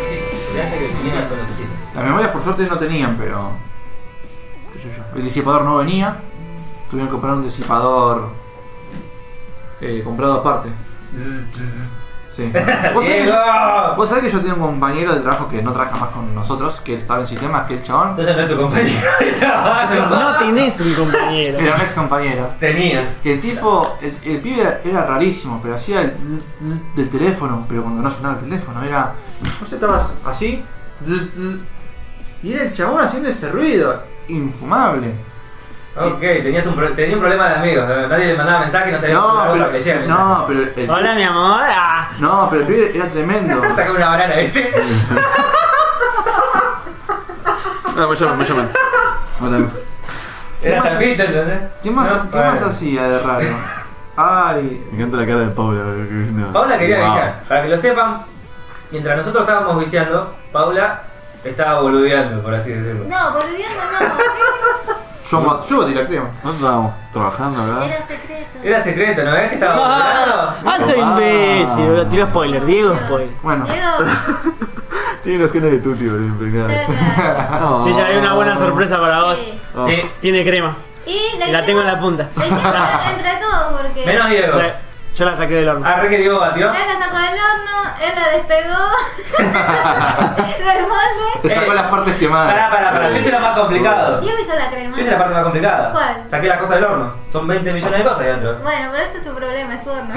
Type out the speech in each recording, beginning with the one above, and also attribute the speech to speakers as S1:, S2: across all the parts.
S1: enteraste que tenían las necesito.
S2: Las memorias por suerte no tenían, pero. qué sé yo. El disipador no venía. Tuvieron que comprar un disipador eh, comprado aparte. Sí. ¿Vos, sabés que yo,
S1: ¡Diego!
S2: vos sabés que yo tenía un compañero de trabajo que no trabaja más con nosotros, que él estaba en sistemas, que el chabón
S1: Entonces no es tu compañero de trabajo.
S3: No tenés un compañero.
S2: era un ex compañero.
S1: Tenías.
S2: Que el tipo, el, el pibe era rarísimo, pero hacía el zzz, zzz del teléfono, pero cuando no sonaba el teléfono era. Vos estabas así, zzz, zzz, y era el chabón haciendo ese ruido, infumable.
S1: Ok, tenías un, pro- tenía un problema de amigos. Nadie le mandaba mensaje y no sabía
S2: No,
S1: otra
S2: pero,
S1: que leyera el mensaje.
S2: no, pero el,
S3: Hola, mi amor. Ah.
S2: no, pero el pibe era tremendo.
S1: Sacó una banana, ¿viste?
S4: Ah, me llaman, me llaman.
S2: Bueno,
S1: Era
S2: más-
S1: tapita, entonces.
S2: ¿Qué más,
S1: No,
S2: qué más
S1: bueno.
S2: hacía de raro? Ay,
S4: Me encanta la cara de Paula. boludo, que es una-
S1: Paula quería
S4: Wow.
S1: viciar. Para que lo sepan, mientras nosotros estábamos viciando, Paula estaba boludeando, por así decirlo.
S5: No, boludeando no,
S2: yo, mo- yo boté la crema.
S4: Nosotros estábamos trabajando, ¿verdad?
S5: era secreto.
S1: Era secreto, ¿no ves que estaba
S3: Ah,
S1: boludeando?
S3: Alto imbécil, boludo. Tiró spoiler, Diego spoiler.
S2: Bueno.
S5: Diego,
S4: Tiene los genes de Tuti, boludo, impregnado.
S5: cerca.
S2: Oh.
S4: No.
S3: Ella hay una buena sorpresa para vos.
S5: Sí.
S4: Oh.
S1: Sí,
S3: Tiene crema.
S5: Y la,
S3: Y la tengo en la
S5: hicimos-
S3: punta.
S5: La hicimos entre todos porque.
S1: menos Diego.
S3: O sea, Yo la saqué del horno.
S1: Arre que Diego batió.
S5: Él la sacó del horno, él la despegó del molde.
S2: Te sacó
S1: Eh,
S2: las partes quemadas.
S1: Pará, pará, pará. Yo hice lo más complicado. Yo
S5: Diego hizo la crema.
S1: hice la parte más complicada.
S5: ¿Cuál?
S1: Saqué la cosa del horno. Son 20 millones de cosas ahí adentro.
S5: Bueno, pero ese es tu problema, es tu horno.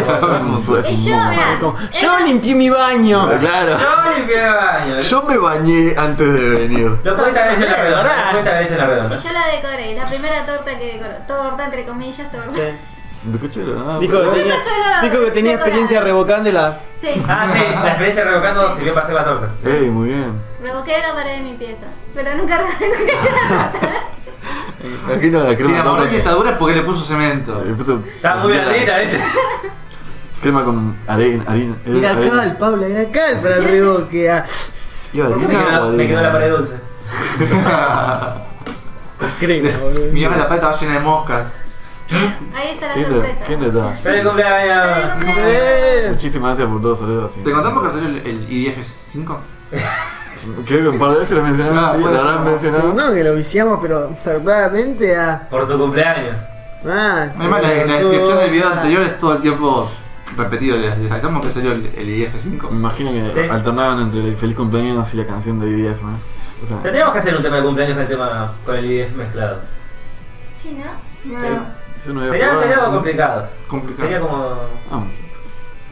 S4: Es un- es
S5: Y
S4: un
S5: yo,
S4: momo.
S5: mirá.
S3: Yo
S5: era-
S3: limpié mi baño.
S4: Claro.
S1: Yo limpié el baño.
S4: Yo me bañé antes de venir.
S1: Lo pudiste haber hecho en la redonda. Lo pudiste haber hecho en la redonda.
S5: Y yo la decoré, la primera torta que decoró. Torta entre comillas, torta.
S3: Sí.
S5: Sí.
S4: ¿Me escuché? Ah,
S3: Dijo que
S4: pero-
S3: tenía, dijo que tenía experiencia revocándola.
S1: Ah, sí, la experiencia revocando sirvió para hacer la torta.
S4: Ey, muy bien.
S5: Revoqué la pared de mi pieza. Pero nunca revoqué la torta.
S4: Imagino la
S2: Si
S4: crema
S2: la
S4: con-
S2: morralla está dura es porque le puso cemento.
S4: Le puso-
S1: Estaba muy blandita, ¿viste?
S4: Crema con arena. harina. eh,
S3: Era
S4: arena.
S3: cal, Paula, era cal para el revoque. ah.
S4: Iba
S1: ¿Por qué
S4: harina
S1: me quedó,
S4: o
S1: me quedó la
S4: arena?
S1: pared dulce?
S3: Crema,
S2: Mi
S3: boludo.
S2: llama la pata llena de moscas.
S5: Ahí está la
S4: ¿Quién te,
S5: sorpresa.
S4: ¿Quién te da?
S1: Feliz
S5: Feliz
S1: cumpleaños.
S3: Eh.
S5: cumpleaños.
S4: Muchísimas gracias por todo, saludos. sí.
S2: ¿Te contamos que salió el, el IDF5?
S4: Creo que un par de veces lo mencionaron,
S2: Ah,
S4: sí,
S2: bueno,
S4: lo habrán
S2: no.
S4: mencionado.
S3: No, que lo viciamos, pero zarpadamente a.
S1: Por tu cumpleaños.
S3: Ah,
S2: Además, la, la
S3: todo-
S2: descripción del video anterior es todo el tiempo repetido. Les les avisamos que salió el, el
S4: Me
S2: IDF5.
S4: imagino que
S1: Sí.
S4: alternaban entre el feliz cumpleaños y la canción de IDF, ¿no? O sea,
S1: Tendríamos que hacer un tema de cumpleaños con el tema con el IDF mezclado.
S5: Sí, ¿no?
S4: yo no había
S1: Sería,
S4: jugado.
S1: sería algo complicado. Sería
S2: Complicado.
S1: como.
S4: Ah,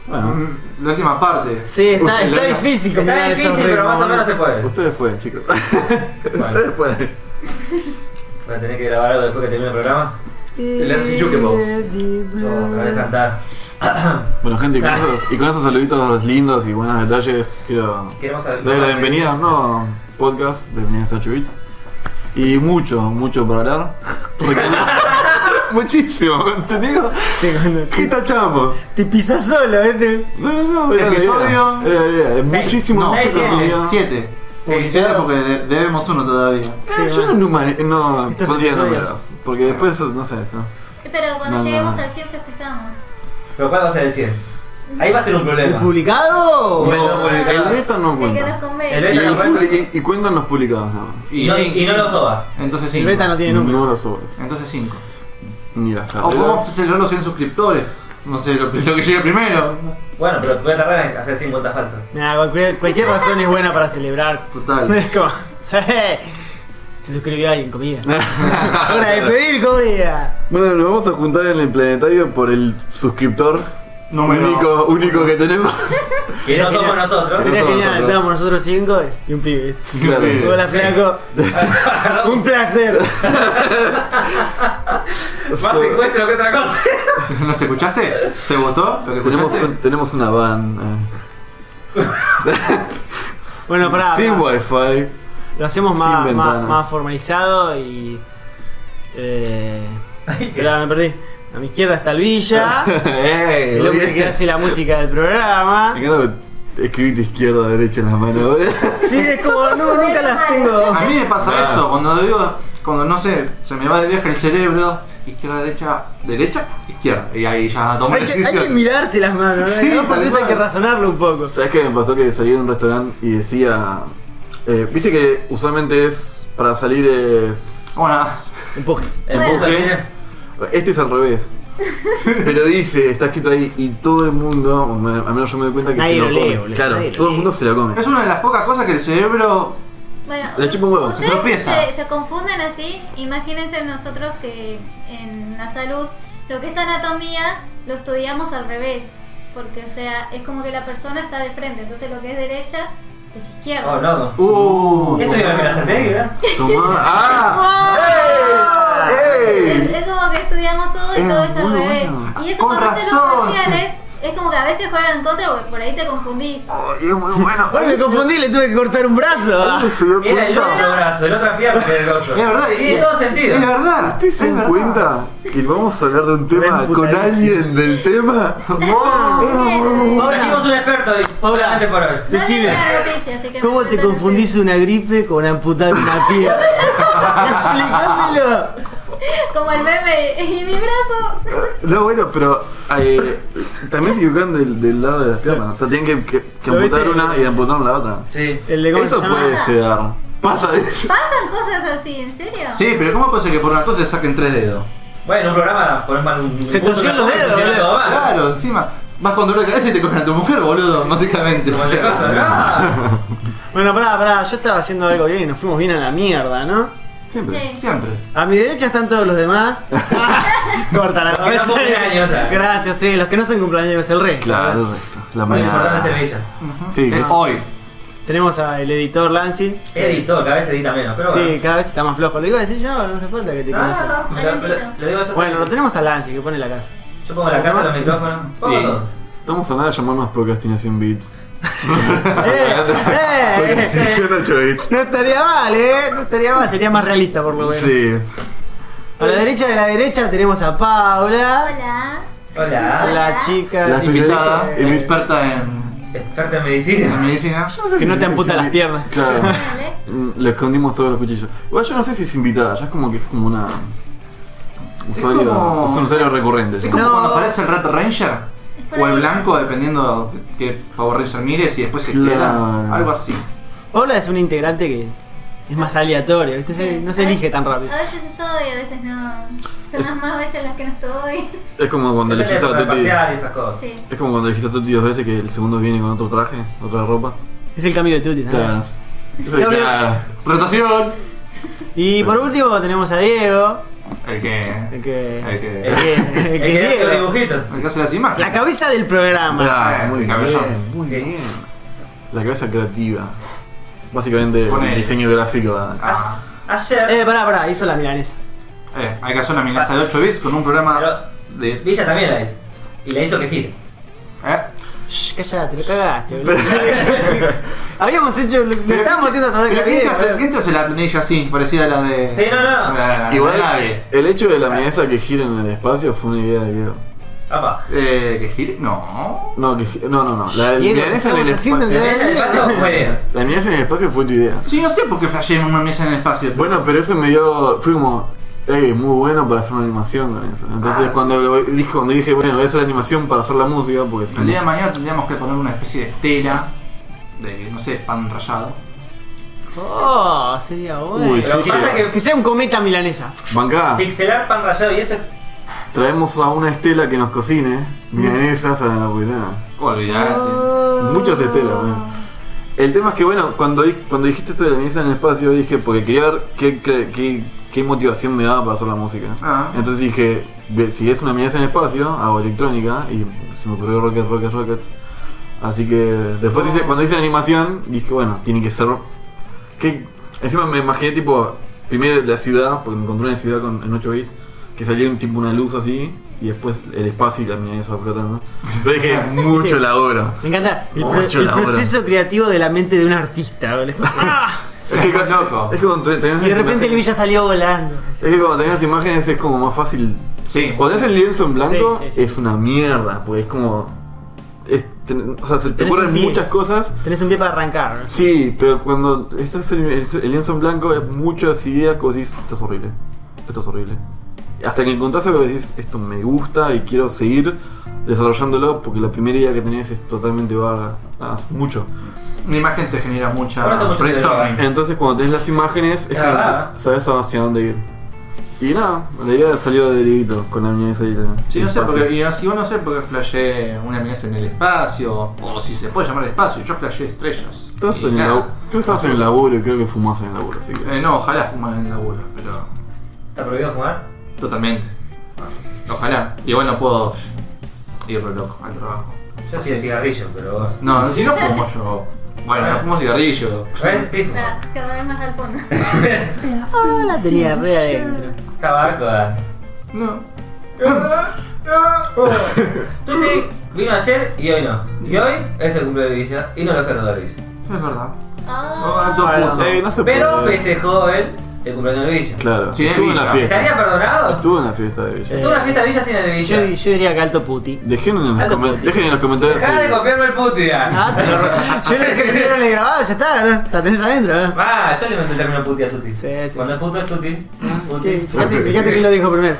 S4: Bueno,
S2: Mm, La última parte.
S3: Sí, está,
S2: Porque
S3: está
S2: la-
S3: difícil
S1: Está
S3: combinar esos
S1: difícil, pero
S3: ritmos,
S1: más o menos se puede.
S4: ustedes pueden, chicos.
S1: Bueno,
S4: Ustedes pueden.
S1: voy a tener que grabar algo después que termine el programa.
S2: El Nancy Jukebox.
S1: Yo otra vez cantar.
S4: Bueno, gente, y con,
S1: Ah.
S4: esos, y con esos saluditos lindos y buenos detalles, quiero
S1: Queremos saber.
S4: darle la bienvenida a un nuevo podcast de Bienvenidos a 8 Bits. Y mucho, mucho para hablar. Reclamar- Muchísimo, ¿entendido?
S3: Te- cuando
S4: ¿Qué tachamos?
S3: Te pisas solo, ¿viste?
S4: No, no, no, era la idea.
S2: Episodio-
S4: Era la idea. Es
S1: Seis.
S4: muchísimo,
S2: No,
S4: mucho
S1: siete.
S4: contenido.
S2: 7.
S1: Sí.
S2: porque de- debemos uno todavía.
S4: Ah,
S3: Sí,
S4: yo no,
S3: bueno.
S4: numer- no
S3: Estos
S4: podría
S3: episodios.
S4: numerarlos, porque después, no sé, eso.
S5: Pero cuando
S4: No, no,
S5: lleguemos
S4: no.
S5: al 100 festejamos.
S1: Pero ¿cuál va a ser el 100? Ahí va a ser un
S3: ¿El
S1: problema.
S3: publicado?
S1: Bueno,
S4: No, pues,
S1: publicado.
S4: el beta no
S5: El que nos
S4: cuenta.
S1: El
S4: Y,
S5: convence.
S1: beta
S4: el
S1: no cuenta.
S4: publi- y- y cuentan los publicados nada más.
S1: Y, no, y no lo sobas.
S2: Entonces
S3: El
S2: 5.
S3: beta no tiene
S4: No
S3: número.
S4: los sobres,
S2: Entonces 5.
S4: ni las
S2: O podemos
S4: carreras.
S2: celebrar los 100 suscriptores. No sé, lo, lo que llegue primero.
S1: Bueno, pero voy a tardar en hacer 50 falsas.
S3: Nah, cualquier, cualquier razón es buena para celebrar.
S2: Total.
S3: Es como. sí, Se suscribió alguien, comida. Hora de pedir comida.
S4: Bueno, nos vamos a juntar en el planetario por el suscriptor
S2: Número.
S4: único, único que tenemos.
S1: Que no
S3: Sería
S1: somos
S3: genial.
S1: nosotros.
S3: Sería
S4: Nosotros,
S3: genial,
S4: nosotros.
S3: estábamos nosotros cinco y un pibe.
S4: claro.
S2: Sí.
S3: Hola, Flaco. Un placer.
S1: Más encuentro que otra cosa.
S2: ¿Nos escuchaste? ¿Te votó? ¿Lo que
S4: Tenemos,
S2: escuchaste?
S4: tenemos una van.
S3: Bueno,
S4: eh,
S3: pará.
S4: sin
S3: pará.
S4: wifi.
S3: Lo hacemos
S4: sin
S3: más, más,
S4: ventanas.
S3: más formalizado y. Eh, esperá, me perdí. A mi izquierda está el Villa.
S4: Ah. ¡Ey!
S3: El hombre
S4: bien.
S3: que hace la música del programa.
S4: Me encanta que escribiste izquierda derecha en las manos. boludo.
S3: Sí, es como, no, nunca las tengo.
S2: A mí me pasa
S4: Ah.
S2: eso, cuando digo cuando no sé, se me va de viaje el cerebro, izquierda, derecha, derecha, izquierda. Y ahí ya tomo
S3: Hay que, hay que
S2: decisión.
S3: mirarse las manos, ¿no?
S2: Sí,
S3: Cada
S2: tal
S3: por eso hay
S2: cual.
S3: que razonarlo un poco.
S4: ¿Sabes qué me pasó que salí de un restaurante y decía. eh, Viste que usualmente es. Para salir es.
S2: Bueno,
S3: Empuje.
S4: Empuje. Este es al revés. Pero dice, está escrito ahí, y todo el mundo, o me- al menos yo me doy cuenta que
S3: Nadie
S4: se lo,
S3: lo lee,
S4: come.
S3: boludo,
S4: claro,
S3: nadie lo
S4: todo el
S3: lee.
S4: mundo se lo come.
S2: es una de las pocas cosas que el cerebro.
S5: Bueno,
S4: Le chupa un huevo, se
S5: ustedes
S2: tropieza.
S5: Se, se confunden así. Imagínense nosotros que en la salud lo que es anatomía lo estudiamos al revés. Porque, o sea, es como que la persona está de frente. Entonces lo que es derecha es izquierda.
S1: Oh, no.
S2: Uh,
S1: Esto iba a la santería,
S4: Tomá. ¡Ah!
S5: Es,
S4: ¡Ey!
S5: es como que estudiamos todo y
S4: Es
S5: todo es al
S4: muy
S5: revés.
S4: bueno.
S5: Y eso
S2: Con
S5: cuando hacen
S2: razón,
S5: los
S2: sí.
S5: parciales es como que a veces juegan en contra porque por ahí te confundís.
S4: Ay, es muy bueno.
S3: Ay, me confundí, le tuve que cortar un brazo.
S4: Ay, se dio
S1: Era el otro
S4: cuenta.
S1: brazo, el otro fierro que era el otro.
S2: Es verdad, y-
S1: Tiene todo sentido.
S2: Es verdad.
S4: ¿Ustedes se
S2: es
S4: dan
S2: verdad.
S4: cuenta que vamos a hablar de un tema con alguien del tema?
S5: Sí.
S1: Paula, Trajimos un experto y solamente por hoy.
S5: No leí
S3: Decime.
S5: la noticia, así que
S3: ¿Cómo
S5: me
S3: te
S5: cuentan
S3: confundís
S5: ustedes.
S3: una gripe con amputar una pierna? Explicámelo.
S5: Como el meme y mi brazo.
S4: No, bueno, pero eh, también se equivocan del, del lado de las piernas. O sea, tienen que, que- que
S3: Lo
S4: amputar
S3: viste.
S4: una y amputar la otra.
S1: Sí.
S3: El de cómo
S4: Eso
S3: se llama.
S4: puede ser. Pasa de eso.
S5: Pasan cosas así, ¿en serio?
S2: Sí, pero ¿cómo puede ser que por una tos te saquen tres dedos?
S1: Bueno, un programa, ponemos mal un.
S3: Se
S1: un punto
S3: torció
S1: de
S3: los
S1: acuerdo,
S3: dedos,
S1: funciona
S3: boludo.
S1: todo mal.
S2: Claro, encima. Vas con dolor de cabeza y te cogen a tu mujer, boludo, básicamente.
S1: Como
S2: O
S1: le
S2: sea,
S1: pasa, ¿no?
S3: Bueno, pará, pará, yo estaba haciendo algo bien y nos fuimos bien a la mierda, ¿no?
S4: Siempre.
S2: Siempre.
S3: A mi derecha están todos los demás. Corta la
S1: Los que no son cumpleaños, ¿eh?
S3: Gracias, sí, los que no son cumpleaños, el resto.
S4: Claro, el resto. La
S1: Muy importante
S4: mañana.
S1: servilla.
S4: Sí, que
S2: Es
S4: es-
S2: hoy.
S3: Tenemos al editor Lancy.
S1: Editó, cada vez edita menos, pero
S3: Sí,
S1: bueno.
S3: cada vez está más flojo. Lo iba a decir yo, no hace falta que te
S1: No,
S3: conoce.
S1: no, no. Lo, lo- lo digo yo.
S3: Bueno, lo
S1: siempre.
S3: tenemos a Lancy que pone la casa.
S1: Yo pongo la casa, los micrófonos, pongo
S4: Bien.
S1: todo.
S4: Estamos a nada de llamarnos Procrastinación Beats.
S3: ¡Eh! ¡Eh!
S4: Procrastinación 8 Beats.
S3: No estaría mal, eh. No estaría mal, sería más realista por lo menos.
S4: Sí.
S3: A la derecha de la derecha tenemos a Paula,
S5: Hola.
S1: Hola.
S3: la chica
S4: La
S2: Invitada,
S4: Eh,
S2: y mi experta en,
S1: Experta en
S2: en
S1: medicina.
S2: medicina.
S3: que no te amputa las piernas.
S4: Claro.
S5: Dale.
S4: Mm, Le escondimos todos los cuchillos. Igual yo no sé si es invitada, ya es como que es como una. Usuario, es,
S2: como-
S4: un usuario recurrente.
S2: Es
S4: ya.
S2: como
S3: No.
S2: cuando aparece el Red Ranger
S5: Es por
S2: o el
S5: ahí.
S2: blanco, dependiendo qué Power Ranger mires y después se
S4: Claro.
S2: queda. Algo así.
S3: Paula es un integrante que es más aleatorio, ¿viste? Se- no se elige tan rápido.
S5: A veces estoy, a veces no. Son las más veces las que no estoy.
S4: Es como cuando
S1: Depende
S4: elegís
S1: de
S4: a
S1: la
S4: Tuti.
S1: parcial y esas cosas.
S5: Sí.
S4: Es como cuando elegís a Tuti dos veces que el segundo viene con otro traje, otra ropa.
S3: Es el cambio de Tuti. ¿no?
S4: Claro. Eso es
S3: Cambio-
S4: claro.
S2: Rotación.
S3: Y por último tenemos a Diego,
S2: El que.
S3: el que.
S2: El que.
S3: el que- el
S1: El que
S3: que es
S1: hace los
S3: Diego.
S1: dibujitos.
S2: El que hace las imágenes.
S3: La cabeza del programa.
S4: Ah, muy
S2: Cabezón.
S4: bien, muy
S1: Sí.
S4: bien. La cabeza creativa. Básicamente
S2: Ponele.
S4: diseño gráfico.
S2: Ah.
S1: Ayer,
S3: Eh, pará, pará, hizo la milanesa.
S2: Eh, hay que hacer una amenaza de 8 bits con un programa
S1: Pero-
S2: de.
S1: Villa también la hizo. Y la hizo que gire.
S2: ¿Eh?
S3: Shh, callate, lo cagaste, boludo. Habíamos hecho, lo, lo estábamos haciendo hasta
S2: Pero
S3: que
S2: ¿quién, te
S3: video.
S2: hace, quién te hace la planilla así, parecida a la de.
S1: Sí, no, no.
S2: la- la-
S4: Igual
S2: la- nadie.
S4: el hecho de la mesa que gira en el espacio fue una idea de Diego.
S1: Papá.
S2: Eh, ¿Que gire? No.
S4: No, que gi- no, no, no. La
S3: Diego,
S4: milanesa en el
S3: estamos haciendo
S4: espacio.
S3: que-
S1: Ese paso fue Diego.
S4: La milanesa en el espacio fue tu idea.
S2: Sí, no sé por qué flasheé en una mesa en el espacio.
S4: Bueno, pero eso me dio. Fue como. Ey, muy bueno para hacer una animación con eso. Entonces,
S2: Ah.
S4: cuando, lo dije, cuando dije, bueno, voy a hacer la animación para hacer la música, porque si
S2: El día de
S4: no-
S2: mañana tendríamos que poner una especie de estela de, no sé, pan rallado.
S3: Oh, sería bueno.
S4: Uy,
S1: Lo que
S4: sí,
S1: pasa
S4: sí.
S1: es
S3: Que
S1: que
S3: sea un cometa milanesa.
S4: Bancá,
S1: pixelar pan rayado y eso.
S4: traemos a una estela que nos cocine milanesas a la napolitana.
S2: Olvidate.
S4: Muchas estelas, bueno. El tema es que, bueno, cuando, di- cuando dijiste esto de la misa en el espacio, dije, porque quería ver qué, cre- qué, qué motivación me daba para hacer la música.
S2: Ah.
S4: Entonces dije, "Ve- si es una misa en el espacio, hago electrónica y se me ocurrió Rockets, Rockets, Rockets. Así que después hice- cuando hice animación, dije, bueno, tiene que ser... Que, encima me imaginé tipo, primero la ciudad, porque me encontré una ciudad con, en 8 bits, que salía un tipo una luz así, y después el espacio y la milanesa flotando. Pero dije, mucho la obra.
S3: Me encanta el, pro-
S4: Mucho
S3: el
S4: la hora.
S3: proceso creativo de la mente de un artista. boludo. Ah,
S4: Es que,
S2: Estás loco.
S4: es que cuando ten- tenés
S3: y de
S4: las
S3: repente el
S4: imágenes-
S3: Villa salió volando.
S4: Es que cuando tenés las imágenes es como más fácil.
S2: Sí.
S4: Cuando es el lienzo en blanco,
S3: Sí, sí, sí.
S4: es una mierda, pues es como. es- ten- o sea, se te
S3: Tenés
S4: ocurren
S3: un pie.
S4: muchas cosas.
S3: Tenés un pie para arrancar.
S4: Sí, pero cuando esto es el, el- el lienzo en blanco es muchas ideas que vos decís, esto es horrible, esto es horrible. Hasta que encontrás algo que decís, esto me gusta y quiero seguir desarrollándolo porque la primera idea que tenés es totalmente vaga, nada, es mucho.
S2: La imagen te genera mucha
S1: Por eso mucho
S2: brainstorming.
S4: Entonces cuando tenés las imágenes es
S1: La
S4: como
S2: Ah.
S1: verdad.
S4: que sabes hacia dónde ir. Y nada, la idea salió de Dieguito con la mía esa idea.
S2: Sí, no sé, porque, y no- si vos no sé por qué flashé una amenaza en el espacio, o si se puede llamar espacio, yo flashé estrellas.
S4: Estabas
S2: Y
S4: en el
S2: nada.
S4: labu- creo que estabas en el laburo y creo que fumás en el laburo, así que.
S2: Eh, no, ojalá fuman en el laburo, pero
S1: ¿Está prohibido fumar?
S2: totalmente. Ojalá. Igual no puedo ir re loco al trabajo.
S1: Yo sí de cigarrillo, pero vos.
S2: No, si no fumo yo. Bueno, no fumo cigarrillo.
S1: ¿Ves? Sí, fumo.
S5: Está cada vez más al fondo.
S3: la tenía re adentro.
S1: Tabaco. da.
S2: No.
S1: Tuti vino ayer y hoy no. Y hoy es el cumple de Villa y no lo saludó a Villa.
S2: No es verdad. No,
S5: Ah.
S2: alto punto.
S4: Eh, no se
S1: Pero
S4: puede.
S1: festejó él el cumpleaños de Villa.
S4: Claro,
S2: Sí,
S4: estuvo en
S2: Villa.
S4: la fiesta.
S1: ¿Estaría perdonado?
S4: Estuvo en la fiesta de Villa.
S1: Estuvo en la fiesta de Villa sin el de Villa.
S3: Yo, yo diría que alto puti.
S4: Dejen en, los
S3: Alto
S4: comen-
S3: puti.
S4: dejen en los comentarios.
S1: Dejá de
S4: si-
S1: copiarme el puti.
S3: Ah, te lo- yo le que primero le grababa, ya está, ¿no? la tenés adentro. ¿no?
S1: Va, yo le inventé el término puti a Tuti.
S3: Sí, sí.
S1: Cuando es puto es Tuti.
S3: Que-
S1: Puti.
S3: Fíjate, fíjate quién lo dijo primero.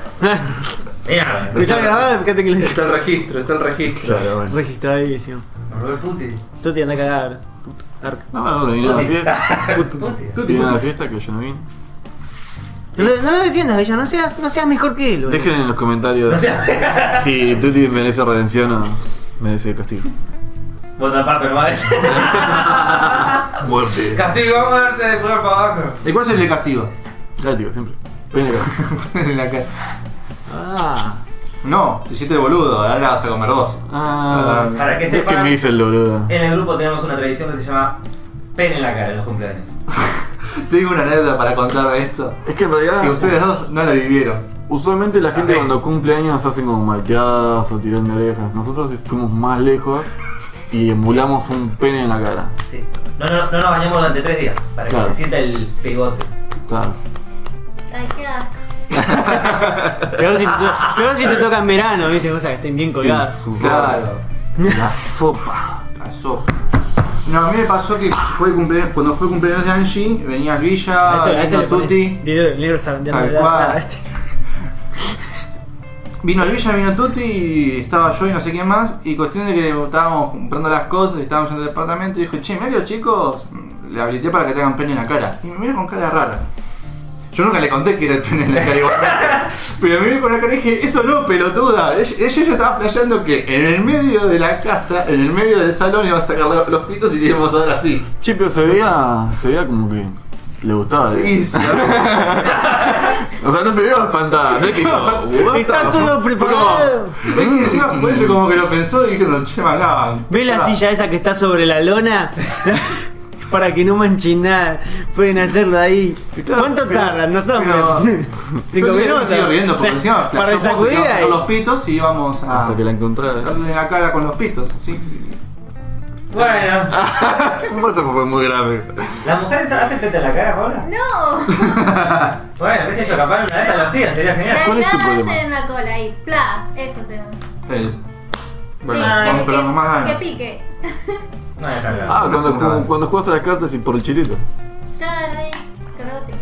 S1: Mira,
S3: Lo ya grabado, fíjate quién lo dijo.
S2: Está el registro, está el registro.
S4: Claro, bueno.
S3: Registradísimo.
S1: me robó el puti.
S3: Tú te andás a cagar. Puto. Arca.
S4: No, no, no, vino a la fiesta.
S1: Puti.
S4: Vino a la fiesta que yo no vine.
S3: No lo, no lo defiendas, Bella, no seas, no seas mejor que él. boludo.
S4: Dejen en los
S1: No
S4: comentarios
S1: sé,
S4: si Tuti merece redención o merece castigo.
S1: vos tapate nomás.
S4: Muerte.
S1: Castigo, vamos a darte de pulgar para abajo.
S2: ¿Y cuál es el de castigo?
S4: Látigo, siempre. Ven acá.
S2: En la cara.
S3: Ah,
S2: No, te hiciste el boludo, ahora la vas a comer vos.
S4: Ah,
S1: Para que
S4: es
S1: sepan-
S4: que me dice el boludo.
S1: En el grupo tenemos una tradición que se llama pene en la cara en los cumpleaños.
S2: Tengo una anécdota para contar de esto.
S4: Es que en
S3: Ah.
S2: Que
S4: realidad,
S2: ustedes dos no la vivieron.
S4: usualmente la gente
S1: Café.
S4: cuando cumple años hacen como malteadas o tirón de orejas. Nosotros fuimos más lejos y emulamos un pene en la cara.
S1: Sí. No, no, no nos bañamos durante tres días para
S4: Claro.
S1: que se sienta el pegote.
S4: Claro.
S5: Ay, qué asco.
S3: peor si, te to- peor si te toca en verano, viste, cosas que estén bien colgadas.
S4: El sudor,
S2: Claro.
S4: La sopa.
S2: La sopa. No, a mí me pasó que fue el cumpleaños, cuando fue el cumpleaños de Angie, venía Guilla,
S3: A este- a este
S2: vino
S3: le pones
S2: Ah, Tuti.
S3: Video del negro zarandeando
S2: Tal
S3: la-
S2: cual.
S3: la- este.
S2: Vino el Villa, vino Tuti y estaba yo y no sé quién más. Y cuestión de que estábamos comprando las cosas y estábamos en el departamento. Y dijo, che, mirá que los chicos mm, le habilité para que te hagan pene en la cara. Y me miró con cara rara. Yo nunca le conté que era el pene en la cara igual. Pero me miró con la cara y dije, eso no, pelotuda. Ella, ella ya estaba flasheando que en el medio de la casa, en el medio del salón, iba a sacar lo- los pitos y te íbamos a dar así.
S4: Che, pero se veía, se veía como que le gustaba. ¿eh?
S2: Y se-
S4: O sea, no se vio espantada. No es que dijo, "What the
S3: Está todo preparado.
S2: Es que encima fue eso como que lo pensó y dije, no, che, malaban.
S3: ¿Ves la silla esa que está sobre la lona? Para que no manche nada, pueden hacerlo ahí.
S4: Claro,
S3: ¿Cuánto
S4: pero-
S3: tardan? No son
S2: pero-
S3: pero- cinco
S2: Yo me
S3: minutos.
S2: sigo riendo porque
S3: O sea,
S2: encima flashó
S3: para
S2: poco que íbamos
S3: sacudida
S2: con los
S3: y
S2: pitos y íbamos a
S4: Hasta que la encontrara.
S2: darle en la cara con los pitos, ¿sí?
S1: Bueno,
S3: Ah.
S4: ¿Cómo eso fue muy grave?
S1: ¿las mujeres hacen teta en la cara, Paula?
S5: No.
S1: Bueno, qué sé yo, capaz una vez lo hacían, sería genial.
S4: ¿Cuál es su
S5: Las nalgas
S4: problema?
S5: en la cola ahí. Pla. Eso tenemos.
S2: El... Bueno,
S5: Sí,
S2: vamos
S5: que-
S2: pero con más
S5: que, que
S2: ganas.
S5: pique.
S1: No, ya está claro.
S4: Ah, cuando, cuando, cuando juegas a las cartas y por el chilito.
S5: Tarde. Carote.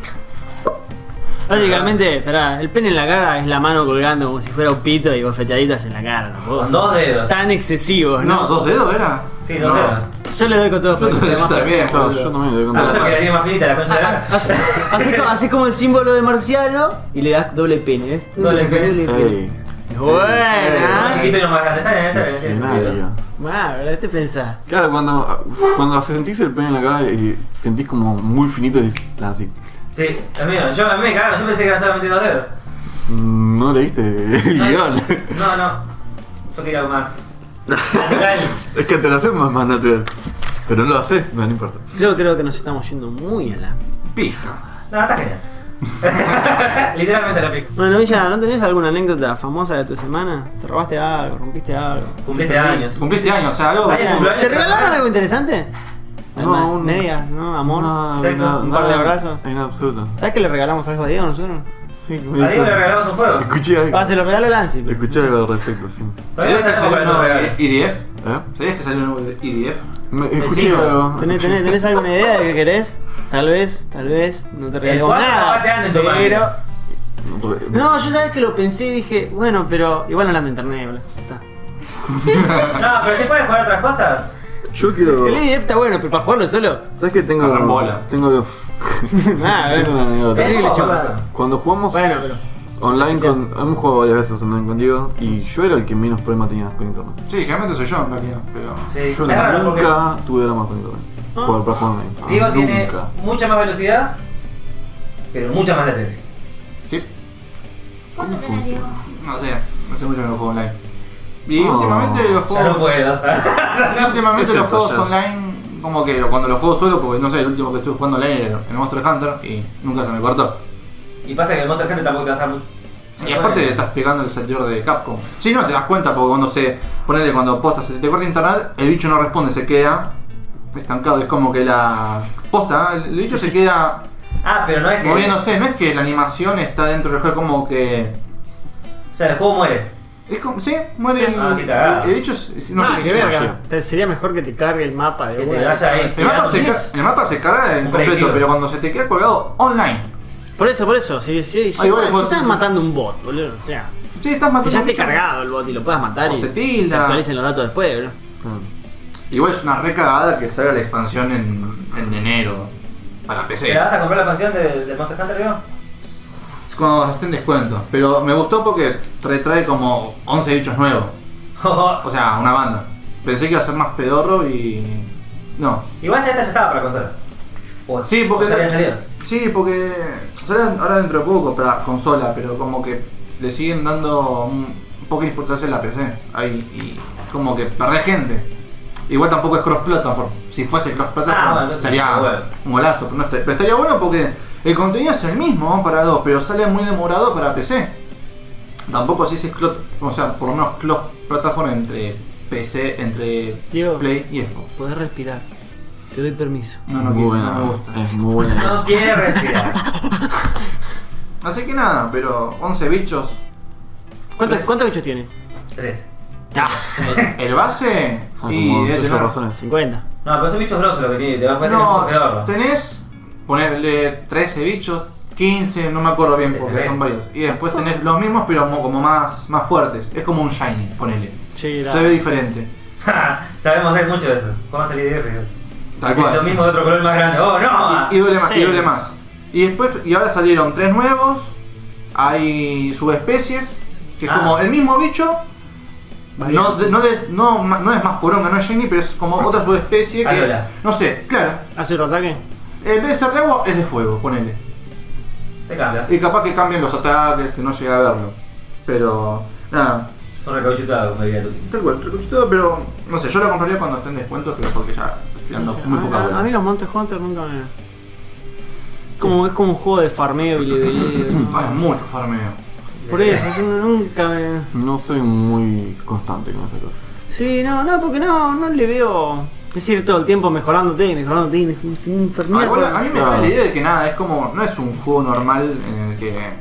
S3: Básicamente, pará, el pene en la cara es la mano colgando como si fuera un pito y bofeteaditas en la cara, tampoco
S1: Con
S3: son
S1: dos dedos.
S3: Tan excesivos, ¿no?
S2: No, dos dedos era.
S1: Sí, dos
S2: No.
S1: dedos.
S3: Yo le doy con todos
S2: Yo
S3: los
S2: también,
S3: demás
S2: también.
S3: parecen.
S4: Claro, yo también le doy
S1: A
S4: contra.
S1: nosotros que la tiene más finita la concha de la
S3: Haces haces como, haces como el símbolo de Marciano y le das doble pene, ¿eh?
S1: Doble pene.
S4: Ey,
S1: Un
S3: Buena.
S1: chiquito Ah. y uno más grande. Está bien, está bien, tiene sentido.
S4: escenario.
S3: Bueno, ¿verdad? ¿Te pensás?
S4: Claro, cuando, cuando sentís el pene en la cara y sentís como muy finito, decís, "Ah, sí".
S1: Sí, amigo, yo a mí me cagaron, yo pensé que eran solamente dos dedos.
S4: No leíste el
S1: No,
S4: guión.
S1: No, no. Yo quería algo más. Natural.
S4: Es que te lo haces más, más natural. Pero no lo haces, no, no importa.
S3: Creo, creo que nos estamos yendo muy a la.
S2: Pija.
S1: No, está genial. Literalmente la pico.
S3: Bueno, Villa, ¿no tenés alguna anécdota famosa de tu semana? ¿Te robaste algo? ¿Rompiste algo?
S1: Cumpliste años.
S2: Cumpliste años, o sea, algo.
S1: Vaya cumpleaños.
S3: ¿Te regalaron algo interesante?
S4: No,
S3: Alma,
S4: un-
S3: ¿Medias? ¿No? ¿Amor?
S4: No,
S1: Sexo,
S4: no,
S3: un par de
S4: no,
S3: abrazos.
S4: En absoluto.
S3: ¿Sabes que le regalamos algo a Diego nosotros?
S4: Sí,
S1: A Diego le regalamos un juego.
S4: Escuché algo.
S3: Ah, se lo regaló Lancy. pero-
S4: Escuché algo al respecto, sí.
S1: Todavía no sabemos cuál es tu regalo.
S2: ¿EDF?
S4: ¿Eh?
S2: ¿Sabías que salió un nuevo IDF?
S4: Me, escuché
S1: Vecino,
S4: algo.
S3: ¿Tenés, tenés, tenés alguna idea de qué querés? Tal vez, tal vez, no te regalemos
S1: cuatro
S3: nada.
S1: pateando en tu
S3: pero...
S1: mano.
S3: No, yo sabes que lo pensé y dije, bueno, pero igual hablando de internet, bla, ya está.
S1: No, pero se pueden jugar otras cosas.
S4: Yo quiero.
S3: El IDF está bueno, pero para jugarlo solo.
S4: ¿Sabes qué tengo?
S2: Agarran bola.
S4: Tengo.
S3: Ah,
S4: tengo una
S3: bueno.
S4: anécdota.
S3: Terrible
S1: Eso,
S3: chocada.
S1: eso.
S4: Cuando jugamos
S3: Bueno, pero.
S4: online
S3: sí, sí.
S4: con. Hemos jugado varias veces online con Diego y yo era el que menos problema tenía con internet.
S2: Sí, generalmente soy yo en realidad, pero.
S1: Sí,
S4: Yo
S1: Eh, es raro porque
S4: nunca tuve drama con internet.
S3: Ah.
S4: Jugar para jugar online. Ah,
S1: Diego
S4: nunca.
S1: tiene mucha más velocidad, pero mucha más latencia.
S2: Sí,
S5: ¿Cuánto
S4: ¿Cómo
S5: tenés, Diego?
S4: funciona?
S2: no sé, no sé mucho que los juegos online. Y
S4: Oh.
S2: últimamente
S1: Ya
S2: los juegos.
S1: no puedo.
S2: Últimamente los
S4: Excepto
S2: juegos
S4: ayer.
S2: online, como que cuando los juego solo, porque no sé, el último que estuve jugando online era el Monster Hunter y nunca se me cortó.
S1: y pasa que el Monster Hunter tampoco te vas a...
S2: Y aparte te estás pegando el servidor de Capcom. Si no, te das cuenta porque cuando se. Ponele cuando posta se te corta internet, el bicho no responde, se queda estancado. Es como que la. Posta, ¿eh? el bicho se queda
S1: Ah, pero no es que...
S2: moviéndose. No es que la animación está dentro del juego, es como que.
S1: O sea, el juego muere.
S2: Es como. Sí, muere el.
S1: Ah, qué cagada.
S2: el- el bicho. es- No
S3: No,
S2: sé si
S3: Ah, qué
S2: se
S3: verga. Te- Sería mejor que te cargue el mapa de
S1: Que te
S3: una.
S1: vaya ahí.
S2: El mapa, se,
S1: Sí,
S2: ca-
S1: es-
S2: el mapa se carga en
S1: Un
S2: completo,
S1: breakdown.
S2: pero cuando se te queda colgado online.
S3: Por eso, por eso. Si, si, si,
S2: Ay, bueno,
S3: si
S2: vos-
S3: estás matando un bot, boludo. O sea,
S2: Sí, estás
S3: que
S2: matando.
S3: ya
S2: un
S3: esté
S2: bicho.
S3: cargado el bot y lo puedas matar
S2: O
S3: y
S2: se tilda.
S3: y se actualicen los datos después, bro.
S4: Claro.
S2: Igual es una recagada que salga la expansión en, en enero. Para PC.
S1: ¿Te la vas a comprar la canción de, de Monster Hunter, Diego?
S2: Cuando esté en descuento. Pero me gustó porque trae, trae como 11 bichos nuevos. O sea, una banda. Pensé que iba a ser más pedorro y. No.
S1: Igual ya esta ya estaba para consolas. O-
S2: Sí, porque.
S1: o sea, había salido.
S2: Sí, porque. salen ahora dentro de poco para consola, pero como que le siguen dando un poca importancia a la PC. Ahí. Y como que perdés gente. Igual tampoco es cross platform. Si fuese cross platform
S1: Ah, bueno, entonces
S2: sería
S1: está bueno.
S2: un golazo. Pero, no está- pero estaría bueno porque el contenido es el mismo ¿no? para dos, pero sale muy demorado para PC. Tampoco si es cross, o sea, por lo menos cross platform entre PC, entre
S3: Diego.
S2: Play y Xbox.
S3: Podés respirar. Te doy permiso.
S2: No, no,
S4: muy
S2: quiero,
S4: buena.
S2: no me gusta.
S4: Es muy buena. Ah, idea.
S1: No quiere respirar.
S2: Así que nada, pero 11 bichos.
S3: ¿Cuántos, cuántos bichos tiene?
S1: Tres.
S3: Ah,
S2: El base
S4: Ah,
S2: y este
S4: como
S2: debe
S4: 13
S2: tener-
S4: razones.
S3: 50.
S1: No, pero son bichos grosos lo que tiene, te vas a tener mucho
S2: No,
S1: pedorro.
S2: tenés ponerle 13 bichos, 15, no me acuerdo bien porque
S1: Tenés.
S2: son varios. Y después tenés los mismos pero mo- como más, más fuertes. Es como un shiny, ponele.
S3: Che, era-
S2: Se ve diferente.
S1: Ja, Sabemos hacer mucho de eso. ¿Cómo va a salir de Diego?
S2: Tal
S1: Lo
S2: cual.
S1: mismo de otro color más grande. ¡Oh, no!
S2: Y, y duele más, y
S3: Sí.
S2: duele más. Y después, y ahora salieron tres nuevos. Hay subespecies, que es
S1: Ah.
S2: como el mismo bicho. No, de- no, de- no, ma- no es más poronga, no es shiny, pero es como otra subespecie que.
S1: Árbala.
S2: No sé, claro. Eh,
S3: ¿Hace otro ataque?
S2: En vez de ser de agua, es de fuego, ponele.
S1: Te cambia.
S2: Y capaz que cambien los ataques, que no llegué a verlo. Pero, nada,
S1: Son recauchutados, como diría Tuti.
S2: tal cual, reconstruido, pero no sé, yo lo compraría cuando esté en descuento, pero porque ya estoy dando muy
S3: a,
S2: poca
S3: a- a mí
S2: bola.
S3: los Monster Hunter nunca me. Como, es como un juego de farmeo y leveleo. ¿no?
S2: Ah, es mucho farmeo.
S3: Por eso, yo nunca me.
S4: No soy muy constante con esa cosa.
S3: Sí, no, no, porque no, no le veo. Es ir todo el tiempo mejorándote y mejorándote y mej- es una
S2: Ah,
S3: infernidad.
S2: igual a mí me da
S4: claro.
S2: la idea de que nada, es como, no es un juego normal en el que... es-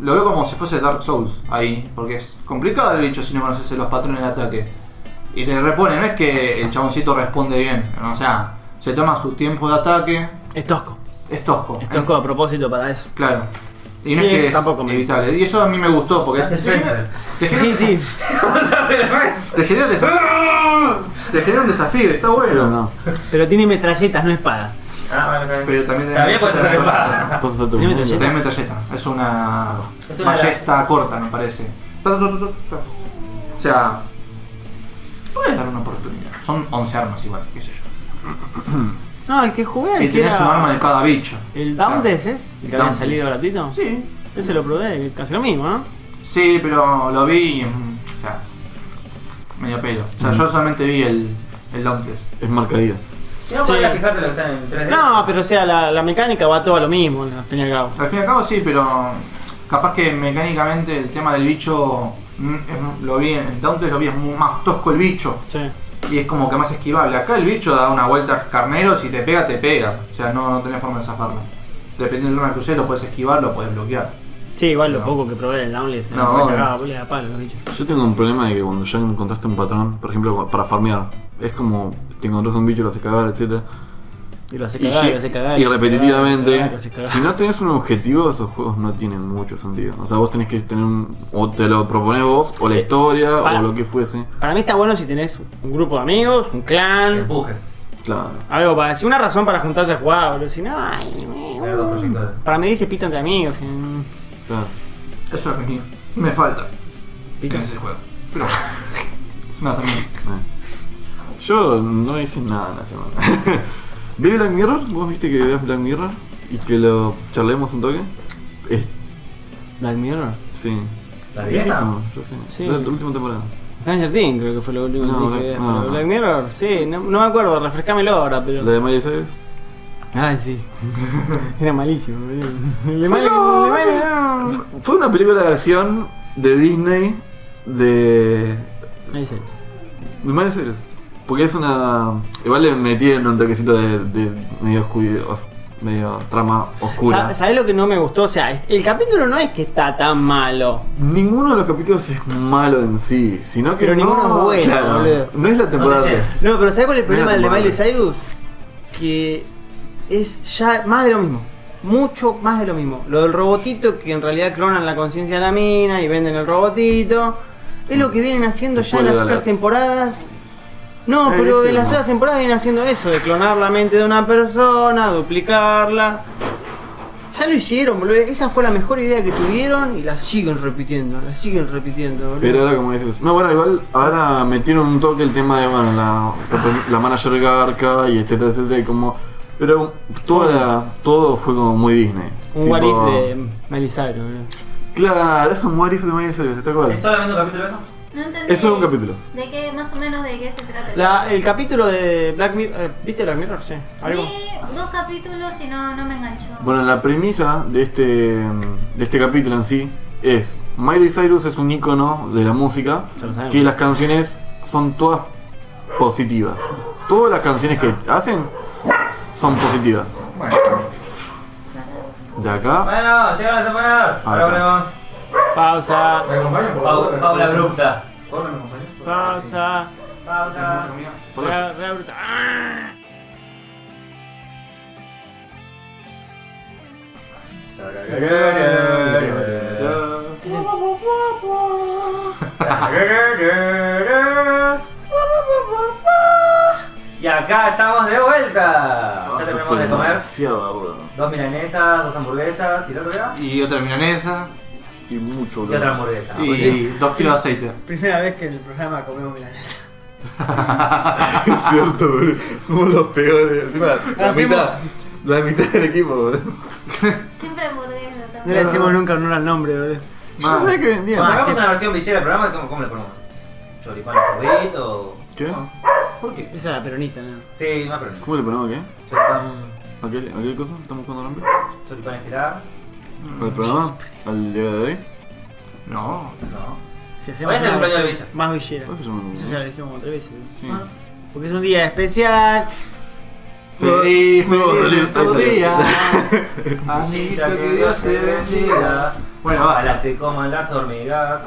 S2: lo veo como si fuese Dark Souls ahí, porque es complicado el bicho si no conoces los patrones de ataque. Y te repone, no es que el chaboncito responde bien, o sea, se toma su tiempo de ataque,
S3: Es tosco.
S2: es tosco.
S3: Es
S2: ¿eh?
S3: tosco a propósito para eso.
S2: Claro. Y no
S3: Sí,
S2: es
S3: eso
S2: que es
S3: tampoco me-
S2: evitable. Y eso a mí me gustó porque
S1: Ya se
S2: te genera- te
S3: Sí,
S2: genera-
S3: sí.
S2: Te genera un desafío. Te genera un desafío, está
S4: Pero
S2: bueno.
S4: no,
S3: Pero tiene metralletas, no espada.
S1: Ah, bueno, está bien.
S2: Pero también tenés
S1: También puedes hacer
S2: metralleta.
S1: espada.
S4: cosas de otro
S3: Tenés
S4: mundo.
S3: metralleta.
S2: Tenés metralleta. Es una.
S1: Es una
S2: ballesta corta, me parece. Ta, ta, ta, ta, ta. O sea. Puedes dar una oportunidad. Son 11 armas igual, qué sé yo.
S3: No, el que jugué, el
S2: Y
S3: que
S2: tenés
S3: era-
S2: un arma de cada bicho.
S3: Eh, ¿El Dauntless
S2: O sea,
S3: es? ¿El que había
S2: Dauntless.
S3: salido gratuito?
S2: Sí.
S3: Ese lo probé, es casi lo mismo, ¿no?
S2: Sí, pero lo vi y. mm, O sea. Medio pelo. O
S3: Mm.
S2: sea, yo solamente vi el. El Dauntless.
S4: Es marcadilla.
S1: Si no,
S3: Sí.
S1: podrías fijarte lo que están en 3D.
S3: No, pero o sea, la, la mecánica va todo a lo mismo, al fin y al cabo.
S2: Al fin y al cabo sí, pero capaz que mecánicamente el tema del bicho mm, es- lo vi en en Dauntless lo vi es mu- más tosco el bicho
S3: Sí.
S2: y es como que más esquivable. Acá el bicho da una vuelta al carnero, si te pega te pega, o sea, no, no tenés forma de zafarlo. Dependiendo del arma que uses, lo puedes esquivar, lo puedes bloquear.
S3: Sí, igual lo
S2: No.
S3: poco que probé en el Downless.
S2: No,
S3: me
S2: obvio.
S3: cagaba, boludo, a palo, lo dicho.
S4: Yo tengo un problema de que cuando ya encontraste un patrón, por ejemplo, para farmear, es como te encontrás un bicho, lo haces cagar, etc.
S3: Y lo hace
S4: Y,
S3: cagar,
S4: lle-
S3: lo hace cagar.
S4: y
S3: lo hace
S4: repetitivamente,
S3: cagar, lo hace cagar.
S4: si no tenés un objetivo, esos juegos no tienen mucho sentido. O sea, vos tenés que tener un. O te lo proponés vos, o la
S3: Eh,
S4: historia,
S3: para.
S4: o lo que fuese.
S3: Para mí está bueno si tenés un grupo de amigos, un clan,
S1: Empuje.
S4: Claro.
S3: algo para. Si una razón para juntarse a jugar, boludo. Si no, ay, me-
S1: Algo proyectual.
S3: Para mí dice pito entre amigos. mm,
S4: claro.
S2: Eso es lo que me- me falta
S3: Pito.
S2: en ese juego. Pero No, también.
S4: eh. Yo no hice nada en la semana. ¿Vi Black Mirror? ¿Vos viste que ves Black Mirror? ¿Y que lo charlemos un toque? Es-
S3: Black Mirror.
S4: sí.
S1: ¿La vieja?
S4: Viejísimo, yo sé.
S3: Sí.
S4: La última temporada.
S3: Stranger Things creo que fue lo último
S4: No,
S3: que dije.
S4: Black- no,
S3: pero
S4: no.
S3: Black Mirror, sí, no, no me acuerdo, refrescámelo ahora, pero.
S4: La de Miley Cyrus.
S3: Ay, sí. Era malísimo, boludo. El de Miley- el de Miley, no.
S4: Fue una película de acción de Disney de.
S3: Ahí sí.
S4: de Miley Cyrus. Porque es una. Igual le metieron un toquecito de, de medio oscuro. medio trama oscura.
S3: Sa- ¿Sabés lo que no me gustó? O sea, est- el capítulo no es que está tan malo.
S4: Ninguno de los capítulos es malo en sí, sino que
S3: Pero
S4: no,
S3: ninguno es bueno,
S4: claro,
S3: boludo.
S4: No es la temporada
S1: No te
S4: 3.
S1: llegas.
S3: No, pero ¿sabés cuál es el problema
S4: Mira
S3: del
S4: tu
S3: de Miley
S4: madre.
S3: Cyrus? Que es ya más de lo mismo. Mucho más de lo mismo. Lo del robotito que en realidad clonan la conciencia de la mina y venden el robotito. Es lo que vienen haciendo ya en las
S4: Spoiler
S3: otras
S4: alert.
S3: temporadas. No,
S4: Eh,
S3: pero
S4: sí,
S3: en las
S4: no.
S3: otras temporadas vienen haciendo eso, de clonar la mente de una persona, duplicarla. Ya lo hicieron, boludo. Esa fue la mejor idea que tuvieron y la siguen repitiendo, la siguen repitiendo, boludo.
S4: Pero ahora como dices, no bueno igual ahora metieron un toque el tema de bueno la, la manager Garca y etcétera etcétera y como pero toda la- todo fue como muy Disney.
S3: Un
S4: Tipo,
S3: what if de Miley Cyrus, boludo.
S4: Claro, es un what if de Miley Cyrus, ¿te
S1: ¿Es
S4: acuerdas?
S1: solamente un capítulo eso?
S5: No entendí.
S4: Eso es un capítulo.
S5: ¿De qué, más o menos, de qué se trata?
S3: La- el capítulo de Black Mirror. eh, ¿Viste Black Mirror? Sí. Algo.
S5: Vi dos capítulos y no, no me enganchó.
S4: Bueno, la premisa de este, de este capítulo en sí es: Miley Cyrus es un ícono de la música,
S3: Ya lo sabemos.
S4: que las canciones son todas positivas. Todas las canciones que hacen son positivas.
S2: Bueno,
S4: De acá,
S1: Bueno, llegan las
S2: Ah,
S1: semanas. Ahora volvemos.
S3: Pausa.
S2: ¿me acompañan por
S1: Pau- Paula Abrupta.
S2: Paula, ¿me acompañas? Por favor?
S3: Pausa.
S1: Pausa.
S2: Sí. Mía.
S3: Re- re brutal. ¡Ah!
S1: Y acá estamos de
S2: Ah,
S1: vuelta. Ya
S4: Ah, Eso
S1: terminamos
S4: fue
S1: de comer
S4: demasiado agudo.
S1: dos milanesas, dos hamburguesas y la otra.
S2: Y otra milanesa.
S4: Y mucho,
S1: Y otra
S4: boludo.
S1: hamburguesa.
S2: Y, dos kilos de aceite.
S3: Primera vez que en el programa comemos milanesa.
S4: Es cierto, boludo. Somos los peores. Encima, la
S3: Hacemos-
S4: mitad, la mitad del equipo, boludo.
S5: Siempre hamburguesa
S3: No
S5: también.
S3: le decimos nunca honor al nombre, boludo.
S4: Yo sabía que vendían.
S1: Bueno,
S3: Ah,
S1: hagamos
S3: que-
S1: una versión villera del programa. ¿Cómo, cómo le ponemos? ¿Choripán chorrito?
S4: ¿Qué?
S2: ¿Por qué?
S3: Esa es la peronista, ¿no?
S1: Sí, más pero
S4: ¿Cómo le ponemos qué?
S1: Choripán,
S4: ¿A qué, a qué cosa? ¿Estamos buscando nombre?
S1: choripán estirado.
S4: ¿Al programa? ¿Al día de hoy?
S2: No.
S1: No.
S3: Si
S1: Hoy es el
S3: una
S1: cumpleaños de
S3: versión
S1: Villa.
S3: Más villera.
S4: ¿Cómo se llama?
S3: Eso ya lo dijimos como tres veces. ¿no?
S4: Sí.
S3: Ah, Porque es un día especial.
S2: Feliz,
S4: No,
S2: feliz
S4: sí,
S2: en tu
S4: ahí
S2: día.
S1: Amiguita,
S2: Amiguita, que Dios te bendiga. Bueno, va.
S1: Ojalá te coman las hormigas.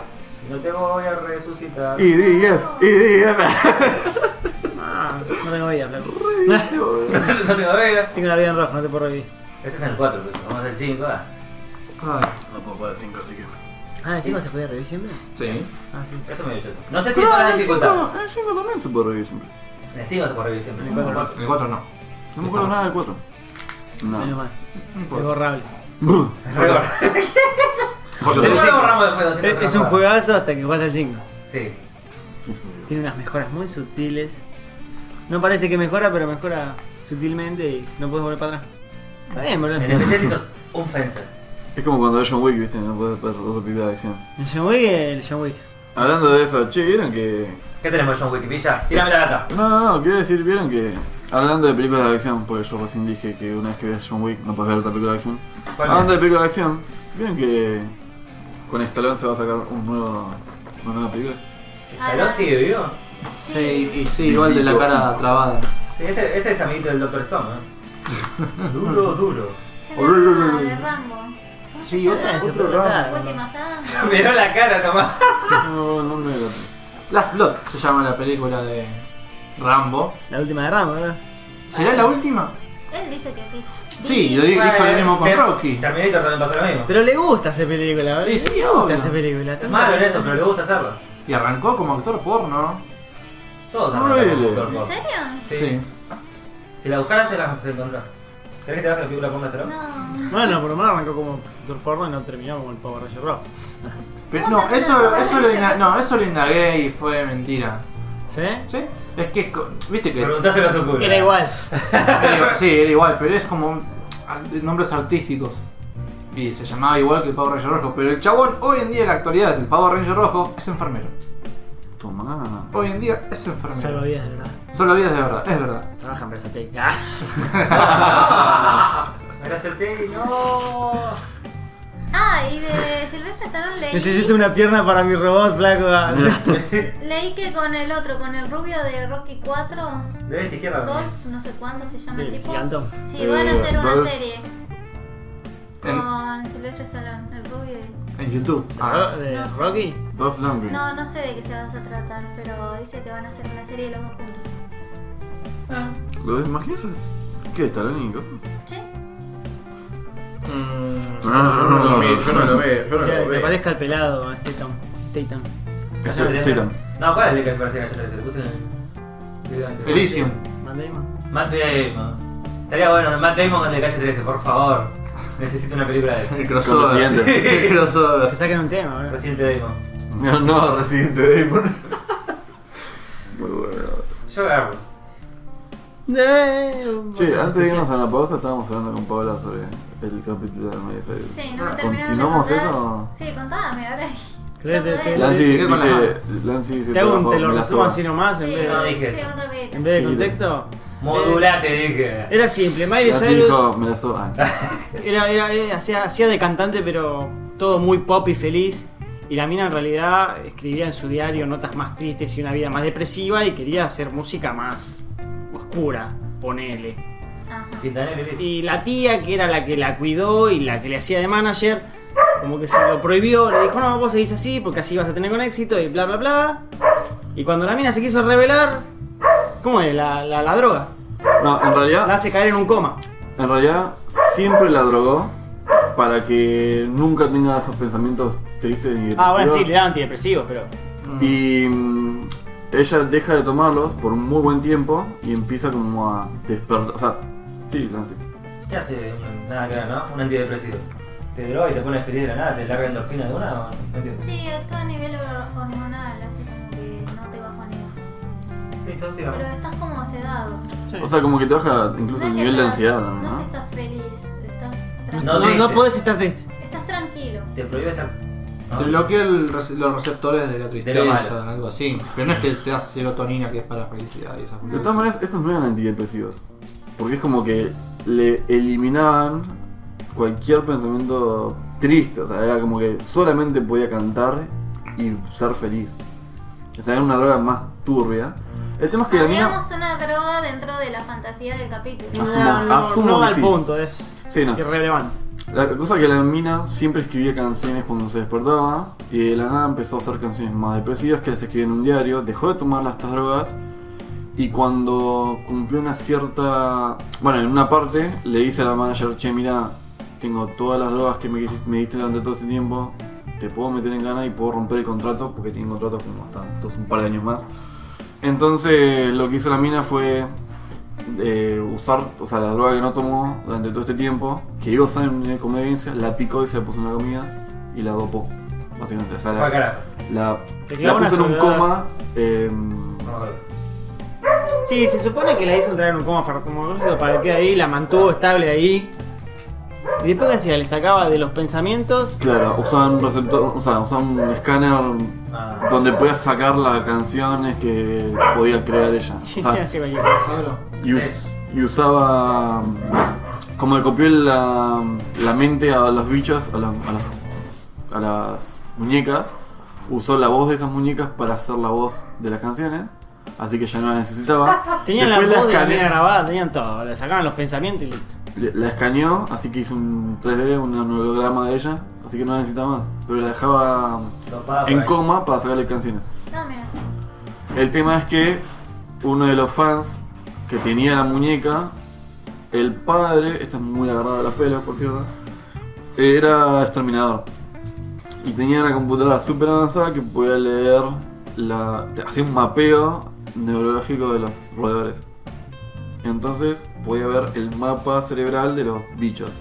S1: y No te voy a resucitar.
S4: IDF, IDF.
S3: Ah, no tengo vida, flaco.
S1: no tengo vida.
S3: Tengo la vida en rojo, no te puedo revivir.
S1: Ese es el 4, pues. vamos al 5. ah.
S2: Ay,
S4: No puedo pagar 5, así que.
S3: Ah, encima se podía revivir siempre.
S2: Sí.
S3: Ah, sí.
S1: Eso me dio choto. No sé si toda la dificultad.
S4: El 5 también se puede reír siempre.
S1: En el 5 se puede revivir siempre.
S3: En el cuatro no.
S1: Bueno,
S2: El 4 no.
S4: No me acuerdo nada del 4.
S3: Menos
S4: No.
S3: mal.
S2: No
S3: Es
S2: importa.
S3: borrable.
S4: Buh.
S2: Por lo
S1: Después
S2: tanto,
S1: lo borramos después, así no
S3: Eh, Es,
S1: se
S3: es un
S1: nos
S3: juegazo hasta que juegas al 5.
S1: acuerda. Sí.
S4: Es un-
S3: Tiene unas mejoras muy sutiles. No parece que mejora, pero mejora sutilmente y no puedes volver para atrás. Está bien, boludo.
S1: En especial si sos un fencer.
S4: Es como cuando ves John Wick, viste, no puedes ver dos películas de acción.
S3: El John Wick el John Wick.
S4: Hablando de eso, che, vieron que.
S1: ¿Qué tenemos, John Wikipedia? Tírame la data.
S4: No, no, no, quiero decir, vieron que. Hablando de películas de acción, porque yo recién dije que una vez que veas John Wick no puedes ver otra película de acción.
S1: ¿Cuál
S4: Hablando
S1: es?
S4: de películas de acción, vieron que. Con Stallone se va a sacar un nuevo, una nueva película.
S1: ¿Estalón sigue vivo?
S2: Sí, y sí, igual de la cara trabada.
S1: Sí, ese, ese es amiguito del Dr. Stone, ¿eh? duro, duro.
S5: Se llama de Rambo. ¿Cómo se
S2: Sí,
S5: llama?
S2: otra,
S6: se
S2: otro
S6: puede
S2: round.
S6: hablar.
S5: Última sangre.
S1: Miró la cara nomás.
S4: No, no me
S2: Last Blood se llama la película de Rambo.
S3: La última de Rambo, ¿verdad?
S2: ¿Será la última?
S5: Él dice que sí.
S2: Sí, lo di- dijo lo mismo con
S1: Ter-
S2: Rocky.
S1: Eh, Terminator también pasa lo mismo.
S3: Pero le gusta esa película, ¿verdad?
S2: Sí, sí,
S3: le
S2: obvio.
S3: gusta esa película.
S1: Es
S3: tanta
S1: malo en
S3: película.
S1: eso, pero le gusta hacerlo.
S2: Y arrancó como actor porno.
S1: Todos arrancan como
S4: Really?
S1: actor
S5: ¿En
S1: porno.
S5: serio?
S1: Sí.
S2: Sí.
S1: Si la buscaras, se la vas a encontrar. ¿Querés que te baje la película porno hasta luego?
S5: No.
S3: Bueno, por lo menos arrancó como Dr. Porno y no terminó como el Power Ranger Rock.
S2: Pero
S5: ¿Cómo
S2: no,
S5: se
S2: eso,
S5: llama?
S2: eso lo inda- no, eso lo indagué y fue mentira.
S3: ¿Sí?
S2: ¿Sí? Es que es co- viste que
S1: Preguntáselo a su culo.
S3: Era igual.
S2: Era- sí, era igual, pero es como al- nombres artísticos. Y se llamaba igual que el Pavo Ranger Rojo. Pero el chabón hoy en día en la actualidad es el Pavo Ranger Rojo, es enfermero.
S4: Tomá.
S2: Hoy en día es enfermero.
S3: Salvavidas, de verdad.
S2: Solo vidas de verdad, es verdad.
S3: Trabajan para esa técnica.
S2: Ah.
S1: Era acerté y no.
S5: Ah, y de Silvestre Stallone leí.
S3: Necesito una pierna para mi robot, flaco.
S5: Leí que con el otro, con el rubio de Rocky 4,
S1: Derecha, izquierda.
S5: Dolph, no sé cuánto se llama el
S3: Sí,
S5: tipo.
S3: gigantón.
S5: Sí, van a
S4: Eh,
S5: hacer una
S4: Dolph.
S5: serie
S2: En,
S5: con Silvestre Stallone, el rubio. y-
S2: en YouTube. Ah,
S3: ¿De
S5: No sé.
S3: Rocky?
S4: Dolph Lundgren.
S5: No, no sé de qué se va a tratar, pero dice que van a hacer una serie de los dos juntos.
S4: ¿Lo ves? imaginas? ¿Qué? ¿Talón y
S5: ¿Sí?
S2: mm, yo
S4: Ah,
S2: no lo vi, yo no lo veo, yo no
S3: Que
S2: lo
S3: que
S2: veo.
S3: parezca el pelado, a Statham. Statham.
S4: Sí, también.
S1: No, ¿cuál es el que se parece a Gallo Se Le puse en el video anterior.
S2: Elysium.
S3: Matt Damon.
S1: Matt Damon. Estaría bueno, Matt Damon con el de Calle 13, por favor. Necesito una película de él.
S2: El
S4: Con
S2: crossover.
S4: lo
S2: El
S3: Que
S2: crossover.
S3: saquen un tema, ¿verdad?
S1: Residente Damon.
S4: No, no, Residente Damon. Muy bueno.
S1: Yo agarro.
S3: Eh,
S4: Che, antes de irnos a la pausa estábamos hablando con Paula sobre el capítulo de Mary Cyrus.
S5: Sí, no me
S2: Ah,
S5: terminaron de
S4: ¿continuamos
S5: contar.
S4: eso?
S5: Sí, contame ahora.
S3: Creo que
S5: Otra
S3: te-
S5: vez.
S2: Sí,
S4: Lancy
S2: sí, con la
S4: dice, Lancy dice,
S3: Te hago un
S4: "Trabajo,
S3: te lo
S4: me la
S3: resumo
S4: soba".
S3: así nomás en
S5: Sí,
S3: vez
S1: no
S3: de,
S1: dije
S5: sí,
S1: eso.
S5: un rebelde.
S3: en vez de contexto.
S1: Modulate, dije.
S3: Era simple, Miley
S4: Lancy
S3: Cyrus
S4: dijo, me la soba.
S3: era, era, eh, hacía, hacía de cantante pero todo muy pop y feliz. Y la mina en realidad escribía en su diario notas más tristes y una vida más depresiva y quería hacer música más oscura, ponele.
S5: Ajá.
S1: Tintanero, ¿viste?
S3: Y la tía, que era la que la cuidó y la que le hacía de manager, como que se lo prohibió, le dijo, no, vos seguís así porque así vas a tener con éxito y bla, bla, bla. Y cuando la mina se quiso revelar, ¿cómo es? La, la, la droga.
S4: No, en realidad...
S3: La hace caer en un coma.
S4: En realidad, siempre la drogó para que nunca tenga esos pensamientos tristes ni
S3: Ah, ahora sí,
S4: depresivos.
S3: le da antidepresivos, pero...
S4: Y mm, ella deja de tomarlos por un muy buen tiempo y empieza como a despertar. O sea, sí, Lancy.
S1: ¿Qué hace? un- Nada que ver, ¿no? Un antidepresivo. ¿Te droga y te pone feliz de la nada? ¿Te larga endorfina de una? o No No entiendo.
S5: Sí, esto a nivel hormonal, así como que no te bajones.
S1: Listo, sigamos.
S5: Pero estás como sedado.
S4: O sea, como que te baja
S5: No
S4: incluso
S5: es
S4: el
S5: que
S4: nivel de
S5: estás-
S4: ansiedad,
S5: No es
S4: ¿no?
S5: que estás feliz, estás
S1: No
S3: No,
S5: tranquilo.
S1: triste.
S3: no podés estar triste.
S5: Estás tranquilo.
S1: Te prohíbe estar. No.
S2: Te bloquea el rece- los receptores de la tristeza,
S1: malo.
S2: algo así. Pero no es que te das serotonina que es para felicidad y esas
S4: De
S2: cosas.
S4: todas maneras, estos no eran antidepresivos. Porque es como que le eliminaban cualquier pensamiento triste. O sea, era como que solamente podía cantar y ser feliz. O sea, era una droga más turbia. El tema es que la mina.
S5: Habíamos una droga dentro de la fantasía del capítulo.
S4: Asumo-
S3: no, no,
S4: asumo
S3: no va
S4: que
S3: al
S4: sí. Ah.
S3: punto, es
S4: Sí, no.
S3: irrelevante.
S4: La cosa es que la mina siempre escribía canciones cuando se despertaba y de la nada empezó a hacer canciones más depresivas que las escribía en un diario, dejó de tomar las estas drogas y cuando cumplió una cierta... Bueno, en una parte le dice a la manager, che, mira, tengo todas las drogas que me, quisiste- me diste durante todo este tiempo, te puedo meter en gana y puedo romper el contrato porque tiene contrato como hasta entonces, un par de años más. Entonces lo que hizo la mina fue eh, usar, o sea, la droga que no tomó durante todo este tiempo, que iba a usar en convivencia, la picó y se la puso en la comida y la dopó. Básicamente, o sea,
S1: Fue al
S4: la,
S1: carajo.
S4: la,
S3: Te
S4: la
S3: clava una
S4: puso en un
S3: soledad.
S4: coma. eh,
S1: No me acuerdo.
S3: Sí, se supone que la hizo entrar en un coma farmacológico para que ahí la mantuvo estable ahí. Y después qué hacía, le sacaba de los pensamientos.
S4: claro, usaban un receptor, o sea, usaban un escáner
S1: Ah.
S4: donde podías sacar las canciones que podía crear ella. O
S3: Sí,
S4: sea,
S3: sí, hacía cualquier cosa.
S2: Claro.
S4: y, us- y usaba. mm, Como le copió la, la mente a los bichos, a, la- a las- a las muñecas, usó la voz de esas muñecas para hacer la voz de las canciones. Así que ya no la necesitaba.
S3: Tenían
S4: Después
S3: la voz de la
S4: escane-
S3: mina grabada, tenían todo. Le sacaban los pensamientos y listo.
S4: le- la escaneó, así que hizo un 3D, un holograma de ella, así que no la necesita más. Pero la dejaba
S1: Dopada Ah, por
S4: en
S1: ahí.
S4: coma para sacarle canciones.
S5: No, mira.
S4: El tema es que uno de los fans que tenía la muñeca, el padre, esta es muy agarrada a las pelas por cierto, era exterminador. Y tenía una computadora súper avanzada que podía leer, la, te hacía un mapeo neurológico de los roedores. Entonces podía ver el mapa cerebral de los bichos.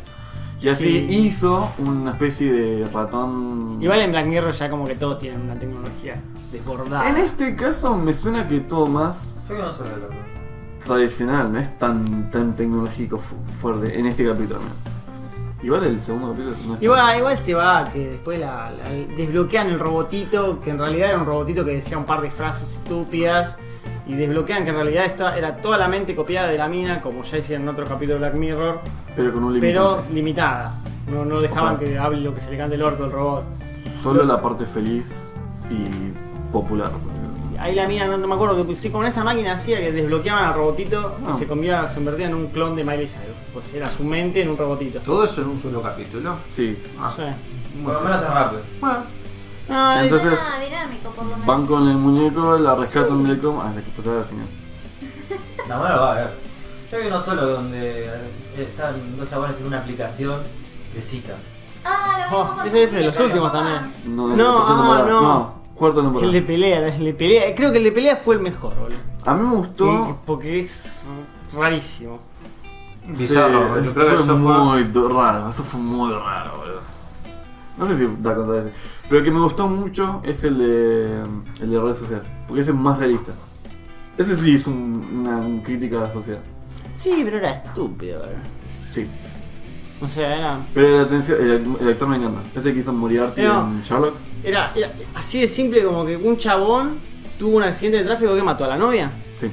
S4: Y así
S3: Sí.
S4: hizo una especie de ratón.
S3: Igual en Black Mirror ya como que todos tienen una tecnología desbordada.
S4: En este caso me suena que todo más
S1: Yo que no soy de loco.
S4: tradicional, no es tan, tan tecnológico fu- fuerte en este capítulo. ¿no? Igual el segundo capítulo no es tan-
S3: Igual, ah, igual se va, que después la, la- desbloquean el robotito, que en realidad era un robotito que decía un par de frases estúpidas, y desbloquean que en realidad esta era toda la mente copiada de la mina, como ya hicieron en otro capítulo de Black Mirror,
S4: pero con un límite.
S3: pero limitada. No, no dejaban
S4: O sea,
S3: que hable lo que se le cante el orto al robot.
S4: Solo la parte feliz y popular.
S3: Y Ahí la mina, no, no me acuerdo, que sí, con esa máquina hacía que desbloqueaban al robotito
S4: Ah.
S3: y se, convierta, se convertía en un clon de Miley Cyrus. Pues era su mente en un robotito.
S2: Todo eso en un solo capítulo.
S4: Sí.
S2: Ah,
S3: Sí. Ah,
S1: Por lo menos es rápido.
S2: Bueno,
S3: No, es-
S4: Entonces-
S5: Suena dinámico, por lo menos.
S4: Van con el muñeco, la rescatan del coma. Ah, la explotaron al final.
S1: La mano lo va a ver. Yo vi uno solo donde eh, están dos chabones en una aplicación de citas.
S5: Ah, lo
S3: Oh,
S5: mismo con
S3: ese es de
S5: Sushi,
S3: los
S5: con
S3: últimos
S5: Coco
S3: también.
S5: Bam.
S4: No,
S3: No,
S4: tercera
S3: ah,
S4: temporada.
S3: no.
S4: cuarta temporada.
S3: El de pelea, el de pelea. Creo que el de pelea fue el mejor, boludo.
S4: A mí me gustó.
S3: Y- Porque es rarísimo.
S2: bizarro.
S4: Sí,
S2: yo creo que eso
S4: fue
S2: fue.
S4: muy do- raro, eso fue muy raro, boludo. No sé si da contra ese. Pero el que me gustó mucho es el de. el de redes sociales. Porque ese es más realista. Ese sí es un- una crítica a la sociedad.
S3: Sí, pero era estúpido, eh. boludo.
S4: Sí.
S3: O sea, era,
S4: Pero la atención, el, el actor me encanta. Ese que hizo Moriarty
S3: No.
S4: en Sherlock.
S3: era. era así de simple como que un chabón tuvo un accidente de tráfico que mató a la novia.
S4: Sí.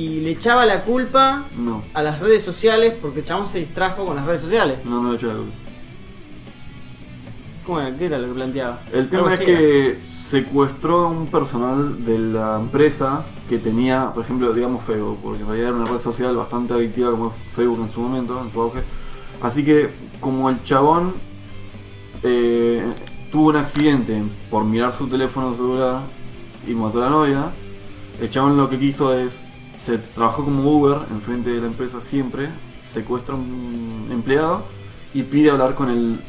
S3: Y le echaba la culpa
S4: No.
S3: a las redes sociales porque el chabón se distrajo con las redes sociales.
S4: No, no lo he hecho la culpa.
S3: ¿Cómo era? ¿Qué era lo que planteaba?
S4: El tema
S3: Algo
S4: es
S3: así era.
S4: que secuestró a un personal de la empresa que tenía, por ejemplo, digamos Facebook, porque en realidad era una red social bastante adictiva como Facebook en su momento, en su auge. Así que como el chabón eh, tuvo un accidente por mirar su teléfono celular y mató a la novia, el chabón lo que quiso es, se trabajó como Uber enfrente de la empresa siempre, secuestra a un empleado y pide hablar con el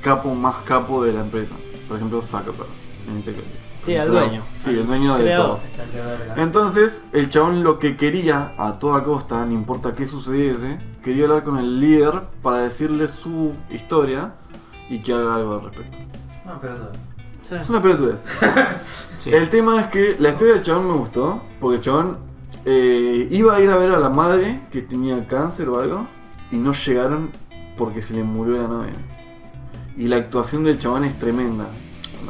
S4: capo más capo de la empresa. Por ejemplo, Zuckerberg. En este caso.
S3: Sí, al
S4: Pero-
S3: dueño.
S4: Sí, el dueño de
S3: Creador.
S4: todo.
S1: Echate verga.
S4: Entonces, el chabón lo que quería a toda costa, no importa qué sucediese, quería hablar con el líder para decirle su historia y que haga algo al respecto.
S1: No, Ah, pero todo.
S3: Sí.
S4: Es una pelotudez.
S2: Sí.
S4: El tema es que la historia del chabón me gustó, porque el chabón eh, iba a ir a ver a la madre que tenía cáncer o algo, y no llegaron porque se le murió la novia. Y la actuación del chabón es tremenda.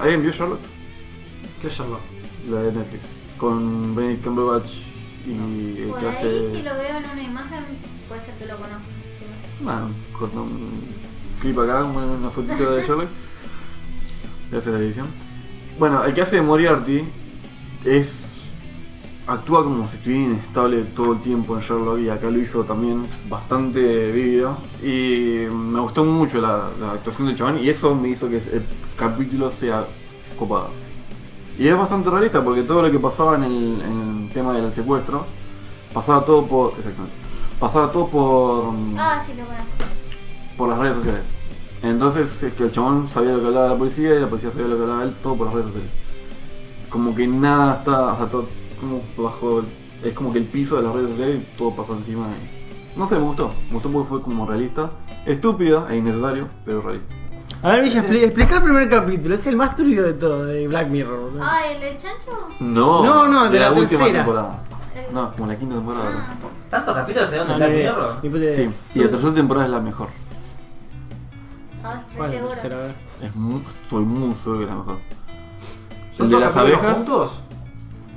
S4: ¿Alguien vio Charlotte?
S2: ¿Qué es Sherlock?
S4: La de Netflix. Con Benedict Cumberbatch y el
S5: Por
S4: que
S5: ahí,
S4: hace...
S5: si lo veo en una imagen, puede ser que lo conozca.
S4: Bueno, cortó un clip acá, una, una fotito de Sherlock. Gracias a la edición. Bueno, el que hace de Moriarty es. actúa como si estuviera inestable todo el tiempo en Sherlock y acá lo hizo también bastante vívido. Y me gustó mucho la, la actuación del chabón y eso me hizo que el capítulo sea copado. Y es bastante realista porque todo lo que pasaba en el, en el tema del secuestro pasaba todo por. exactamente. Pasaba todo por mm,
S5: Ah, sí, lo conozco.
S4: por las redes sociales. Entonces, es que el chabón sabía lo que hablaba la policía y la policía sabía lo que hablaba él, todo por las redes sociales. Como que nada está, o sea, todo como bajo, el- es como que el piso de las redes sociales y todo pasa encima de No sé, me gustó, me gustó porque fue como realista, estúpida e innecesario, pero realista.
S3: A ver, Villa, expli- explica el primer capítulo. Es el más turbio de todo, de Black Mirror, boludo.
S5: Ah, ¿el del chancho?
S4: No,
S3: No, no, de la
S4: última
S3: tercera.
S4: temporada.
S5: El-
S4: No, como la quinta temporada. ¿no?
S5: Ah,
S1: ¿Tantos capítulos se dan
S3: No,
S1: en
S3: ni
S1: Black
S3: idea,
S1: Mirror?
S3: ni puta idea.
S4: Sí, y la tercera temporada es la mejor.
S5: ah, re
S3: ¿Cuál es la
S5: seguro.
S3: tercera? A ver.
S4: Es muy, estoy muy seguro que es la mejor.
S2: ¿Son
S4: ¿El de
S2: todos
S4: las
S2: capítulos
S4: abejas?
S2: juntos?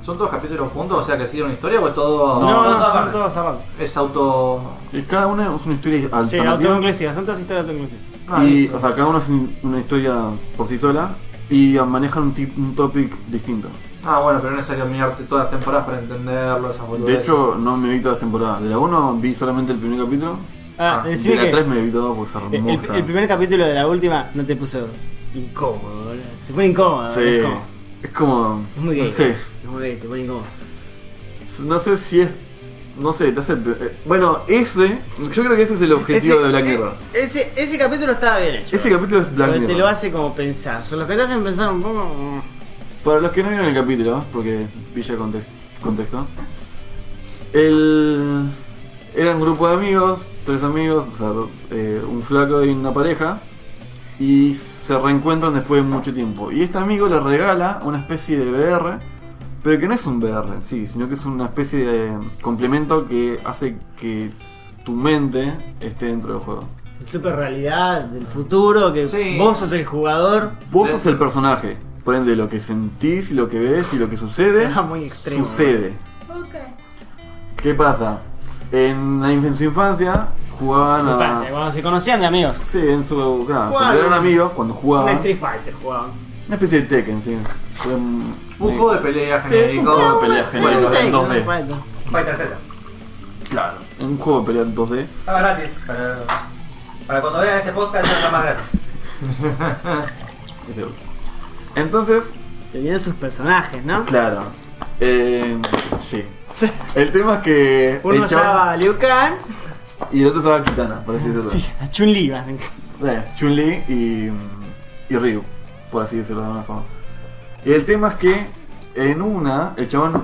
S2: ¿Son todos capítulos juntos? O sea, que sigue una historia o es todo.
S3: No, no,
S1: son todas
S3: son
S1: aparte.
S3: todas aparte.
S2: Es auto.
S4: Y cada una es una historia
S3: Sí,
S4: alternativa.
S3: autoconclusiva, son todas historias autoconclusivas.
S2: Ah,
S4: y,
S2: listo.
S4: o sea, cada uno es un- una historia por sí sola y manejan un, tip- un topic distinto.
S2: Ah, bueno, pero no es necesario mirarte todas las temporadas para entenderlo, esas
S4: De
S2: boludeces.
S4: hecho, no me vi todas las temporadas. De la 1 vi solamente el primer capítulo.
S3: Ah,
S2: Ah,
S3: decime
S4: de la
S3: que
S4: 3 me vi todo porque es
S3: el,
S4: hermosa.
S3: el- el primer capítulo de la última no te puso incómodo, boludo. Te pone incómodo, es
S4: Sí.
S3: como.
S4: Es como.
S3: Es muy gay.
S4: No sé.
S3: Es muy gay, te pone incómodo.
S4: No sé si es. No sé, te hace. eh, Bueno, ese. Yo creo que ese es el objetivo de Black Mirror.
S3: Ese, ese capítulo estaba bien hecho.
S4: Ese capítulo es Black
S3: Porque
S4: Mirror.
S3: te lo hace como pensar. Son los que te hacen pensar un poco. mm.
S4: Para los que no vieron el capítulo, porque pilla context- contexto. El... Era un grupo de amigos, tres amigos, o sea, eh, un flaco y una pareja. Y se reencuentran después de mucho tiempo. Y este amigo le regala una especie de VR, pero que no es un VR, en sí, sino que es una especie de complemento que hace que tu mente esté dentro del juego.
S3: Super realidad del futuro, que
S2: Sí.
S3: vos sos el jugador.
S4: Vos sos el personaje, por ende lo que sentís y lo que ves y lo que sucede,
S3: Será muy extremo. ¿eh?
S4: sucede.
S5: Ok.
S4: ¿Qué pasa? En, la inf- en su infancia jugaban
S3: Su
S4: a-
S3: infancia, cuando se conocían de amigos.
S4: Sí, en su. Claro,
S3: Jugaban.
S4: cuando eran amigos, cuando
S3: Un
S4: jugaban.
S3: Street Fighter jugaban.
S4: Una especie de Tekken, sí. Fue un,
S2: Un
S4: eh,
S2: juego de pelea
S4: Sí, es un juego de
S2: genérico.
S4: pelea
S3: Sí,
S4: general,
S3: un Tekken,
S4: 2D.
S3: Street Fighter.
S1: Fighter Z.
S4: Claro, un juego de pelea en 2D.
S1: Estaba gratis. Para, para cuando vean este podcast ya está más gratis.
S4: ese otro. Entonces,
S3: Tenían sus personajes, ¿no?
S4: claro. eh, sí.
S3: Ah. Sí.
S4: El tema es que.
S3: Uno
S4: el chabón-
S3: usaba a Liu Kang.
S4: y el otro usaba Kitana, por así decirlo.
S3: Sí, a Chun-Li. vas a
S4: Eh, Chun-Li y, mm, y Ryu, por así decirlo de alguna forma. Y el tema es que en una, el chabón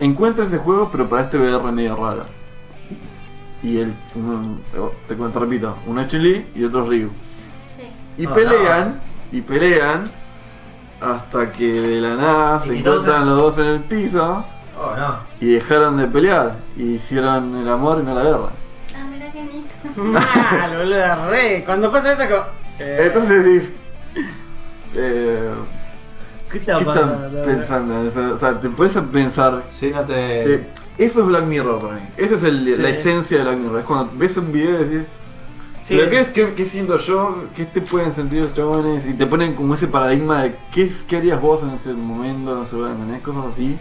S4: encuentra ese juego, pero para este VR medio raro. Y él, mm, te, cuento, te repito, uno es Chun-Li y otro es Ryu.
S5: Sí.
S4: Y
S1: Ah,
S4: pelean, y pelean, hasta que de la nada se
S1: Y
S4: encuentran los dos en el piso
S1: Oh, no.
S4: y dejaron de pelear. Y hicieron el amor y no la guerra.
S5: Ah, mira qué nito.
S3: Mal, boludo, re. Cuando pasa eso, como. eh,
S4: Entonces decís... Eh,
S3: ¿qué está
S4: ¿Qué
S3: pasando?
S4: están pensando? O sea, o sea, te puedes pensar.
S2: Sí, no te.
S4: te- eso es Black Mirror para mí. Esa es el-
S3: Eh. Sí.
S4: la esencia de Black Mirror. Es cuando ves un video y decís.
S3: Sí.
S4: ¿Pero qué, es, qué, qué siento yo? ¿Qué te pueden sentir los chabones? Y te ponen como ese paradigma de qué, es- qué harías vos en ese momento, no sé, bueno, ¿entendés? Cosas así.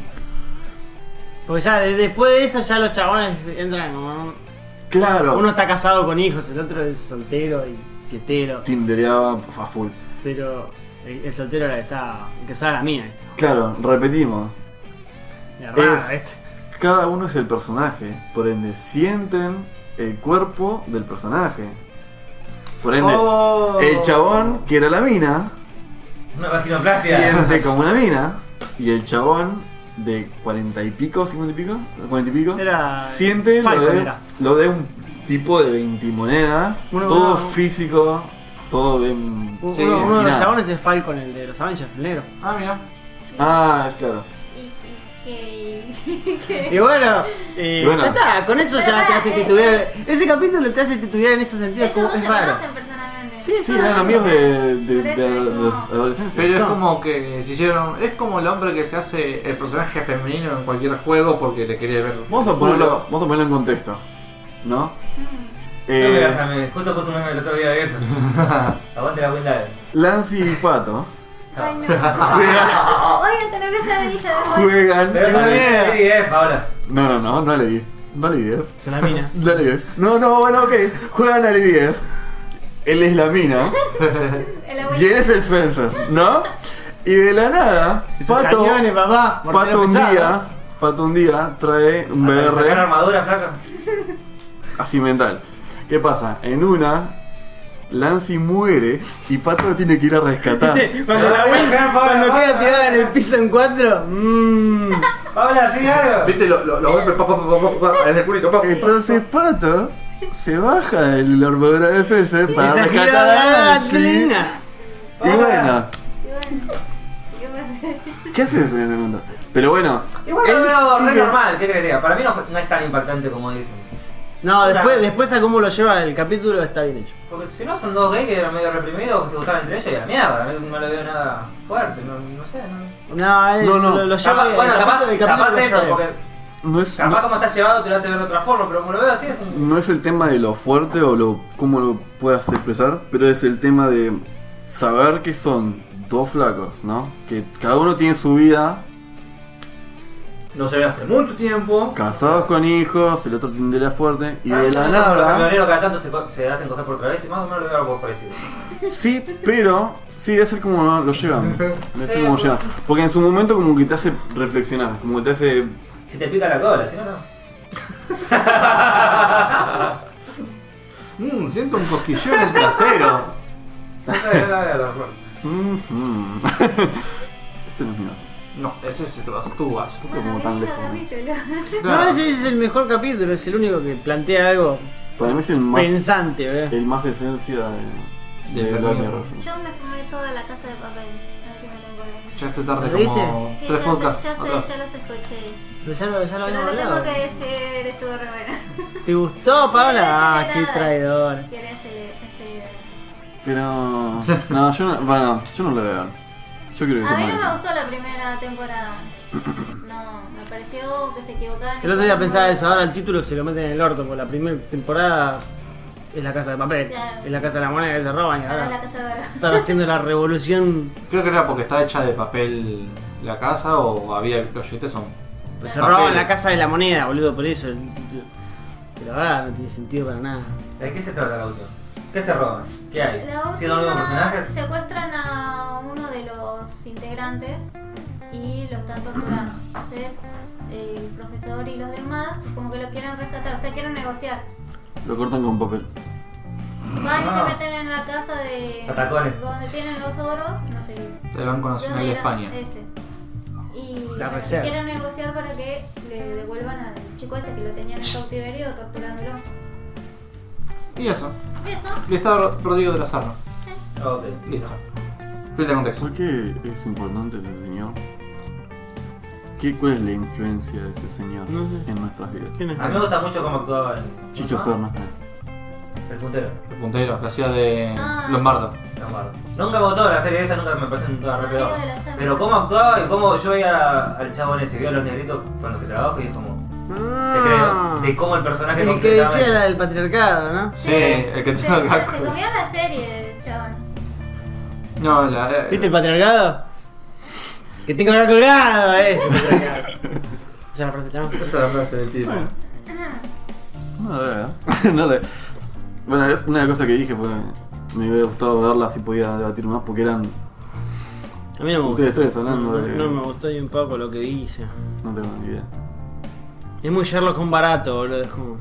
S3: Porque ya de- después de eso, ya los chabones entran como.
S4: Claro.
S3: Uno está casado con hijos, el otro es soltero y fiestero.
S4: tindereaba a full.
S3: Pero el, el soltero era el que estaba. el que usaba la mina, este.
S4: Claro, repetimos.
S3: La rara,
S4: Es-
S3: este.
S4: Cada uno es el personaje. Por ende, sienten el cuerpo del personaje. Por ende,
S2: Oh.
S4: el chabón que era la mina.
S1: Una vaginoplastia.
S4: siente como una mina y el chabón de cuarenta y pico, cincuenta y pico, cuarenta y pico,
S3: Era-
S4: siente lo
S3: Falcon
S4: de,
S3: era.
S4: lo de un tipo de 20 monedas,
S3: Uno-
S4: todo
S3: uno-
S4: físico, todo bien...
S3: Uno,
S2: Sí,
S3: uno
S4: sin
S3: de los
S4: nada.
S3: chabones es Falcon, el de los Avengers, el negro.
S2: Ah, mira.
S4: Ah, es claro.
S5: Y, y que.
S3: Y bueno, eh,
S4: Y bueno.
S3: ya está, con eso ya
S5: Pero,
S3: te hace
S5: eh,
S3: titubear. Ese capítulo te hace titubear en ese sentido,
S5: Ellos
S3: es, como,
S5: dos
S3: es
S5: se
S3: raro.
S5: conocen personalmente.
S3: Sí, sí,
S4: Sí, eran amigos de, de, de- de los adolescencia.
S2: Pero es
S3: No.
S2: como que se hicieron. Es como el hombre que se hace el personaje femenino en cualquier juego porque le quería ver.
S4: Vamos a ponerlo, vamos a ponerlo en contexto, ¿no?
S1: No
S4: Eh,
S1: me digas a mí. Justo puse un meme el otro día de eso. Aguante la Windows.
S4: Lancy y Pato
S5: Ay, no. Oigan, tenés pesadilla de vuelta.
S4: juegan.
S1: Pero eso
S3: Una
S1: es
S3: idea.
S1: Lady F, Paola.
S4: No, no, no, no le di. No le di. eh.
S3: Es una mina.
S4: Dale 10. No, no, bueno, ok. Juegan al 10. Él es la mina.
S5: El
S4: y él
S5: abuelo.
S4: es el fencer, ¿no? Y de la nada,
S3: Esos
S4: Pato,
S3: cañones, papá. mortero
S4: Pato un
S3: pesado.
S4: día, Pato un día trae un
S1: Para sacar
S4: BR
S1: armadura, placa.
S4: así mental. ¿Qué pasa? En una, Lancy muere y Pato lo tiene que ir a rescatar.
S3: ¿Viste? Cuando la
S1: Ay,
S3: Win,
S1: Juan, Pablo,
S3: cuando queda
S1: Pablo.
S3: tirada en el piso en cuatro, mmm.
S1: Paola, sí, algo.
S2: ¿Viste los lo, los golpes? Pa, pa, pa, pa, pa, pa, en el culito. Pa, pa,
S4: Entonces Pato se baja de la armadura de Fencer
S3: Y
S4: para
S3: se
S4: rescatar
S3: gira
S4: a
S3: la
S4: Lancy.
S3: gasolina.
S4: Y bueno,
S5: Y bueno. ¿Qué pasa?
S4: ¿qué haces en el mundo? Pero bueno,
S1: Igual
S4: él
S1: lo veo re
S4: sigue-
S1: normal, ¿qué crees? que te diga? Para mí no, fue- no es tan impactante como dicen.
S3: No,
S1: Una-
S3: después, después a cómo lo lleva el capítulo está bien hecho.
S1: Porque si no son dos gays que eran medio reprimidos, que se gustaban entre ellos y a la mierda. No, no le veo nada fuerte, no, no sé. No.
S3: No, él
S4: No, no.
S3: Lo, lo lleva
S1: Capaz-
S3: el
S1: bueno, capaz,
S3: capítulo- el capítulo
S1: capaz
S3: lo
S1: eso,
S3: lleva
S1: porque
S3: bien.
S4: No es,
S1: capaz
S4: no-
S1: como está llevado te lo hace ver de otra forma, pero como lo veo así es como...
S4: no es el tema de lo fuerte o lo cómo lo puedas expresar, pero es el tema de saber que son dos flacos, ¿no? Que cada uno tiene su vida
S2: no se ven hace mucho tiempo.
S4: Casados con hijos, el otro tiene la fuerte
S1: Ah,
S4: y de la
S1: Los
S4: nada.
S1: camioneros cada tanto se, co- se hacen coger por travesti, más o menos algo parecido.
S4: Sí, pero sí, debe ser como lo llevan. Debe ser como lo llevan. Porque en su momento como que te hace reflexionar, como que te hace
S1: Si te pica la cola, si no, no.
S2: Mmm, siento un cosquilleo en el trasero.
S1: No sé, no, no, no, no.
S4: Mhm. este no es mío.
S2: No, ese es las tubas.
S4: como
S5: Bueno, qué
S4: tan
S5: lindo
S4: lejos, ¿no?
S5: capítulo.
S3: No, ese es el mejor capítulo, es el único que plantea algo
S4: Para mí es el más,
S3: pensante, ¿eh? ¿verdad?
S4: el más esencia de,
S2: De
S4: de
S2: la
S4: Black
S2: comedia.
S4: Mirror.
S5: Yo me fumé toda la casa de papel, la última temporada.
S2: Ya esté tarde
S3: ¿Lo viste?
S2: como
S5: Sí,
S2: tres
S5: ya
S2: podcasts
S5: sé, ya sé,
S2: atrás.
S5: ya los escuché.
S3: Pero ya lo, ya lo
S5: Pero
S3: habíamos
S5: lo tengo
S3: hablado.
S5: que decir, estuvo re bueno.
S3: ¿Te gustó, Paola? Ah,
S5: Sí,
S3: qué
S5: era-
S3: traidor.
S5: Quería hacerle- hacerle-
S4: Pero no, yo no, bueno, yo no lo veo. Yo creo que
S5: A mí
S4: toma
S5: no me
S4: eso.
S5: gustó la primera temporada. No, me pareció que se equivocaban. y
S3: El otro día
S5: cosas
S3: pensaba
S5: muy-
S3: eso, ahora el título se lo meten en el orto, porque la primera temporada es la casa de papel,
S5: Claro.
S3: es la casa de la moneda que se roban y
S5: Ahora la
S3: ahora
S5: casa de oro.
S3: están haciendo la revolución,
S2: Creo que era porque está hecha de papel la casa o había los billetes son.
S3: pues se
S2: Papel.
S3: roban la casa de la moneda, boludo, por eso el título. Pero ahora no tiene sentido para nada.
S1: ¿De qué se trata la última? ¿Qué se roban? ¿Qué hay?
S5: La última
S1: ¿Si son los mismos personajes?
S5: secuestran a uno de los integrantes y lo están torturando. Entonces, el profesor y los demás, como que lo quieren rescatar, o sea, quieren negociar.
S4: Lo cortan con papel.
S5: Van y
S1: Ah.
S5: se meten en la casa de.
S1: Patacones.
S5: Donde tienen los oros, no sé.
S2: Del Banco Nacional de
S5: ¿Dónde era?
S2: España.
S5: Ese. Y
S3: La
S5: bueno,
S3: reserva.
S5: quieren negociar para que le devuelvan al chico este que lo tenían en cautiverio torturándolo.
S2: Y eso.
S5: ¿Y eso?
S2: Y está Ro- Rodrigo de la Sarna.
S1: Ah, Ok,
S2: Listo. Fin de contexto.
S4: ¿Por qué es importante ese señor? ¿Qué, ¿Cuál es la influencia de ese señor
S3: No sé.
S4: en nuestras vidas?
S3: ¿Quién es?
S1: A mí me gusta mucho cómo actuaba el.
S5: Ah.
S4: Chicho
S1: ¿no?
S4: Serna.
S1: El puntero.
S2: El puntero, la hacía de
S5: Ah,
S2: Lombardo.
S1: Lombardo. Nunca me gustó la serie esa, nunca me pareció toda re
S5: Amigo
S1: peor.
S5: de la Serna.
S1: Pero cómo actuaba y cómo yo veía al chavo ese, veía a los negritos con los que trabajo y es como. Te
S3: Ah,
S1: creo. De cómo el personaje
S3: el que
S1: completamente-
S3: decía la del patriarcado, ¿no?
S2: Sí, el que
S5: se,
S2: tenía
S5: se,
S2: gacos.
S5: se comía la serie, el chabón.
S2: No, la. eh,
S3: ¿Viste el patriarcado? Que tengo acá colgado, eh. Esa es la frase, chaval.
S2: Esa es la frase del tipo.
S4: No la veo. ¿eh? no la veo. Bueno, es una cosa que dije fue. Me hubiera gustado verla si podía debatir más porque eran.
S3: A mí no me gustó.
S4: Ustedes tres hablando
S3: no,
S4: de-
S3: no me gustó ni un poco lo que hice.
S4: No tengo ni idea.
S3: Es muy Sherlock con barato, boludo. Es como...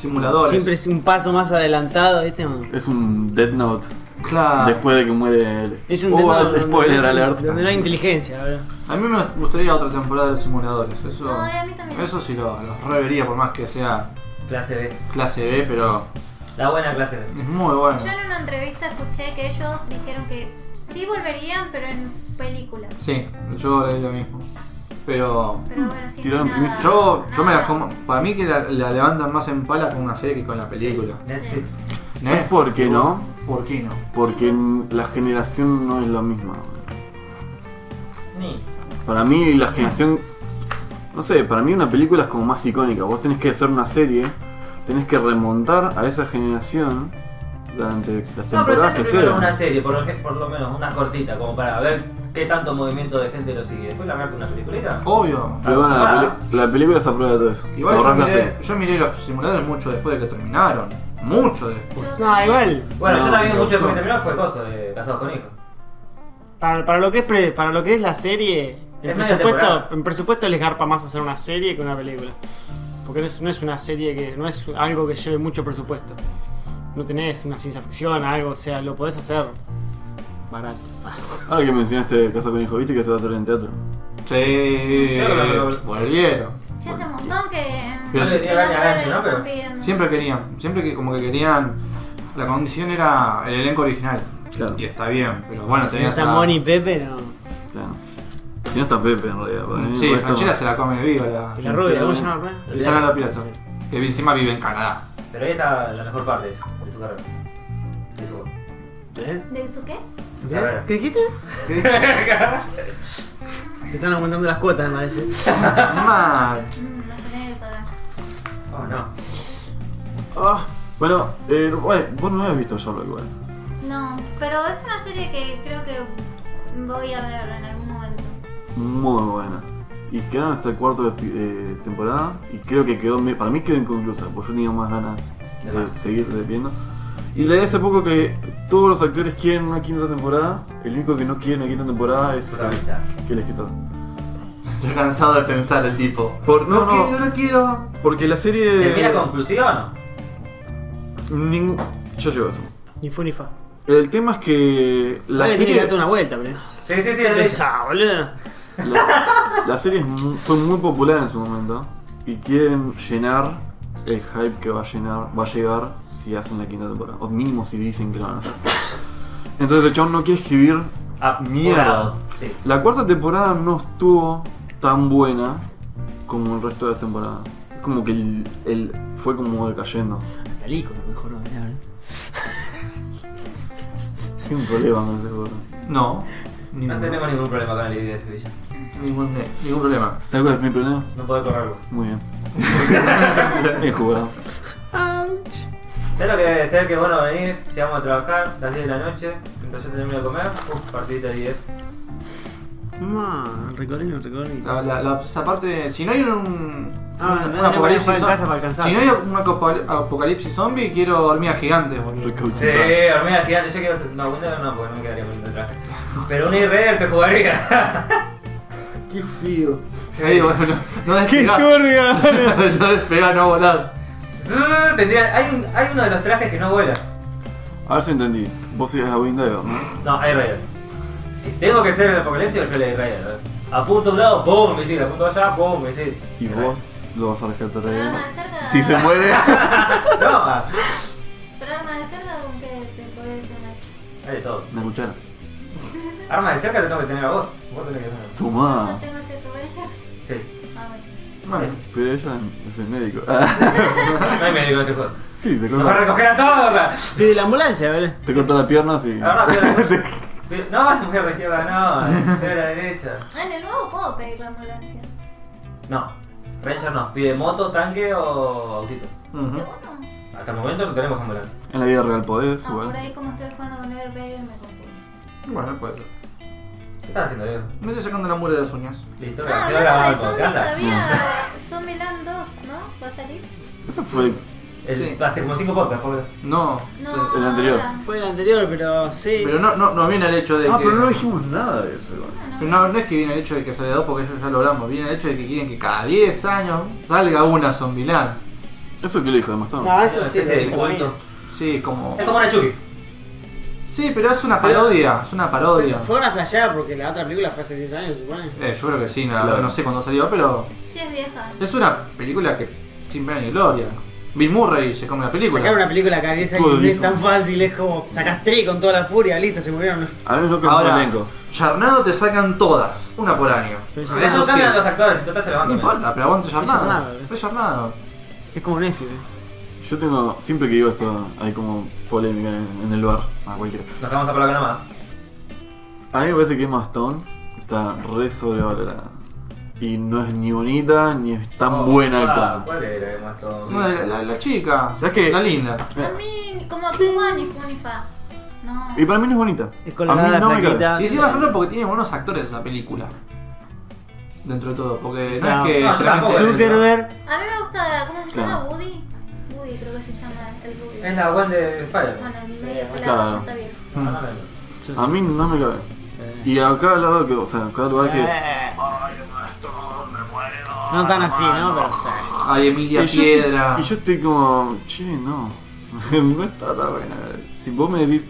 S2: Simuladores.
S3: Siempre es un paso más adelantado, ¿viste?
S4: Es un Dead Note
S2: Claro.
S4: después de que muere él.
S3: Ah. Es un
S4: Oh,
S3: tema
S4: al-
S3: donde-
S4: spoiler
S3: donde-
S4: alert.
S3: Donde no hay inteligencia, boludo.
S2: A mí me gustaría otra temporada de los simuladores. Eso,
S5: No, a mí también.
S2: eso sí lo, lo revería, por más que sea
S1: Clase B.
S2: clase B, pero
S1: La buena clase B.
S2: es muy bueno.
S5: Yo en una entrevista escuché que ellos dijeron que sí volverían, pero en película.
S2: Sí, yo leí lo mismo. Pero
S5: Pero bueno, sí.
S4: Tiraron
S5: no hay
S4: primicia.
S5: nada-
S2: yo, yo me la
S5: nada.
S2: como. Para mí que la, la levantan más en pala con una serie que con la película.
S1: Netflix.
S2: ¿No?
S4: ¿Sabes por qué no?
S2: ¿Por qué no?
S4: Porque la generación no es la misma.
S1: Ni.
S4: Para mí la generación... No sé, para mí una película es como más icónica. Vos tenés que hacer una serie, tenés que remontar a esa generación durante las
S1: No, pero se
S4: temporadas
S1: hace
S4: que
S1: primero
S4: sean.
S1: una serie, por, ej- por lo menos una cortita, como para ver qué tanto movimiento de gente lo sigue. Después largarte una peliculita.
S2: Obvio.
S4: Pero bueno, la, peli- la película se aprueba de todo eso.
S2: Ah. Igual yo
S4: Borrás la
S2: miré,
S4: serie.
S2: yo miré los simuladores mucho después de que terminaron. Mucho
S5: Yo
S2: después.
S3: No,
S5: también.
S3: igual.
S1: Bueno, yo
S4: No,
S1: también
S4: me
S1: mucho después
S4: gustó.
S1: que terminó fue coso de Casados con Hijos.
S3: Para, para lo que es pre- para lo que es la serie, en
S1: Es media
S3: presupuesto,
S1: temporada.
S3: en presupuesto les garpa más hacer una serie que una película. Porque no es, no es una serie que. no es algo que lleve mucho presupuesto. No tenés una ciencia ficción, algo, o sea, lo podés hacer barato.
S4: Ahora que mencionaste Casa con Hijo, ¿viste que se va a hacer en teatro?
S2: Sí. Volvieron.
S5: Ya hace un montón que.
S2: Pero
S5: que
S2: sí.
S5: las redes
S1: ¿no?
S5: lo están
S1: Pero
S5: pidiendo.
S2: Siempre querían, siempre que como que querían. La condición era el elenco original.
S4: Claro.
S2: Y está bien, pero bueno,
S3: Si no
S2: tenías
S3: está
S2: a-
S3: Moni y Pepe, no.
S4: Claro. Si no está Pepe en realidad. para mí
S2: Sí,
S4: el resto-
S2: Franchella se la come viva la.
S3: Y la rubia, ¿cómo se
S4: sinceramente.
S3: llama la rubia?
S2: Y Sara la pirata. Que encima vive en Canadá.
S1: Pero ahí está la mejor parte de su, de su carrera. De su,
S5: ¿De su qué?
S1: su carrera.
S3: ¿Qué dijiste? Te están aumentando las cuotas, me parece.
S2: Mal.
S5: Mm, las anécdotas.
S1: Oh, no.
S4: Ah, Bueno, eh, bueno, vos no habías visto Sherlock igual.
S5: No, pero es una serie que creo que voy a ver en algún momento.
S4: Muy buena. Y quedaron hasta el cuarto de eh, temporada. Y creo que quedó, me- para mí quedó inconclusa, porque yo tenía más ganas
S1: De
S4: de,
S1: más.
S4: seguir viendo. Y leí hace poco que todos los actores quieren una quinta temporada. El único que no quiere una quinta temporada es el,
S1: Protagonista.
S4: que el escritor.
S2: Estoy cansado de pensar el tipo.
S4: Por- no, no.
S2: quiero, no quiero.
S4: Porque la serie.
S1: ¿Termina conclusiva o no?
S4: ningún- Yo llevo eso.
S3: Ni fu ni fa.
S4: El tema es que la
S3: Vale, tiene que
S4: serie,
S3: darte una vuelta, pero.
S1: Sí, sí, sí.
S3: ¿Qué
S1: sí.
S3: pensás, boludo?
S4: la, la serie es mu- fue muy popular en su momento y quieren llenar el hype que va a llenar, va a llegar si hacen la quinta temporada o mínimo si dicen que la van a hacer. Entonces el chabón no quiere escribir
S1: Apurado.
S4: Ah, mierda.
S1: Sí.
S4: La cuarta temporada no estuvo tan buena como el resto de las temporadas. Es Como que el, el- fue como decayendo.
S3: Hasta el icono mejoró, mirá, boludo.
S4: Sin problema con ese juego.
S2: No.
S1: No
S2: Ningún,
S1: tenemos ningún problema con la idea de Sevilla.
S2: ningún, ningún problema.
S4: ¿Sabes cuál es mi problema?
S1: No puedo correrlo.
S4: Muy bien. He jugado.
S1: ¿Sabes lo que debe ser? Que bueno, venís, llegamos a trabajar, las 10 de la noche, mientras yo termino de comer, uff, partidita de 10.
S3: No, recorrido, recorrido.
S2: La, la, la- esa parte. Si no hay un.
S3: Ah,
S2: un
S3: no, no,
S2: apocalipsis
S3: no, no,
S2: zom-
S3: no, en casa para alcanzar.
S2: Si no hay un apocal- apocalipsis zombie, quiero hormigas gigantes, boludo.
S1: Sí,
S4: Recauchutado.
S1: hormigas gigantes, yo quiero. No, Windows no, porque no me quedaría bonito atrás. Pero un irreal te jugaría.
S2: Qué frío. Sí, bueno, no, no despegás.
S3: turbia!
S2: no despegás, no volás.
S1: Mm, Tendría, hay, un, hay uno de los trajes que no vuela.
S4: A ver si entendí. Vos sigas a Windows, ¿no?
S1: No, hay Raider. Si tengo que ser el apocalipsis, el hay Raider. ¿eh? Apunto a un lado, boom, misil. Apunto allá, boom, misil.
S4: Y vos lo vas a rescatar a
S5: Pero
S4: él.
S5: arma de Ah, cerca.
S4: Si se muere.
S1: No, ah,
S5: Pero arma de cerca con que te podés ganar.
S1: hay de todo.
S4: Una cuchara.
S1: Armas Ah, de cerca te tengo que tener a vos. Vos tenés que tener a
S5: Yo
S4: Tomá.
S5: tengo ese problema.
S1: Sí.
S5: Ah, bueno.
S2: Bueno,
S4: Pero ella es el médico.
S1: No hay médico en este juego.
S4: sí, te
S1: ¡Nos va a
S4: corta,
S1: recoger a todos! ah.
S3: Desde la ambulancia, boludo.
S4: te corta la pierna, sí.
S1: Ahora pierde. pierde- No, no mujer de izquierda, no. Pierde la derecha.
S5: Ah, en el nuevo puedo pedir la ambulancia.
S1: No. Ranger nos pide moto, tanque o autito.
S2: ujú.
S5: ¿Seguro? Ah,
S1: Hasta el momento no tenemos ambulancia.
S4: En la vida real podés,
S5: por
S4: igual.
S5: ahí como estoy jugando con el Raider me confundo.
S2: bueno, puede ser.
S1: ¿Qué estás haciendo, Diego?
S2: Me estoy sacando la mugre de las uñas.
S1: Listo,
S5: Ah,
S1: quedó grabado el
S5: hablando de zombies
S1: podcast.
S5: había Zombieland 2, ¿no? ¿Va a salir?
S4: Eso fue.
S1: El-
S2: Sí.
S1: Hace como 5 podcasts, pobre.
S2: No.
S5: No,
S4: el anterior.
S5: ahora.
S3: Fue el anterior, pero sí.
S2: Pero no, no, no viene el hecho de
S4: Ah,
S2: que.
S4: pero no dijimos nada de eso, igual.
S5: Ah,
S2: Pero no, no es que viene el hecho de que salga dos porque eso ya lo hablamos, viene el hecho de que quieren que cada 10 años salga una zombilán.
S4: Eso que le dijo de Mastón.
S3: No, eso sí.
S1: Ese
S3: lo
S1: de
S3: sé,
S1: culto.
S2: Sí, como.
S1: Es como una chuki.
S2: Sí, pero es una parodia, es una parodia.
S3: Fue una flasheada porque la otra película fue hace 10 años, supone.
S2: Eh, yo creo que sí, no,
S4: Claro.
S2: no sé cuándo salió, pero
S5: Sí, es vieja.
S2: es una película que sin pena ni gloria. Bill Murray se come la
S3: Sacar
S2: película.
S3: una película cada 10 años
S4: Todo
S3: no es
S4: liso.
S3: tan fácil, es como sacas tres con toda la furia, listo, se murieron. los-
S4: A mí no que
S2: Ahora,
S4: un elenco.
S2: Yarnado te sacan todas, una por año.
S3: Pero es
S2: Ah, Eso
S1: Eso
S2: sí.
S1: cambian los actores, en total se
S2: No
S1: levantan.
S2: importa, pero aguante Yarnado.
S3: Yarnado, eh.
S2: Es Yarnado.
S3: Es como Netflix. eh.
S4: Yo tengo. Siempre que digo esto, hay como polémica en, en el bar. A Ah, cualquiera.
S1: Nos vamos a por acá nomás.
S4: A mí me parece que Mastón está re sobrevalorada. Y no es ni bonita ni es tan buena
S1: Ah,
S4: plano.
S1: ¿Cuál era el más todo?
S2: No, la, la- la chica,
S4: ¿Sabes qué?
S2: la linda.
S5: A mí, como actúa ni fu ni fa. No.
S4: Y para mí no es bonita.
S3: Es
S4: a mí
S3: colorada,
S4: no me cabe.
S3: flaquita.
S2: Y encima es raro porque tiene buenos actores esa película. Dentro de todo, porque no,
S3: No.
S2: es que
S1: No, yo
S3: Ah,
S2: solamente-
S1: tampoco.
S3: Zuckerberg.
S5: A mí me gusta, ¿cómo se llama?
S4: Claro.
S5: Woody. Woody creo que se llama el Woody.
S1: Es la Gwen de Spider-Man.
S5: Bueno, el medio pelado
S4: Claro.
S5: ya está viejo.
S1: No, no, no.
S4: A mí no me cabe. Y a cada lado que, o sea, a cada lugar que.
S3: Eh, No tan así, ¿no? Pero sí.
S2: Ay, Emilia
S4: y yo
S2: Piedra.
S4: estoy- y yo estoy como, che, no. no está tan buena. Si vos me decís,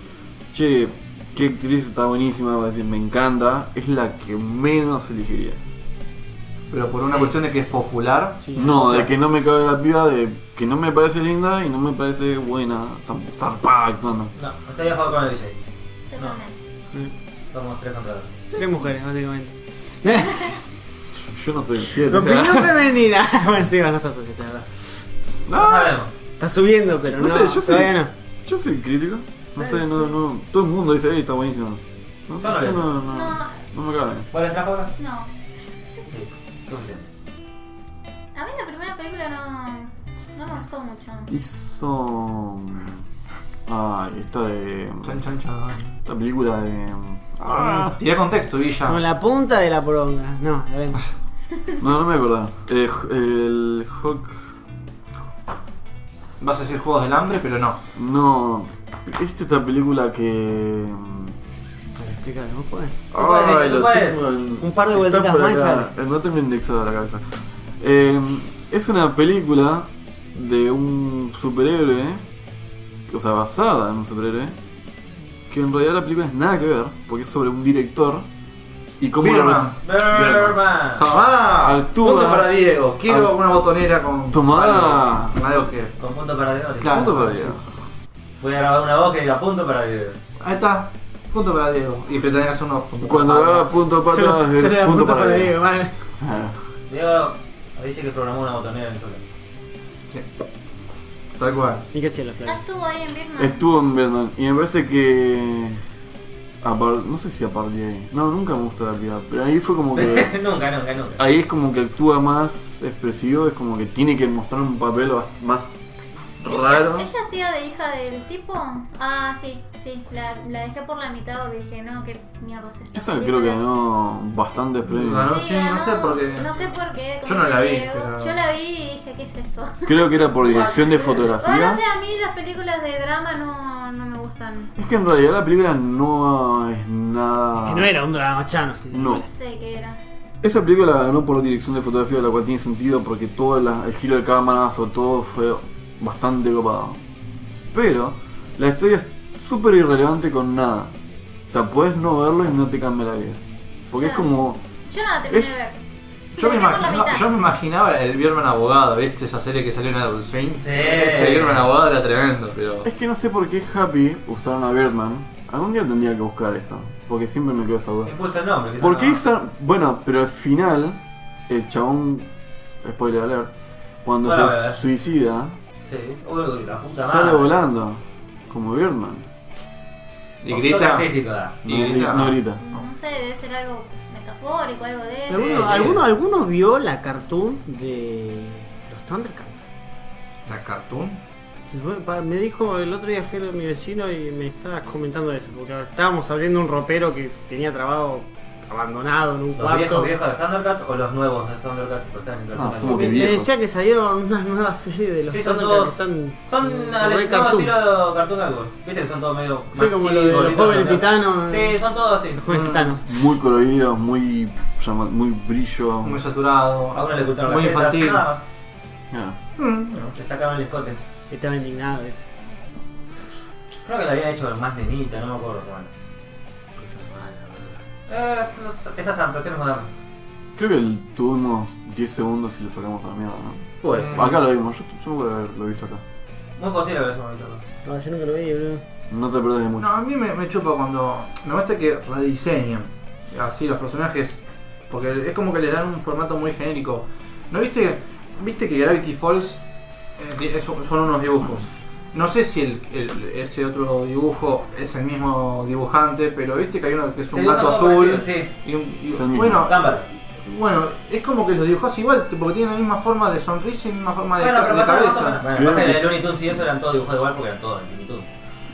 S4: che, qué actriz está buenísima, voy a decir, me encanta, es la que menos elegiría.
S2: Pero por una cuestión de que es popular.
S3: Sí.
S4: No,
S2: O sea-
S4: de que no me cabe la piba, de que no me parece linda y no me parece buena, tan zarpada actuando.
S1: No, estoy a favor con el DJ.
S5: Yo
S1: No.
S5: también.
S1: Somos tres contra dos.
S3: Tres mujeres, básicamente.
S4: Yo no soy el 7.
S3: Opinión femenina. Bueno, sí, vas a ser societe, verdad.
S1: No
S4: No,
S1: sabemos.
S3: Está subiendo, pero no.
S4: No sé, yo
S3: todavía
S4: sí.
S3: no.
S4: yo soy crítico. No sé, no, no. Todo el mundo dice, ey, está buenísima. No sé,
S1: Yo no
S4: yo
S1: leo.
S4: no, no,
S5: No.
S4: no me cabe.
S1: ¿Cuál es la joda?
S5: No.
S1: Sí, suficiente.
S5: A mí la primera película no, no me gustó mucho.
S4: Hizo. Ah, esta de.
S2: Chan, chan, chan.
S4: Esta película de. Ah,
S2: Tiré contexto, Villa.
S3: Con la punta de la poronga. No, la vemos.
S4: No, no me acordaba. Eh, j- el Hawk.
S2: Vas a decir juegos del hambre, pero no.
S4: No. ¿Viste esta película que.?
S3: Explícalo, ¿no puedes?
S1: puedes,
S4: Ay,
S1: tú
S4: lo
S1: puedes.
S4: tengo en-
S3: Un par de
S4: está
S3: vueltitas
S4: por
S3: más y
S4: acá. Eh, No tengo indexada la cabeza. Eh, es una película de un superhéroe. O sea, basada en un superhéroe. Que en realidad la película es nada que ver. Porque es sobre un director. Y cómo lo
S2: Birdman.
S4: res-
S1: Birdman.
S2: Tomá,
S4: Actúa.
S2: punto para Diego. Quiero
S4: Ac-
S2: una botonera con.
S4: Tomá.
S2: algo- Con algo que.
S1: Con punto para Diego. dice.
S2: Claro.
S4: ¿Cuánto perdido?
S1: Voy a grabar una voz que diga punto para Diego.
S2: Ahí está. Punto para Diego. Y pero tenés que hacer unos puntos.
S4: Cuando
S2: para-
S4: haga punto para atrás,
S3: Se- se le da
S4: punto, para arriba.
S3: Diego, vale.
S4: Ah,
S1: Diego dice que programó una botonera en solo.
S2: Sí. Tal cual.
S3: ¿Y qué hacía la
S5: Ah,
S3: flaca?
S5: estuvo ahí en Birman.
S4: Estuvo en Vietnam y me parece que. a par- no sé si a partir de ahí. No, nunca me gustó la piba. Pero ahí fue como que.
S1: nunca, nunca, nunca.
S4: Ahí es como que actúa más expresivo, es como que tiene que mostrar un papel bast- más
S5: ¿Ella-
S4: raro.
S5: ¿Ella, hacía de hija del tipo? Ah, sí, sí. La, la dejé por la mitad porque dije, no, qué mierda es esta
S4: Esa creo
S5: película.
S4: que ganó bastantes premios.
S2: Ganó. Ah, Sí, no
S5: ganó-
S2: sé por qué.
S5: No sé por qué. como
S2: Yo no
S5: que
S2: la vi,
S5: llegó-
S2: pero-
S5: Yo la vi y dije, ¿qué es esto?
S4: Creo que era por dirección de
S5: Bueno, no
S4: fotografía.
S5: sé, a mí las películas de drama no, no me gustan.
S4: Es que en realidad la película no es nada.
S3: Que no era un drama chano, sí.
S4: No.
S5: No sé qué era.
S4: Esa película la ganó por dirección de fotografía, la cual tiene sentido porque todo la- el giro de cámaras o todo fue bastante copado. Pero la historia es súper irrelevante con nada. O sea, puedes no verlo y no te cambia la vida. Porque es
S5: Claro.
S4: como.
S5: Yo no la terminé
S4: Es-
S5: de ver.
S2: Yo me,
S5: La dejé por la
S2: imaginaba,
S5: mitad.
S2: yo me imaginaba el Birdman abogado, ¿viste? Esa serie que salió en Adult Swim.
S1: Sí.
S2: Ese Birdman abogado era tremendo, pero.
S4: Es que no sé por qué Happy usaron a Birdman. Algún día tendría que buscar esto. Porque siempre me quedó esa duda.
S1: Impulsa el nombre. quizás
S4: Ah. ¿Por qué
S1: no.
S4: esa- Bueno, pero al final, el chabón. Spoiler alert. Cuando
S1: Bueno, a ver.
S4: se suicida,
S1: Sí. Uy, uy, la puta madre.
S4: sale volando. Como Birdman.
S2: Y
S1: Con
S2: grita.
S1: toda crítica.
S2: Y grita.
S4: No grita.
S5: No sé, debe ser algo metafórico, algo de
S1: Sí,
S5: eso.
S3: ¿Alguno,
S1: sí.
S3: alguno, alguno vio la cartoon de los Thundercats?
S2: La cartoon.
S3: Se supone- pa- Me dijo el otro día fui a mi vecino y me estaba comentando eso, porque estábamos abriendo un ropero que tenía trabado abandonado en un
S1: ¿Los viejos
S3: cuarto.
S1: viejos de Thundercats o los nuevos de Thundercats que están en internet?
S4: Ah,
S1: Sí,
S4: supongo
S3: Me-
S4: que
S3: Me
S4: viejos.
S3: decía que salieron una nueva serie de los
S1: Sí, son
S3: Thundercats
S1: todos.
S3: que
S1: Son,
S3: están
S1: son
S3: eh, re
S1: al estilo
S3: cartoon.
S1: estilo Cartoon Network. Viste que son todos medio.
S3: Sí,
S1: más
S3: como
S1: chicos,
S3: lo de los
S1: bolitos,
S3: jóvenes
S1: ¿no?
S3: titanos.
S1: Sí, son todos así.
S3: Los Jóvenes titanos.
S4: Muy coloridos, muy, llama- muy brillo.
S2: Muy saturado.
S1: A uno le ocultaron
S2: Muy
S1: las tetas,
S2: infantil.
S1: nada más.
S4: Ah.
S1: Le sacaron el escote.
S3: Estaba indignado. eh.
S1: Creo que la había hecho más nenita, no me acuerdo. Bueno.
S3: Cosas malas, boludo.
S1: Es- los- esas adaptaciones modernas.
S4: Creo que el- tuvimos 10 segundos y lo sacamos a la mierda, ¿no?
S2: Puede ser.
S4: Acá lo vimos, yo, yo me acuerdo de haberlo visto acá.
S1: Muy posible que eso me acuerdo.
S3: No, yo nunca lo vi, boludo.
S4: No te perdés de mucho.
S2: No, a mí me, me chupa cuando. Me gusta que rediseñen así los personajes. Porque es como que le dan un formato muy genérico. ¿No viste, viste que Gravity Falls eh, di- es- son unos dibujos? No sé si el, el- ese otro dibujo es el mismo dibujante, pero viste que hay uno que es un
S1: Sí,
S2: gato
S1: uno
S2: azul. Ah,
S1: parecido, sí.
S2: y un- y-
S4: Es el mismo.
S2: bueno,
S1: Gambler.
S2: bueno, es como que los dibujó así igual, porque tienen la misma forma de sonrisa y la misma forma de,
S1: Bueno,
S2: ca-
S1: pero
S2: de
S1: pasa, más o menos.
S2: cabeza.
S1: Bueno,
S4: Creo
S1: pasa
S4: que
S1: que
S4: es-
S1: los Looney Tunes y eso eran todos dibujados igual porque eran todos Looney Tunes.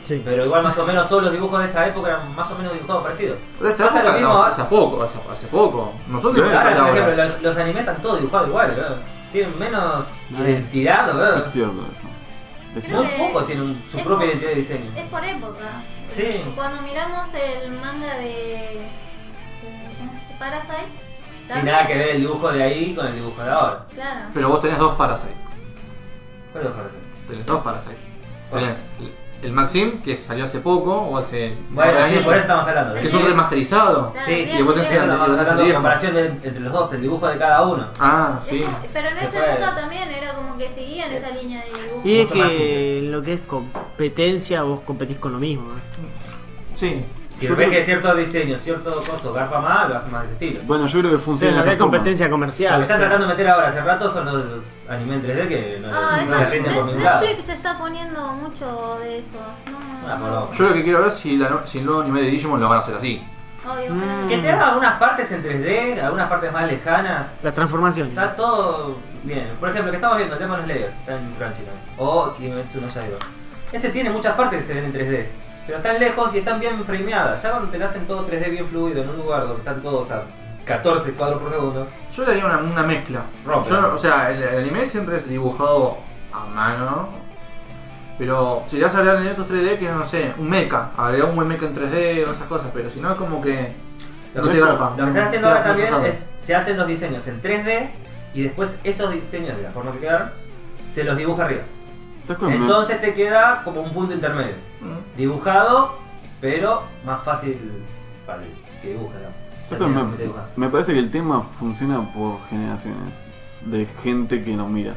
S3: Sí.
S1: Pero igual más o menos todos los dibujos de esa época eran más o menos dibujados parecidos.
S2: Pero Hace,
S1: Pasa lo
S2: época,
S1: mismo
S2: no,
S1: ahora.
S2: hace poco, hace, hace poco. No son dibujantes
S1: Ahora, por
S2: ahora.
S1: ejemplo, los, los animes están todos dibujados igual, ¿verdad? Tienen menos
S3: Bien.
S1: identidad,
S4: Es
S1: ¿verdad?
S4: cierto eso. Es
S5: Creo
S1: Muy
S4: cierto.
S5: que-
S1: pocos tienen su
S5: es
S1: propia
S5: como-
S1: identidad de diseño.
S5: Es por época.
S1: Sí.
S5: Cuando miramos el manga de. ¿Cómo se Parasite?
S1: Sin
S5: también-
S1: nada que ver el dibujo de ahí con el dibujo de ahora.
S5: Claro.
S2: Pero vos tenés dos Parasite.
S1: ¿Cuál es el problema?
S2: Tenés dos Parasite. Tenés el- el Maxim, que salió hace poco, o hace nueve
S1: Bueno, sí,
S2: años,
S1: por eso estamos hablando.
S2: Ah, que
S5: Porque
S2: es un
S1: Sí,
S2: remasterizado.
S5: Claro,
S1: Sí,
S5: bien,
S2: y vos te
S5: bien.
S2: enseñan-
S1: estamos
S2: el- el-
S1: hablando de
S2: el- el-
S1: comparación de- entre los dos, el dibujo de cada uno.
S2: Ah,
S5: Es
S2: sí.
S5: como- Pero en
S1: Se
S5: esa
S1: fue.
S5: época también era como que seguían esa línea de dibujo.
S3: Y es
S1: Mucho más
S3: que lo que es competencia, vos competís con lo mismo. ¿eh?
S2: Sí.
S1: Si
S3: Yo
S1: ves
S3: creo-
S1: que cierto diseño, cierto coso, garpa más, lo hacen más de ese estilo.
S4: Bueno, yo creo que
S3: O sea,
S4: funciona.
S3: lo
S4: de
S3: que es
S4: esa forma.
S3: competencia
S1: Lo
S3: comercial.
S1: que
S3: o
S1: están
S3: sea.
S1: tratando de meter ahora hace rato son los anime en 3D que no,
S5: Ah,
S1: no
S5: esa-
S1: le rinden por
S5: Net-
S1: ningún lado.
S5: Netflix está poniendo mucho de eso. No, no,
S1: Ah, por
S5: no.
S1: favor.
S2: Yo lo que quiero ver es si, la, no- si el nuevo anime de Digimon lo van a hacer así.
S5: Obvio.
S3: Mm.
S5: pero-
S1: Que te hagan algunas partes en 3D, algunas partes más lejanas.
S3: Las transformaciones.
S1: Está todo bien. Por ejemplo, que estamos viendo el tema de los Slayer, está en Crunchyroll. O Kimetsu no Yaiba. Ese tiene muchas partes que se ven en 3D. Pero están lejos y están bien frameadas. Ya cuando te lo hacen todo 3D bien fluido en un lugar donde están todos a
S7: 14 cuadros por segundo.
S2: Yo le haría una, una mezcla.
S7: Rompe.
S2: Yo no- o sea, el, el anime siempre es dibujado a mano. Pero si le vas a agregar elementos 3D, que no sé, un mecha. Agregar un buen mecha en 3D o esas cosas. Pero si no, es como que.
S1: Lo
S2: no
S1: que,
S2: te garpa.
S1: lo que se está haciendo
S2: Queda
S1: ahora
S2: muy
S1: también
S2: forzado.
S1: es, se hacen los diseños en 3D y después esos diseños de la forma que quedaron, se los dibuja arriba.
S2: Ah,
S4: ¿Sabes cuál me-
S1: Entonces te queda como un punto intermedio.
S2: Mm.
S1: Dibujado, pero más fácil para el que dibuja, ¿no? O sea,
S4: ¿sabes cuál
S1: tiene que
S4: me,
S1: dibujar.
S4: me parece que el tema funciona por generaciones de gente que lo mira.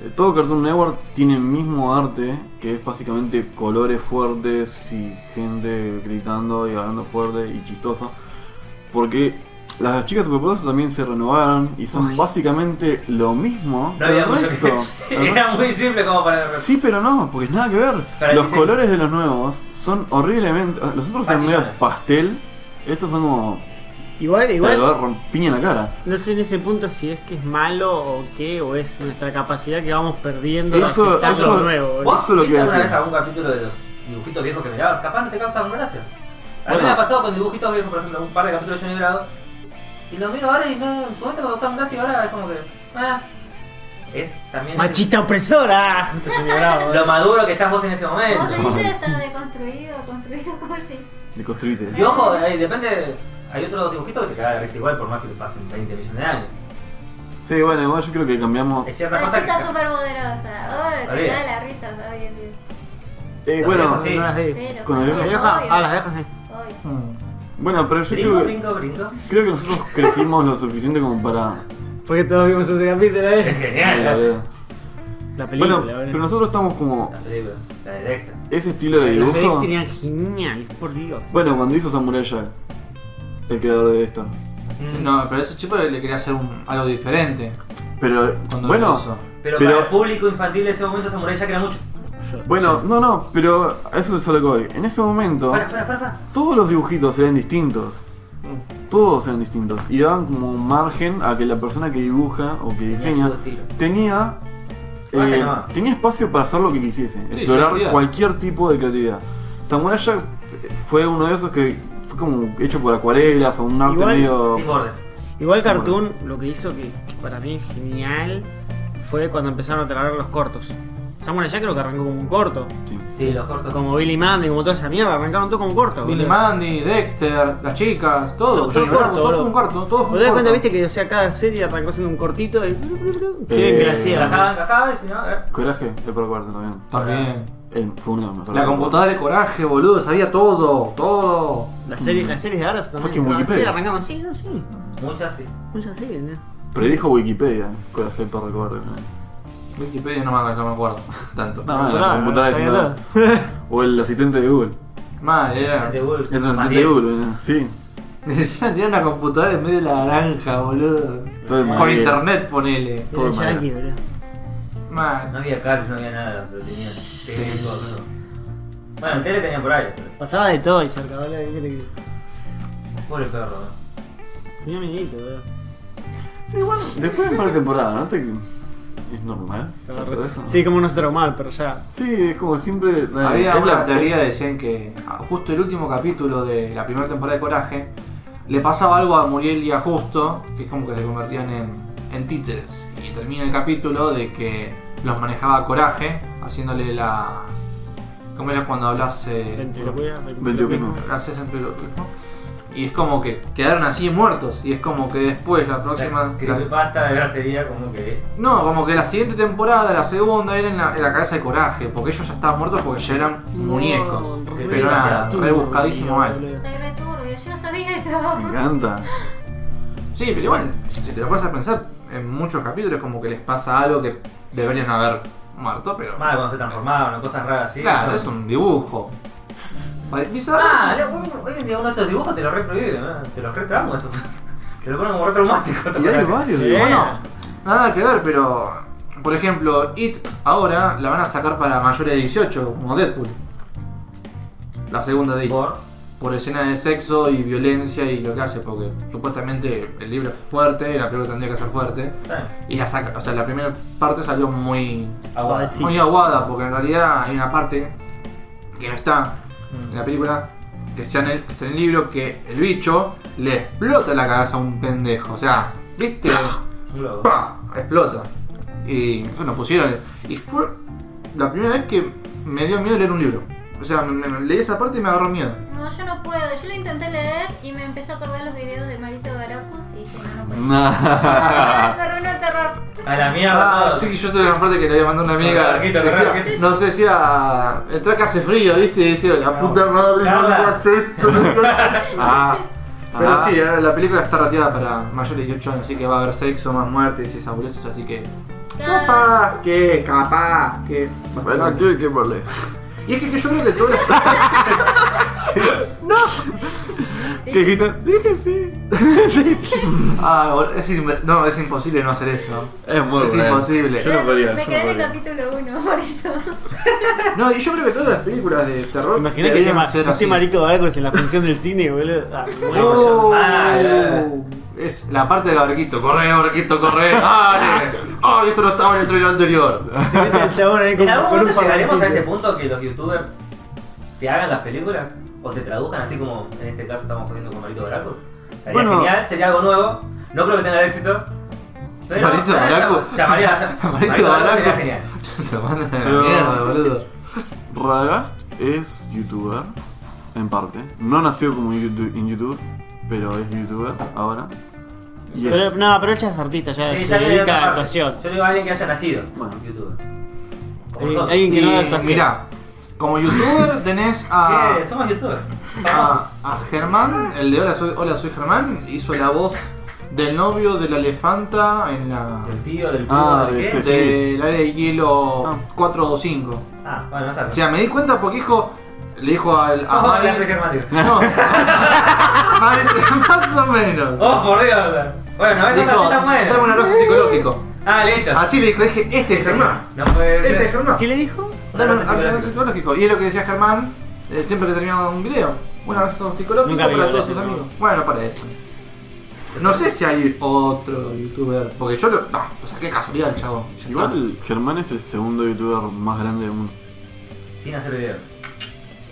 S4: Eh, Todo Cartoon Network tiene el mismo arte, que es básicamente colores fuertes y gente gritando y hablando fuerte y chistoso. Porque las chicas superpoderosas también se renovaron y son básicamente lo mismo.
S1: No había
S4: que el
S1: mucho que
S4: resto.
S1: Era muy simple como para.
S4: Sí, pero no, porque es nada que ver.
S1: Pero
S4: los
S1: dicen-
S4: colores de los nuevos son horriblemente. Los otros son medio
S1: Pachillones.
S4: pastel. Estos son como.
S3: Igual,
S4: Te
S3: igual.
S4: agarran piña en la cara.
S3: No sé en ese punto si es que es malo o qué, o es nuestra capacidad que vamos perdiendo
S4: Eso-
S3: aceptando
S4: eso-
S3: lo nuevo. boludo.
S1: ¿Vos
S4: Eso es lo que
S1: viste
S4: iba a
S1: alguna vez
S4: decir.
S1: algún capítulo de los dibujitos viejos que mirabas? Capaz no te causan gracia. A mí
S4: Bueno.
S1: me ha pasado con dibujitos viejos, por ejemplo, un par de capítulos de Johnny Bravo. Y los miro ahora y no, en su momento me causaban gracia y ahora es como que. Ah, es también.
S3: Machista opresora. Justo se me bravo, boludo.
S1: Lo maduro que estás vos en ese
S5: ¿Cómo
S1: momento.
S5: se dice esto de construido? ¿Construido? ¿Cómo se dice?
S4: De costrite.
S1: Y ojo, ahí depende. Hay otros dibujitos que te cagan de risa igual por más que te pasen 20 millones de años.
S4: Sí, bueno, igual yo creo que cambiamos.
S1: Es cierta
S5: La
S1: cosa que.
S5: chica superpoderosa. Oh, te
S1: Olvida.
S5: da la risa hoy en día.
S4: Eh,
S1: Los
S4: bueno,
S1: viejos, sí.
S3: No las leí.
S5: Sí, lo
S4: Con la
S5: obvio,
S4: vieja.
S3: ¿Vieja?
S5: obvio,
S3: Ah, las viejas sí.
S5: obvio.
S2: Mm.
S4: bueno, pero yo
S1: Brinco,
S4: creo que,
S1: brinco, brinco.
S4: creo que nosotros crecimos lo suficiente como para.
S3: Porque todos vimos ese capítulo,
S1: Es
S3: ¿eh?
S1: genial.
S3: La película,
S4: Bueno, pero nosotros estamos como.
S1: La película, la directa.
S4: Ese estilo de
S3: Los
S4: dibujo.
S3: Dex eran genial, por Dios.
S4: Bueno, cuando hizo Samurai Jack, el creador de esto.
S1: Mm.
S2: No, pero ese chico le quería hacer un- algo diferente.
S4: Pero,
S2: Cuando lo
S4: bueno,
S2: hizo.
S1: Pero,
S4: Pero-
S1: para el público infantil de ese momento, Samurai ya crea mucho.
S4: bueno, no, no, pero a eso es a lo que voy. En ese momento.
S1: Para, para, para, para.
S4: todos los dibujitos eran distintos. Todos eran distintos. Y daban como un margen a que la persona que dibuja o que diseña
S1: su estilo.
S4: tenía.
S1: Margen
S4: eh,
S1: nomás.
S4: tenía espacio para hacer lo que quisiese, explorar
S2: creatividad.
S4: cualquier tipo de creatividad. Samurai Jack fue uno de esos que fue como hecho por acuarelas o un arte
S3: Igual,
S4: medio.
S1: Sin bordes.
S3: Igual Cartoon lo que hizo que, que para mí es genial fue cuando empezaron a traer los cortos. Samuel ya creo que arrancó como un corto.
S4: Sí.
S1: Sí, los cortos.
S3: Como Billy Mandy, como toda esa mierda, arrancaron todo como corto.
S2: Billy Mandy, Dexter, las chicas, todo.
S3: Todo- todo
S2: Johnny Bravo,
S3: corto,
S2: todo fue
S3: boludo.
S2: un cuarto, todo fue un
S3: ¿Vos te das
S2: cuarto.
S3: cuenta, viste, que o sea, cada serie arrancó siendo un cortito y.
S4: Eh,
S3: Qué desgraciado.
S1: Encajaba, encajaba y si no, eh.
S4: Coraje, el perro cuarto también.
S2: También.
S4: Eh, fue uno de los mejores.
S2: Ah. La computadora de coraje, boludo, sabía todo, todo.
S3: Las series, las series de ahora son
S4: Fucking
S3: también. las
S4: Wikipedia.
S3: series arrancaban así, no sé.
S1: Muchas sí.
S3: Muchas series, ¿no? eh.
S4: Predijo Wikipedia, Coraje, el perro cobarde.
S2: Wikipedia no me, acuerdo, no me acuerdo tanto.
S4: No, no, Ah, la
S3: Claro,
S4: computadora
S3: sabía
S4: diciendo- O el asistente de Google.
S2: Mal, eh. era.
S1: De Google.
S4: Es un
S1: Más
S4: asistente de
S1: diez.
S4: Google, ¿no? sí.
S2: Encima tenía una computadora en medio de la granja, boludo.
S4: Todo el
S2: Con
S4: material.
S2: internet, ponele.
S4: Todo
S3: Era
S4: mal.
S3: yankee, boludo.
S1: No
S2: Mal.
S1: había cables, no había nada, pero tenía. tenía todo. Bueno, el tele tenía por ahí. pero
S3: Pasaba de todo y se acabó la vida.
S1: Pobre perro, ¿no?
S3: Tenía amiguito, boludo.
S4: Sí, bueno, después de un par de temporadas, ¿no? Te- Es normal. todo eso.
S3: Sí, como no se traumar, pero ya.
S4: Sí, es como siempre. eh,
S2: Había
S4: es
S2: una
S4: la-
S2: teoría que decían que ah, justo el último capítulo de la primera temporada de Coraje le pasaba algo a Muriel y a Justo, que es como que se convertían en, en títeres. Y termina el capítulo de que los manejaba Coraje, haciéndole la. ¿Cómo era cuando hablas? eh,
S3: Ventriloquía,
S4: Ventriloquismo.
S2: Gracias entre los ¿no? Y es como que quedaron así muertos. Y es como que después, la próxima.
S1: La creepypasta de la sería como que.
S2: No, como que la siguiente temporada, la segunda, era en la, en la cabeza de coraje. Porque ellos ya estaban muertos porque ya eran muñecos.
S3: No,
S2: pero nada,
S3: Tú,
S2: rebuscadísimo mal.
S3: boludo.
S5: Estoy re turbio, yo no sabía
S4: Me
S5: eso.
S4: encanta.
S2: Sí, pero igual, si te lo pasas a pensar, en muchos capítulos como que les pasa algo que deberían haber muerto, pero.
S1: Mal cuando se transformaban o cosas raras así.
S2: Claro,
S1: Yo-
S2: es un dibujo. Bizarro.
S1: Ah, le- hoy- hoy en día uno de esos dibujos te lo reprohíben, ¿no? Te los retramos eso. Te lo ponen como re traumático.
S4: Y hay varios,
S3: Sí.
S4: digo, bueno.
S2: Nada que ver, pero. Por ejemplo, It ahora la van a sacar para mayores de 18, como Deadpool. La segunda de It.
S1: Por-
S2: Por escena de sexo y violencia y lo que hace, porque supuestamente el libro es fuerte, la película tendría que ser fuerte.
S1: está bien.
S2: Y la saca, o sea, la primera parte salió muy,
S1: Aguada.
S3: Sí.
S2: muy aguada, porque en realidad hay una parte que no está
S1: Mm.
S2: en la película, que está en el, que está en el libro, que el bicho le explota la cabeza a un pendejo. O sea, ¿viste?
S8: Un globo.
S2: ¡Pah! Explota. Y eso nos pusieron. Y fue la primera vez que me dio miedo leer un libro. O sea, me- me- leí esa parte y me agarró miedo.
S5: No, yo no puedo. Yo lo intenté leer y me empecé a acordar los videos de Marito Barajos y dije, no, no puedo. Me arruinó el terror.
S8: A la mierda.
S2: Ah,
S8: todo.
S2: sí, yo tuve la parte que le había mandado una amiga.
S8: Raquito,
S2: decía-
S8: Raquito.
S2: no sé, decía. Entrá que hace frío, ¿viste? Y decía, la puta madre, no
S8: Carla.
S2: hagas esto.
S4: Ah,
S2: Pero
S4: ah.
S2: sí, ahora la película está rateada para mayores de 18 años, así que va a haber sexo, más muertes y esas boludeces, así que.
S5: Claro.
S2: Capaz que, capaz que.
S4: Bueno, tío, qué vale.
S2: Y es que, que yo creo que todas las.
S4: ¿Qué dijiste? Dije sí.
S2: Ah, bol- es inve- no, es imposible no hacer eso.
S4: Es muy
S2: Es
S4: bueno.
S2: imposible.
S4: Yo no podría.
S5: Me
S4: yo
S5: quedé
S4: no
S5: en el
S4: podría.
S5: capítulo 1, por eso.
S2: No, y yo creo que todas las películas de terror.
S3: Imagina que
S2: deberían
S3: te ma-
S2: ser
S3: este
S2: así.
S3: marito algo es en la función del cine, boludo. Ah, bueno.
S2: Oh,
S8: Ah,
S2: es la parte del barquito, corre, barquito, corre. ¡Dale! ¡Ay, esto no estaba en el trailer anterior!
S3: Se mete el chabón ahí con,
S1: ¿En algún
S3: con
S1: momento llegaremos a
S3: parlantín.
S1: ese punto que los youtubers te hagan las películas o te traduzcan así como en este caso estamos jodiendo con Marito Baraco? Sería
S3: Bueno.
S1: genial, sería algo nuevo. No creo que tenga éxito. Pero
S2: Marito
S1: eh,
S2: Baraco.
S1: llam- Llamaría, llam-
S2: Marito
S1: Marito Baraco sería
S2: Baraco.
S1: genial.
S2: Te mandan a la
S4: Pero-
S2: mierda, boludo.
S4: Radagast es youtuber, en parte. No nació como youtu- en YouTube, pero es youtuber ahora. Y es-
S3: Pero, no, pero ella es artista, ya
S1: Sí,
S3: se
S1: ya viene de otra
S3: dedica a la
S1: parte.
S3: actuación.
S1: Yo digo a alguien que haya nacido
S4: Bueno.
S1: youtuber. Como
S3: Eh,
S1: nosotros.
S3: Alguien que no haga
S2: Y
S3: actuación.
S2: mirá, como youtuber tenés a.
S1: ¿Qué? Somos youtubers. Famosos.
S2: a, a Germán, el de Hola soy, Hola soy Germán, hizo la voz del novio de la elefanta en la.
S1: Del tío, del primo,
S4: Ah,
S1: del
S4: de
S1: qué.
S4: este-
S2: del área de hielo
S3: Ah.
S2: 425.
S1: Ah, bueno, no
S2: O
S1: sabes.
S2: sea, me di cuenta porque dijo. Le dijo al. a
S1: Ojo,
S2: Mari-
S1: hablar de Germán.
S2: No, Parece- más o menos.
S1: Oh, por Dios. Bueno, esta
S2: Dijo,
S1: está
S2: "Dame un
S1: buena.
S2: abrazo psicológico.
S1: Ah, listo.
S2: Así le dijo, dije, este es Germán.
S1: No puede
S2: Este es
S1: ser.
S2: Germán.
S3: ¿Qué le dijo?
S1: Un
S2: Dame un
S1: abrazo
S2: abrazo psicológico. Y es lo que decía Germán eh, siempre que terminaba un video. Un abrazo psicológico
S3: Nunca vi
S2: para
S3: un
S2: todos
S3: abrazo
S2: sus amigos. Bueno, para eso. No sé si hay otro youtuber, porque yo lo, ah, lo saqué de casualidad el chavo. Ya está.
S4: Igual Germán es el segundo youtuber más grande del mundo.
S1: Sin hacer video.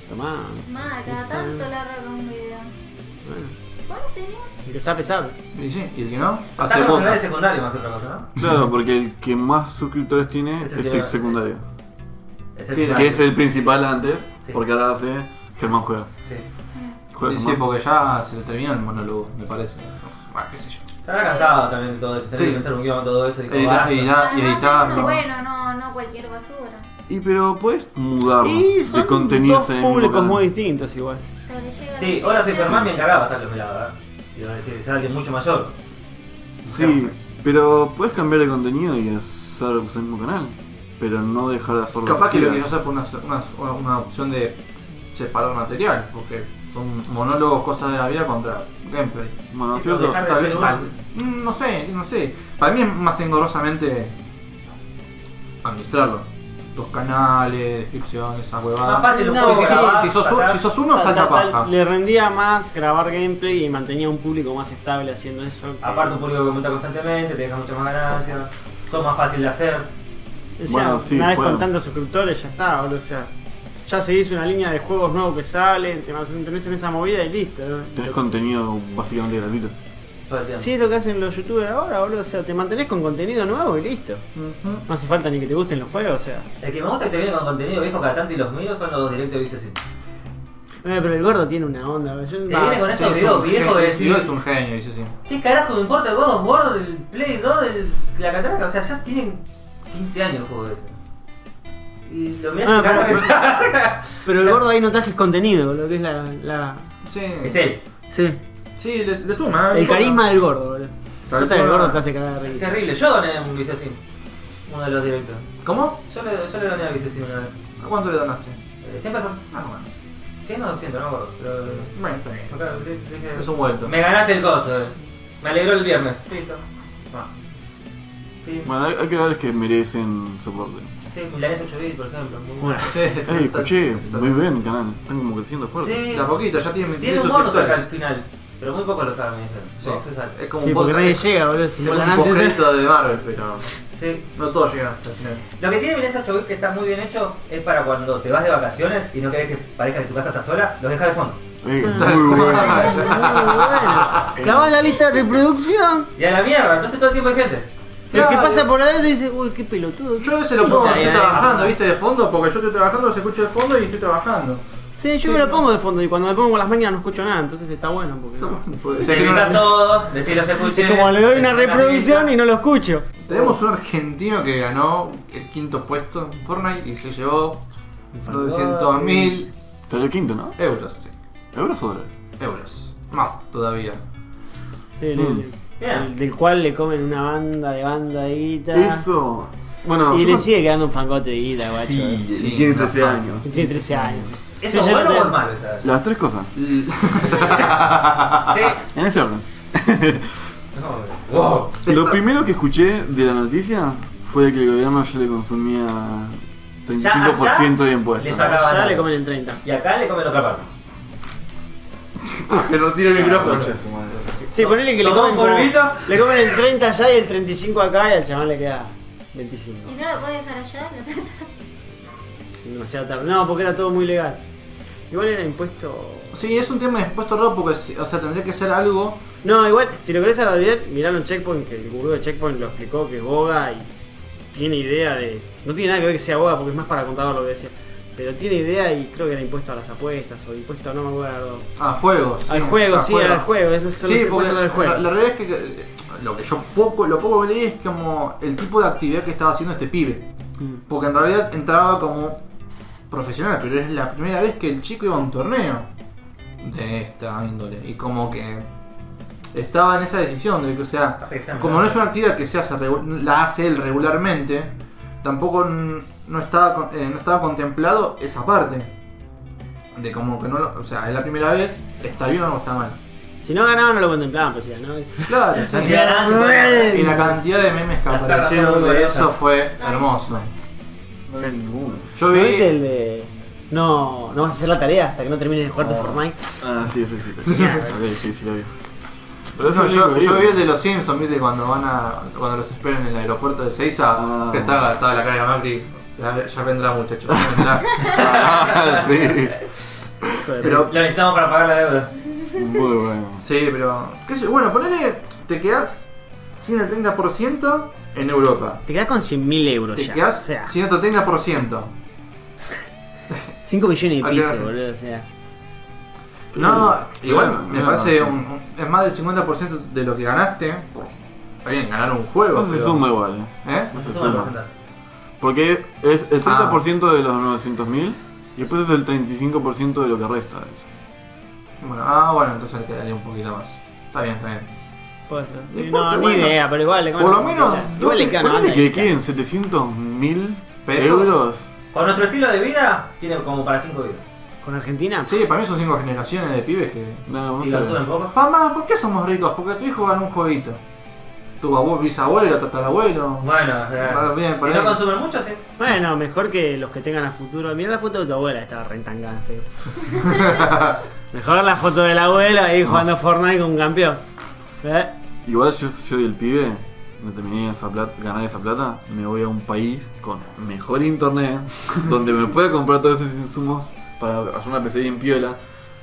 S3: Tomá.
S5: Ma, cada tanto larga un video.
S3: Bueno,
S5: Bueno, tenía.
S3: el que sabe, sabe.
S2: Y sí, y el que no,
S1: Está
S2: hace
S1: con un de
S2: botas.
S1: secundario más que otra cosa, ¿no?
S4: Claro, porque el que más suscriptores tiene
S1: Es
S4: es
S1: el
S4: el
S1: que-
S4: secundario.
S1: Es el
S2: Sí,
S1: primario.
S4: Que es el principal antes,
S1: Sí.
S4: porque ahora hace Germán juega.
S1: Sí.
S4: Juega
S2: Y sí,
S4: Germán.
S2: porque ya se le terminó el monólogo, me parece. Bueno, qué sé yo.
S1: Se habrá cansado también de todo eso. Tener
S2: Sí.
S1: que pensar un guión, todo eso. Y como,
S2: Edita-
S1: basta.
S2: edita- y
S5: Además,
S2: editar,
S5: es uno
S2: no.
S5: bueno, no, no cualquier basura.
S4: Y pero puedes mudar
S3: Y
S4: de
S3: son
S4: contenidos
S3: dos
S4: en el mismo
S3: públicos
S4: canal.
S3: muy distintos igual.
S5: Pero le llega
S1: Sí,
S5: la
S1: ahora soy Germán,
S5: atención.
S1: me encargaba de estar con la ¿verdad? Y va a decir, es alguien mucho mayor.
S4: Sí, pero puedes cambiar de contenido y hacer el mismo canal. Pero no dejar de hacerlo.
S2: Capaz que lo quiero
S4: sigas.
S2: hacer por una, una- una opción de separar material, porque son monólogos, cosas de la vida contra gameplay.
S4: Bueno,
S1: Sí, pero
S4: ¿cierto?
S1: dejar-
S2: Tal vez-
S1: Sí,
S2: tal- mm, no sé, no sé. Para mí es más engorrosamente administrarlo. Los canales, descripciones, esas
S1: Más
S2: huevadas.
S1: fácil un
S3: No,
S1: poco
S3: sí,
S2: Si,
S1: grabar,
S2: si sos, un-
S1: sacar.
S2: si sos uno,
S3: Tal-
S2: salta
S3: tal-
S2: paja.
S3: Le rendía más grabar gameplay y mantenía un público más estable haciendo eso. que-
S1: Aparte, un público que comenta constantemente, te deja muchas más ganancias. Son más fácil de hacer.
S3: O sea,
S4: Bueno, sí,
S3: una vez
S4: fueron.
S3: con tantos suscriptores ya está, boludo. O sea, ya se hizo una línea de juegos nuevos que salen, te mantenés en esa movida y listo. ¿no?
S4: Tenés
S3: Lo-
S4: contenido básicamente gratuito.
S1: Todo el tiempo.
S3: Sí, es lo que hacen los youtubers ahora, boludo. O sea, te mantenés con contenido nuevo y listo.
S2: Ujú.
S3: No hace falta ni que te gusten los juegos, o sea. eh,
S1: El que me gusta que te viene con contenido viejo cada tanto y los míos son los dos directos de Vicio Sin. Te
S3: Bueno, pero el gordo tiene una onda, boludo. Yo no-
S1: viene con
S2: Sí,
S1: esos
S2: es
S1: videos
S2: un genio,
S1: viejos de
S2: sí, es
S1: decir,
S2: un genio, dice sí.
S1: ¿qué carajo me importa el God of War, del Play 2, del- de la catraca? O sea, ya tienen 15 años el juego ese. Y lo mío
S3: Ah,
S1: es
S3: pero-
S1: que se carga.
S3: Pero el gordo ahí no te haces contenido, boludo, que es la. la...
S1: Es
S2: Sí,
S1: él.
S3: Sí.
S2: sí le, le suma.
S3: El carisma del gordo, boludo.
S2: Tal
S3: Nota que el
S2: cual.
S3: gordo te hace cagar de
S1: Es
S3: risa.
S1: terrible. Yo doné un Vicio Sin. Uno de los directos.
S2: ¿Cómo?
S1: Yo le, yo le doné a Vicio Sin una vez.
S2: ¿A cuánto le donaste?
S1: Eh, 100 pesos.
S2: Ah, bueno.
S1: 100 o 200, no me acuerdo. Pero, eh,
S2: Bueno, está bien.
S1: acá, le- le dije-
S2: Es un vuelto.
S1: Me ganaste el coso. eh. Me alegró el viernes. Listo. Va. Sí,
S4: Bueno, hay, hay creadores que merecen soporte.
S1: sí, milanesa 8 bits, por ejemplo. Muy bueno.
S3: Bueno,
S4: Ey, escuché, muy bien el canal. Están como creciendo fuerte.
S1: Sí.
S2: De a poquito, ya tiene
S1: Tiene
S2: 23
S1: un bono acá al
S2: suscriptores.
S1: final, pero muy pocos lo saben. ¿viste?
S2: Sí, Eh.
S1: Vos, fíjate.
S2: es como
S3: sí,
S2: un
S3: porque
S2: podcast.
S3: nadie llega, boludo. Si
S2: Es
S3: volan
S2: un
S3: antes. ¿eh?
S2: postcrédito de Marvel, pero
S1: Sí.
S2: no todos llegan hasta el final.
S1: Lo que tiene Milanesa 8 bits que está muy bien hecho es para cuando te vas de vacaciones y no querés que parezca que tu casa está sola, los dejas de fondo.
S4: Eh, muy bueno.
S3: Clavas la lista de reproducción.
S6: Y a la mierda, entonces todo el tiempo hay gente.
S3: El que pasa por adentro dice, uy, qué pelotudo.
S2: Yo a veces lo pongo cuando
S6: Ahí,
S2: estoy
S6: ahí.
S2: trabajando, viste, de fondo, porque yo estoy trabajando, los escucho de fondo y estoy trabajando.
S3: Sí, yo me lo pongo de fondo y cuando me pongo con las máquinas no escucho nada, entonces está bueno. Porque no.
S2: Puede ser que no
S6: Gritar
S2: la-
S6: todo, decir los escuché.
S3: Es como le doy una
S6: hacer
S3: reproducción
S6: lista.
S3: y no lo escucho.
S2: Tenemos un argentino que ganó el quinto puesto en Fortnite y se llevó 200.000
S4: Salió quinto, ¿no?
S2: euros. sí,
S4: ¿Euros o dólares?
S2: euros. Más todavía.
S3: El- el- el- del cual le comen una banda de banda de guita.
S4: Eso. Bueno,
S3: Y
S4: yo
S3: le
S4: cuando-
S3: sigue quedando un fangote de guita, guacho.
S4: Sí,
S2: Sí,
S4: tiene
S2: no,
S4: 13
S2: no.
S4: años.
S3: Que Tiene 13 años.
S6: ¿Eso
S3: Yo
S6: es
S3: ya lo
S6: bueno o
S3: tengo.
S6: es malo esa? Sí.
S4: Las tres cosas.
S2: ah,
S4: En ese orden.
S6: No, wow.
S4: Lo primero que escuché de la noticia fue que el gobierno ya le consumía 35% de
S6: Le
S4: impuestos.
S6: saca
S3: Ya
S6: banana.
S3: le comen el 30.
S6: Y acá le comen otra parte.
S4: Ah,
S2: Que retira el micrófono.
S4: Concha de su madre.
S3: Sí, ponele que le
S6: ¿Tomó
S3: comen. como-
S6: polvito?
S3: le comen el 30 allá y el 35 acá y al chaval le queda 25.
S5: ¿Y no lo puedes dejar allá? ¿Lo puedes-
S3: Demasiado tarde. No, porque era todo muy legal. Igual era impuesto.
S2: Sí, es un tema de impuesto raro porque, o sea, tendría que ser algo.
S3: No, igual, si lo querés saber, miralo en Checkpoint, que el gurú de Checkpoint lo explicó que es boga y tiene idea de. No tiene nada que ver que sea boga porque es más para contador lo que decía. Pero tiene idea y creo que era impuesto a las apuestas o impuesto, no me acuerdo.
S2: A juegos.
S3: Al
S2: sí,
S3: juego,
S2: a
S3: sí,
S2: juegos.
S3: al juego, eso son los
S2: Sí, porque
S3: impuestos del juego.
S2: la, la realidad es que eh, lo que yo poco, lo poco que leí es como el tipo de actividad que estaba haciendo este pibe.
S3: Mm.
S2: Porque en realidad entraba como profesional, pero es la primera vez que el chico iba a un torneo de esta índole. Y como que estaba en esa decisión de que, o sea,
S6: Aparte que sea
S2: como no es una actividad que se hace, regu- la hace él regularmente, tampoco n- no estaba, con- eh, no estaba contemplado esa parte. De como que no lo, o sea, es la primera vez, está bien o está mal.
S3: Si no ganaba, no lo contemplaban, pues ya, ¿no?
S2: Claro, o sea,
S6: Y la-
S2: y la cantidad de memes que
S6: Las caras
S2: aparecieron
S6: son
S2: de
S6: orgullosas.
S2: eso fue hermoso.
S4: No había ninguno.
S2: Yo
S3: ¿No
S2: vi.
S3: viste el de.? No, no vas a hacer la tarea hasta que no termines de jugar tu
S2: Oh.
S3: Fortnite.
S4: Ah, sí, sí, sí. Ok, sí, sí, lo vi. Pero eso
S2: No,
S4: es
S2: yo,
S4: lo que
S2: yo vi
S4: digo.
S2: el de los Simpsons, viste, cuando van a. cuando los esperan en el aeropuerto de Seiza,
S4: Ah.
S2: que estaba, estaba la cara de Macri. Ya, ya vendrá muchachos, ya vendrá.
S4: Ah, sí.
S3: Hijo de
S2: pero.
S6: Lo necesitamos para pagar la deuda.
S4: Muy bueno.
S2: Sí, pero. qué sé yo, bueno, ponele. Te quedás sin el 30% en Europa.
S3: re- Te quedás con 100.000 euros
S2: Te
S3: ya.
S2: quedás
S3: o sea,
S2: sin otro 30%.
S3: 5 millones de
S2: Al
S3: pisos,
S2: que-
S3: boludo. O sea,
S2: No, igual
S4: Claro,
S2: me
S4: claro,
S2: parece
S4: sí.
S2: un, un- es más del 50% de lo que ganaste. Está bien, ganar un juego.
S4: No se
S2: pero-
S4: suma igual,
S2: ¿Eh?
S4: eh. No se
S6: Eso es un
S4: suma.
S6: porcentaje.
S4: Porque es
S3: Ah.
S4: el 30% de los 900.000 y después es el 35% de lo que resta. de eso.
S2: Bueno, ah, bueno, entonces te daría un poquito más. Está bien, está bien.
S3: puede ser. Sí,
S2: Deporte,
S3: no, ni
S2: bueno.
S3: idea, pero igual le comen
S2: Por
S3: la
S2: lo
S3: puta.
S2: menos,
S3: Igual le
S2: doce-
S3: quedan una
S4: Ponele
S3: banda
S4: que
S3: de guita.
S4: queden 700.000
S2: Pesos.
S4: euros.
S6: Con nuestro estilo de vida, tiene como para 5 vidas.
S3: ¿Con Argentina?
S2: Sí, para mí son cinco generaciones de pibes que.
S4: No,
S6: Si
S4: vamos a
S6: lo
S4: ver.
S6: suben poco.
S2: Mamá, ¿por qué somos ricos? Porque tu hijo ganó un jueguito. Tu abuelo, bisabuelo, tatarabuelo.
S6: Bueno, o sea,
S2: Bueno, bien, por
S6: si
S2: ahí.
S6: no consumen mucho, sí.
S3: Bueno, mejor que los que tengan a futuro. Mirá la foto de tu abuela, estaba rentangada, feo. mejor la foto de la abuela ahí jugando Fortnite con un campeón. ¿Eh?
S4: Igual yo, yo del pibe, no terminé esa plata, ganar esa plata, me voy a un país con mejor internet, donde me pueda comprar todos esos insumos para hacer una PC bien piola.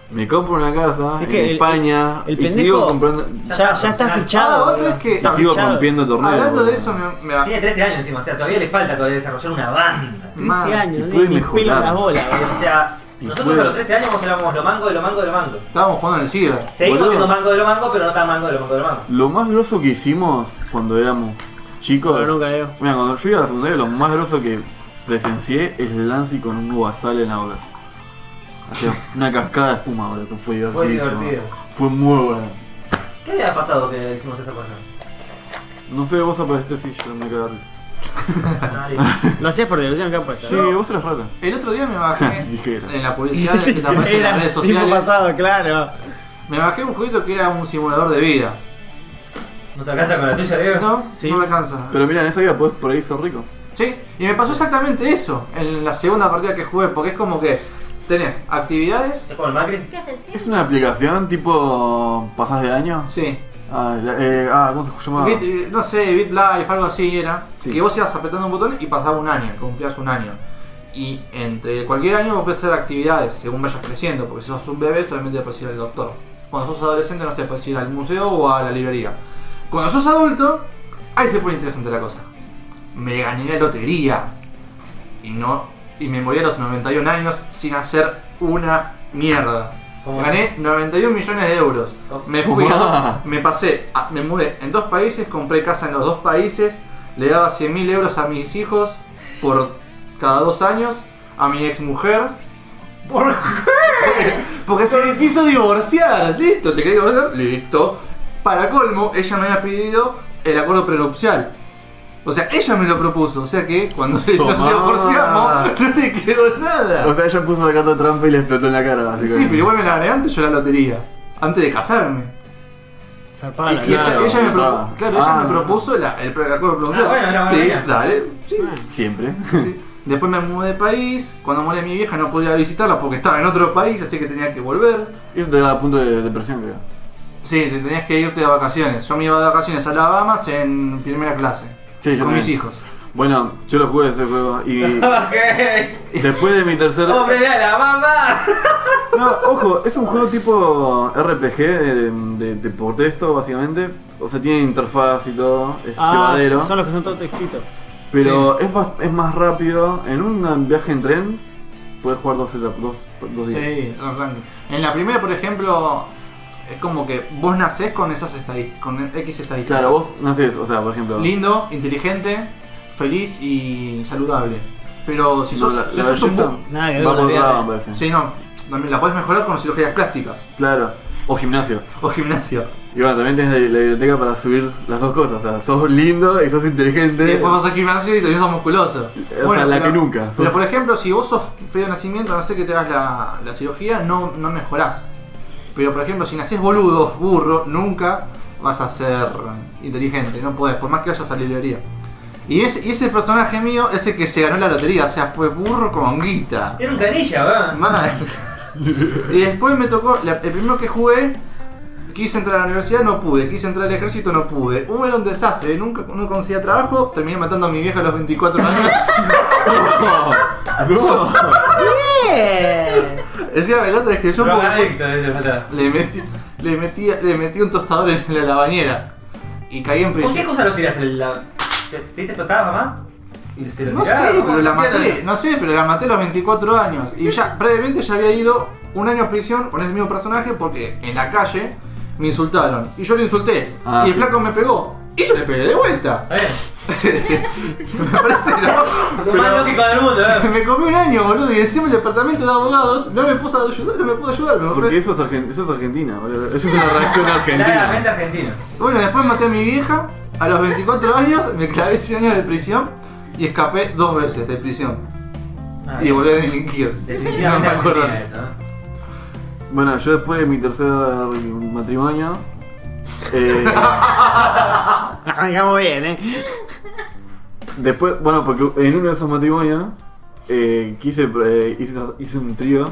S4: Me compro una casa
S3: Es que
S4: en
S3: el-
S4: España
S3: el
S4: y
S3: pendejo-
S4: sigo comprando.
S3: Ya, ya está
S2: Ah,
S3: fichado.
S2: vos
S3: boludo.
S2: sabés que-
S4: Y
S3: Está
S4: sigo
S3: fichado.
S4: rompiendo torneos.
S2: Hablando de
S4: boludo.
S2: eso, me. me-
S6: Tiene 13 años encima, o sea, todavía le falta todavía desarrollar una banda.
S3: 13
S4: Y
S3: años,
S4: puede
S3: ni
S4: mejorar.
S3: pelo en las bolas, boludo.
S6: O sea,
S4: Y
S6: nosotros
S4: puede-
S6: a los 13 años éramos lo mango de lo mango de lo mango.
S2: Estábamos jugando en el SIDA.
S6: Seguimos
S4: Boludo.
S6: siendo mango de lo mango, pero no tan mango de lo mango de lo mango.
S4: Lo más grosso que hicimos cuando éramos chicos.
S3: Pero nunca veo.
S4: Mira, cuando yo iba a la secundaria, lo más grosso que presencié es Lancy con un guasal en la boca. Hacía una cascada de espuma, boludo. Eso fue
S6: Fue
S4: divertidísimo.
S6: divertido.
S4: Fue muy bueno.
S6: ¿Qué había pasado que hicimos esa cosa?
S4: No sé, vos apareciste así, yo me cagué. de risa.
S6: Nadie.
S3: Lo hacías por diversión acá pues, puesta.
S4: Sí, vos eras rara.
S2: El otro día me bajé
S4: Dijera.
S2: en la publicidad de que te aparece en las redes
S3: Eras tipo
S2: sociales.
S3: pasado, claro.
S2: Me bajé un jueguito que era un simulador de vida.
S6: ¿No te alcanza con la tuya, Diego?
S2: No,
S3: Sí.
S2: no me alcanza.
S4: Pero mira, en esa vida podés por ahí ser rico.
S2: Sí, y me pasó exactamente eso en la segunda partida que jugué, porque es como que tenés actividades.
S6: ¿Es como el Macri?
S5: ¿Qué es el cine?
S4: Es una aplicación tipo. pasás de año.
S2: Sí,
S4: Ah, la- eh, ah, ¿cómo se llamaba?
S2: Bit- no sé, BitLife, algo así era.
S4: Sí.
S2: Que vos ibas apretando un botón y pasaba un año, cumplías un año. Y entre cualquier año vos puedes hacer actividades según vayas creciendo, porque si sos un bebé solamente puedes ir al doctor. Cuando sos adolescente, no sé, puedes ir al museo o a la librería. Cuando sos adulto, ahí se pone interesante la cosa. Me gané la lotería. Y no. Y me morí a los 91 años sin hacer una mierda.
S1: Como-
S2: Gané 91 millones de eudos.
S1: ¿Cómo?
S2: Me fui a
S4: Fumá.
S2: dos- me pasé, a- me mudé en dos países, compré casa en los dos países, le daba 100 mil euros a mis hijos por cada dos años, a mi ex mujer. ¿Por qué? Porque se me quiso divorciar. Listo, te quería divorciar. Listo. Para colmo, ella me había pedido el acuerdo prenupcial. O sea, ella me lo propuso. O sea que cuando se nos
S4: Tomá.
S2: divorciamos, no le quedó nada.
S4: O sea, ella puso la carta trampa y le explotó en la cara, básicamente.
S2: Sí, pero igual me la gané antes yo la lotería. Antes de casarme.
S3: Zarpada
S2: y
S3: la
S2: y ella-
S4: Ah, claro,
S2: ella, me propu-
S4: claro.
S2: claro, ella
S4: Ah,
S2: me
S4: no.
S2: propuso la- el, pre- el acuerdo prenupcial.
S6: Ah, bueno, era
S2: sí,
S6: buena.
S2: dale. Sí,
S4: Siempre.
S2: sí. Después me mudé de país. Cuando muere mi vieja no podía visitarla porque estaba en otro país, así que tenía que volver.
S4: Eso te da a punto de depresión, creo.
S2: Sí, te tenías que irte de vacaciones. Yo me iba de vacaciones a las Bahamas en primera clase.
S4: Sí, yo
S2: con mis
S4: también.
S2: hijos.
S4: Bueno, yo lo jugué ese juego y
S6: Ok.
S4: después de mi tercer...
S6: ¡Hombre de Alabama!
S4: No, ojo, es un juego tipo RPG eh, de, de, de por texto, básicamente. O sea, tiene interfaz y todo, es
S3: Ah,
S4: llevadero.
S3: son los que son todos textitos.
S4: Pero es, más, es más rápido. En un viaje en tren, puedes jugar dos, etapas- dos, dos días.
S2: Sí, todo tranqui. En la primera, por ejemplo, es como que vos nacés con esas estadísticas, con X estadísticas.
S4: Claro, vos nacés, o sea, por ejemplo.
S2: Lindo, inteligente, feliz y saludable. Pero si
S4: no,
S2: sos,
S4: la,
S2: si
S4: la
S2: sos un
S4: belleza
S2: bu-
S3: Nada que ver
S4: va
S3: con la
S4: por
S3: vida
S4: rama,
S3: real.
S4: parece.
S2: Sí, no, también la podés mejorar con cirugías plásticas
S4: Claro. O gimnasio.
S2: o gimnasio.
S4: Y bueno, también tenés la, la biblioteca para subir las dos cosas. O sea, sos lindo y sos inteligente.
S2: Y después vas al gimnasio y todavía sos musculoso.
S4: sea, la que nunca.
S2: Pero
S4: Sos-
S2: por ejemplo, si vos sos feo de nacimiento, no sé que te hagas la, la cirugía, no, no mejorás. Pero por ejemplo, si nacés boludo, burro, nunca vas a ser inteligente, no podés, por más que vayas a la librería. Y ese, y ese personaje mío es el que se ganó la lotería, o sea, fue burro con guita.
S6: Era un canilla, weón.
S2: Mal. y después me tocó, la- el primero que jugué, quise entrar a la universidad, no pude, quise entrar al ejército, no pude. Uno era un desastre, nunca, nunca conseguía trabajo, terminé matando a mi vieja a los 24 años.
S4: No.
S3: Bien.
S2: Decía que la otra es que yo porque-
S6: Drogadicto, dice falta.
S2: le metí, le, metí, le metí un tostador en la, bañera y caí en
S6: ¿Con qué
S2: prisión.
S6: cosa lo tiras? El- la- ¿Te, te dice tostada, mamá? Y se lo
S2: No
S6: tirás,
S2: sé,
S6: mamá.
S2: pero la
S6: ¿Qué era?
S2: maté, no sé, pero la maté a los 24 años. Y ya, previamente ya había ido un año a prisión con ese mismo personaje porque en la calle me insultaron. Y yo le insulté.
S4: Ah,
S2: y el
S4: sí.
S2: flaco me pegó. Y yo le pegué de vuelta.
S6: Está bien.
S2: me parece loco,
S6: Lo más
S2: pero
S6: lógico del mundo, eh.
S2: Me comí un año, boludo, y encima el departamento de abogados no me puso a ayudar, no me pudo ayudar. me
S4: Porque eso es, Argen- eso es Argentina, boludo. Eso es una reacción
S6: Claramente
S4: argentina.
S6: argentino.
S2: Bueno, después maté a mi vieja, a los 24 años me clavé 100 años de prisión y escapé dos veces de prisión.
S6: Ah,
S2: Y volví a delinquir. No me
S6: Definitivamente
S2: acuerdo.
S6: argentina eso, ¿no?
S4: Bueno, yo después de mi tercer matrimonio. eh,
S3: Arrancamos bien, eh.
S4: después, bueno, porque en uno de esos matrimonios. eh, quise, eh, hice, hice un trío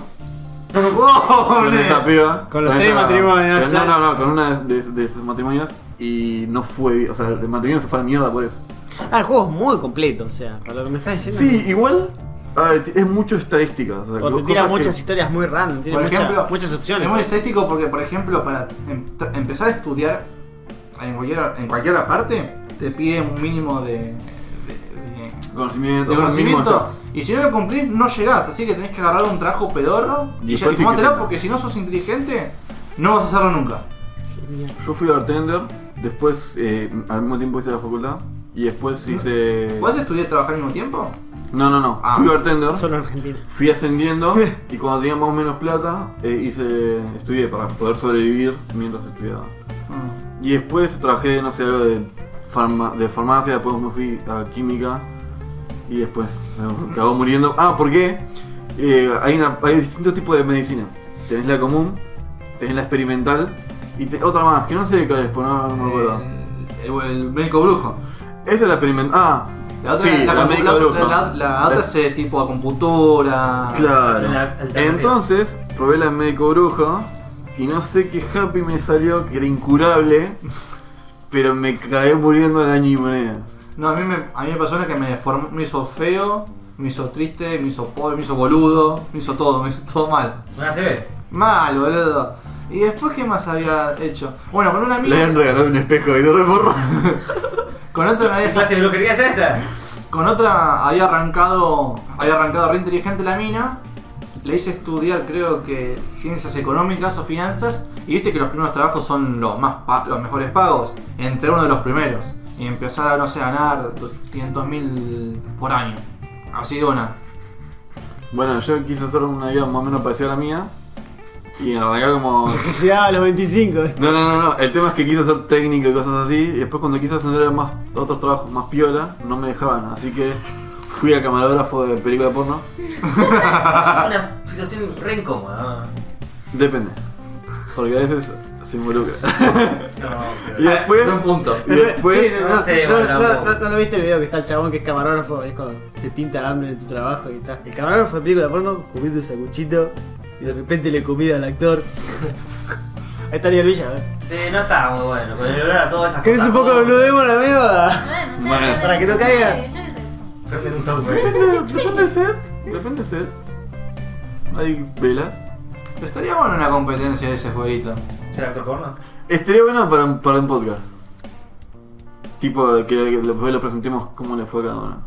S4: con
S2: ¡Pobre!
S4: esa piba.
S3: Con los
S4: esa-
S3: tres matrimonios,
S4: pero
S3: claro.
S4: No, no, no, con una de, de esos matrimonios. Y no fue. bien, O sea, el matrimonio se fue a la mierda por eso.
S3: Ah, el juego es muy completo, o sea, para lo que me estás diciendo.
S4: Sí, igual. A ver, es mucho estadística. O sea,
S3: O te
S4: cosas
S3: tira
S4: que-
S3: muchas historias muy random, tiene
S2: Por
S3: mucha-
S2: ejemplo,
S3: muchas opciones. pues.
S2: Es muy estético porque, por ejemplo, para em- tra- empezar a estudiar en cualquier, en cualquier parte, te pide un mínimo de, de- de-
S4: Conocimiento,
S2: de
S4: o sea, mínimo
S2: conocimiento.
S4: estás.
S2: Y si no lo cumplís, no llegás. Así que tenés que agarrar un trabajo pedorro
S4: Y
S2: y ya
S4: después sí que
S2: fumátela,
S4: sí.
S2: porque si no sos inteligente, no vas a hacerlo nunca.
S4: este-
S3: Genial.
S4: Yo fui bartender, después eh, al mismo tiempo hice la facultad y después hice.
S2: ¿Puedes estudiar y trabajar al mismo tiempo?
S4: No, no, no.
S2: Ah.
S4: Fui bartender,
S3: Solo en Argentina.
S4: fui ascendiendo y cuando tenía más o menos plata eh, hice estudié para poder sobrevivir mientras estudiaba.
S2: Mm.
S4: Y después trabajé, no sé, algo de, farma- de farmacia, después me fui a química y después me acabó muriendo. Ah, ¿por qué? Eh, hay, una, hay distintos tipos de medicina. Tenés la común, tenés la experimental y te- otra más, que no sé cuál es, pero no, no me acuerdo.
S2: El, Eh, el médico brujo.
S4: Esa es la experimental. Ah,
S2: La otra,
S4: sí,
S2: la,
S4: la,
S2: la-
S4: médica
S2: la-
S4: bruja.
S2: la- la otra es eh, tipo acupuntura.
S6: La
S4: Claro.
S6: alternativa.
S4: Entonces, probé la médico bruja y no sé qué happy me salió, que era incurable, pero me cagué muriendo al año y monedas.
S2: No, a mí me, a mí me pasó una que me deformó, me hizo feo, me hizo triste, me hizo pobre, me hizo boludo, me hizo todo, me hizo todo mal.
S1: Una CB.
S2: Mal, boludo. Y después, ¿qué más había hecho? Bueno, con un amigo,
S4: Le han regalado un espejo y todo reborró.
S2: con otro me había
S1: ¿Qué clase de brujería es esta?
S2: Con otra había arrancado, había arrancado re inteligente la mina. Le hice estudiar, creo que ciencias económicas o finanzas. Y viste que los primeros trabajos son los más pa- los mejores pagos. Entre uno de los primeros. Y empezar a, no sé, a ganar 500 mil por año. Así de una.
S4: Bueno, yo quise hacer una vida más o menos parecida a la mía. Y arrancar como.
S3: Llegaba a los 25. ¿viste?
S4: No, no, no, no. El tema es que quise hacer técnico y cosas así. Y después, cuando quise ascender a más, a otros trabajos más piola, no me dejaban. Así que fui a camarógrafo de película porno.
S6: Es una situación re incómoda.
S4: Depende. Porque a veces se involucra.
S6: No,
S4: Y después.
S2: De un punto.
S4: Y después.
S3: Sí,
S6: no sé,
S3: no,
S6: bueno,
S3: no,
S6: tampoco.
S3: no- no lo viste el video que está el chabón que es camarógrafo, es cuando te pinta el hambre en tu trabajo y está. El camarógrafo de película porno, comiste un sacuchito y de repente le comida al actor. Ahí estaría Villa, ¿eh?
S6: Sí, no estaba muy bueno. Con el olor a todas esas
S3: ¿Querés un poco de
S6: cosas.
S3: bludemo la mierda?
S5: Bueno, ¿eh? no sé,
S4: Bueno,
S5: de
S3: para que no
S5: qué
S3: caiga.
S5: sé, yo qué sé.
S6: Prenden un software.
S4: Depende de ser. Depende de ser. Hay velas.
S2: Pero estaría bueno una competencia de ese jueguito.
S1: ¿Será actor porno?
S4: Estaría bueno para, un- para un podcast. Tipo, que, que después lo presentemos cómo le fue a cada uno.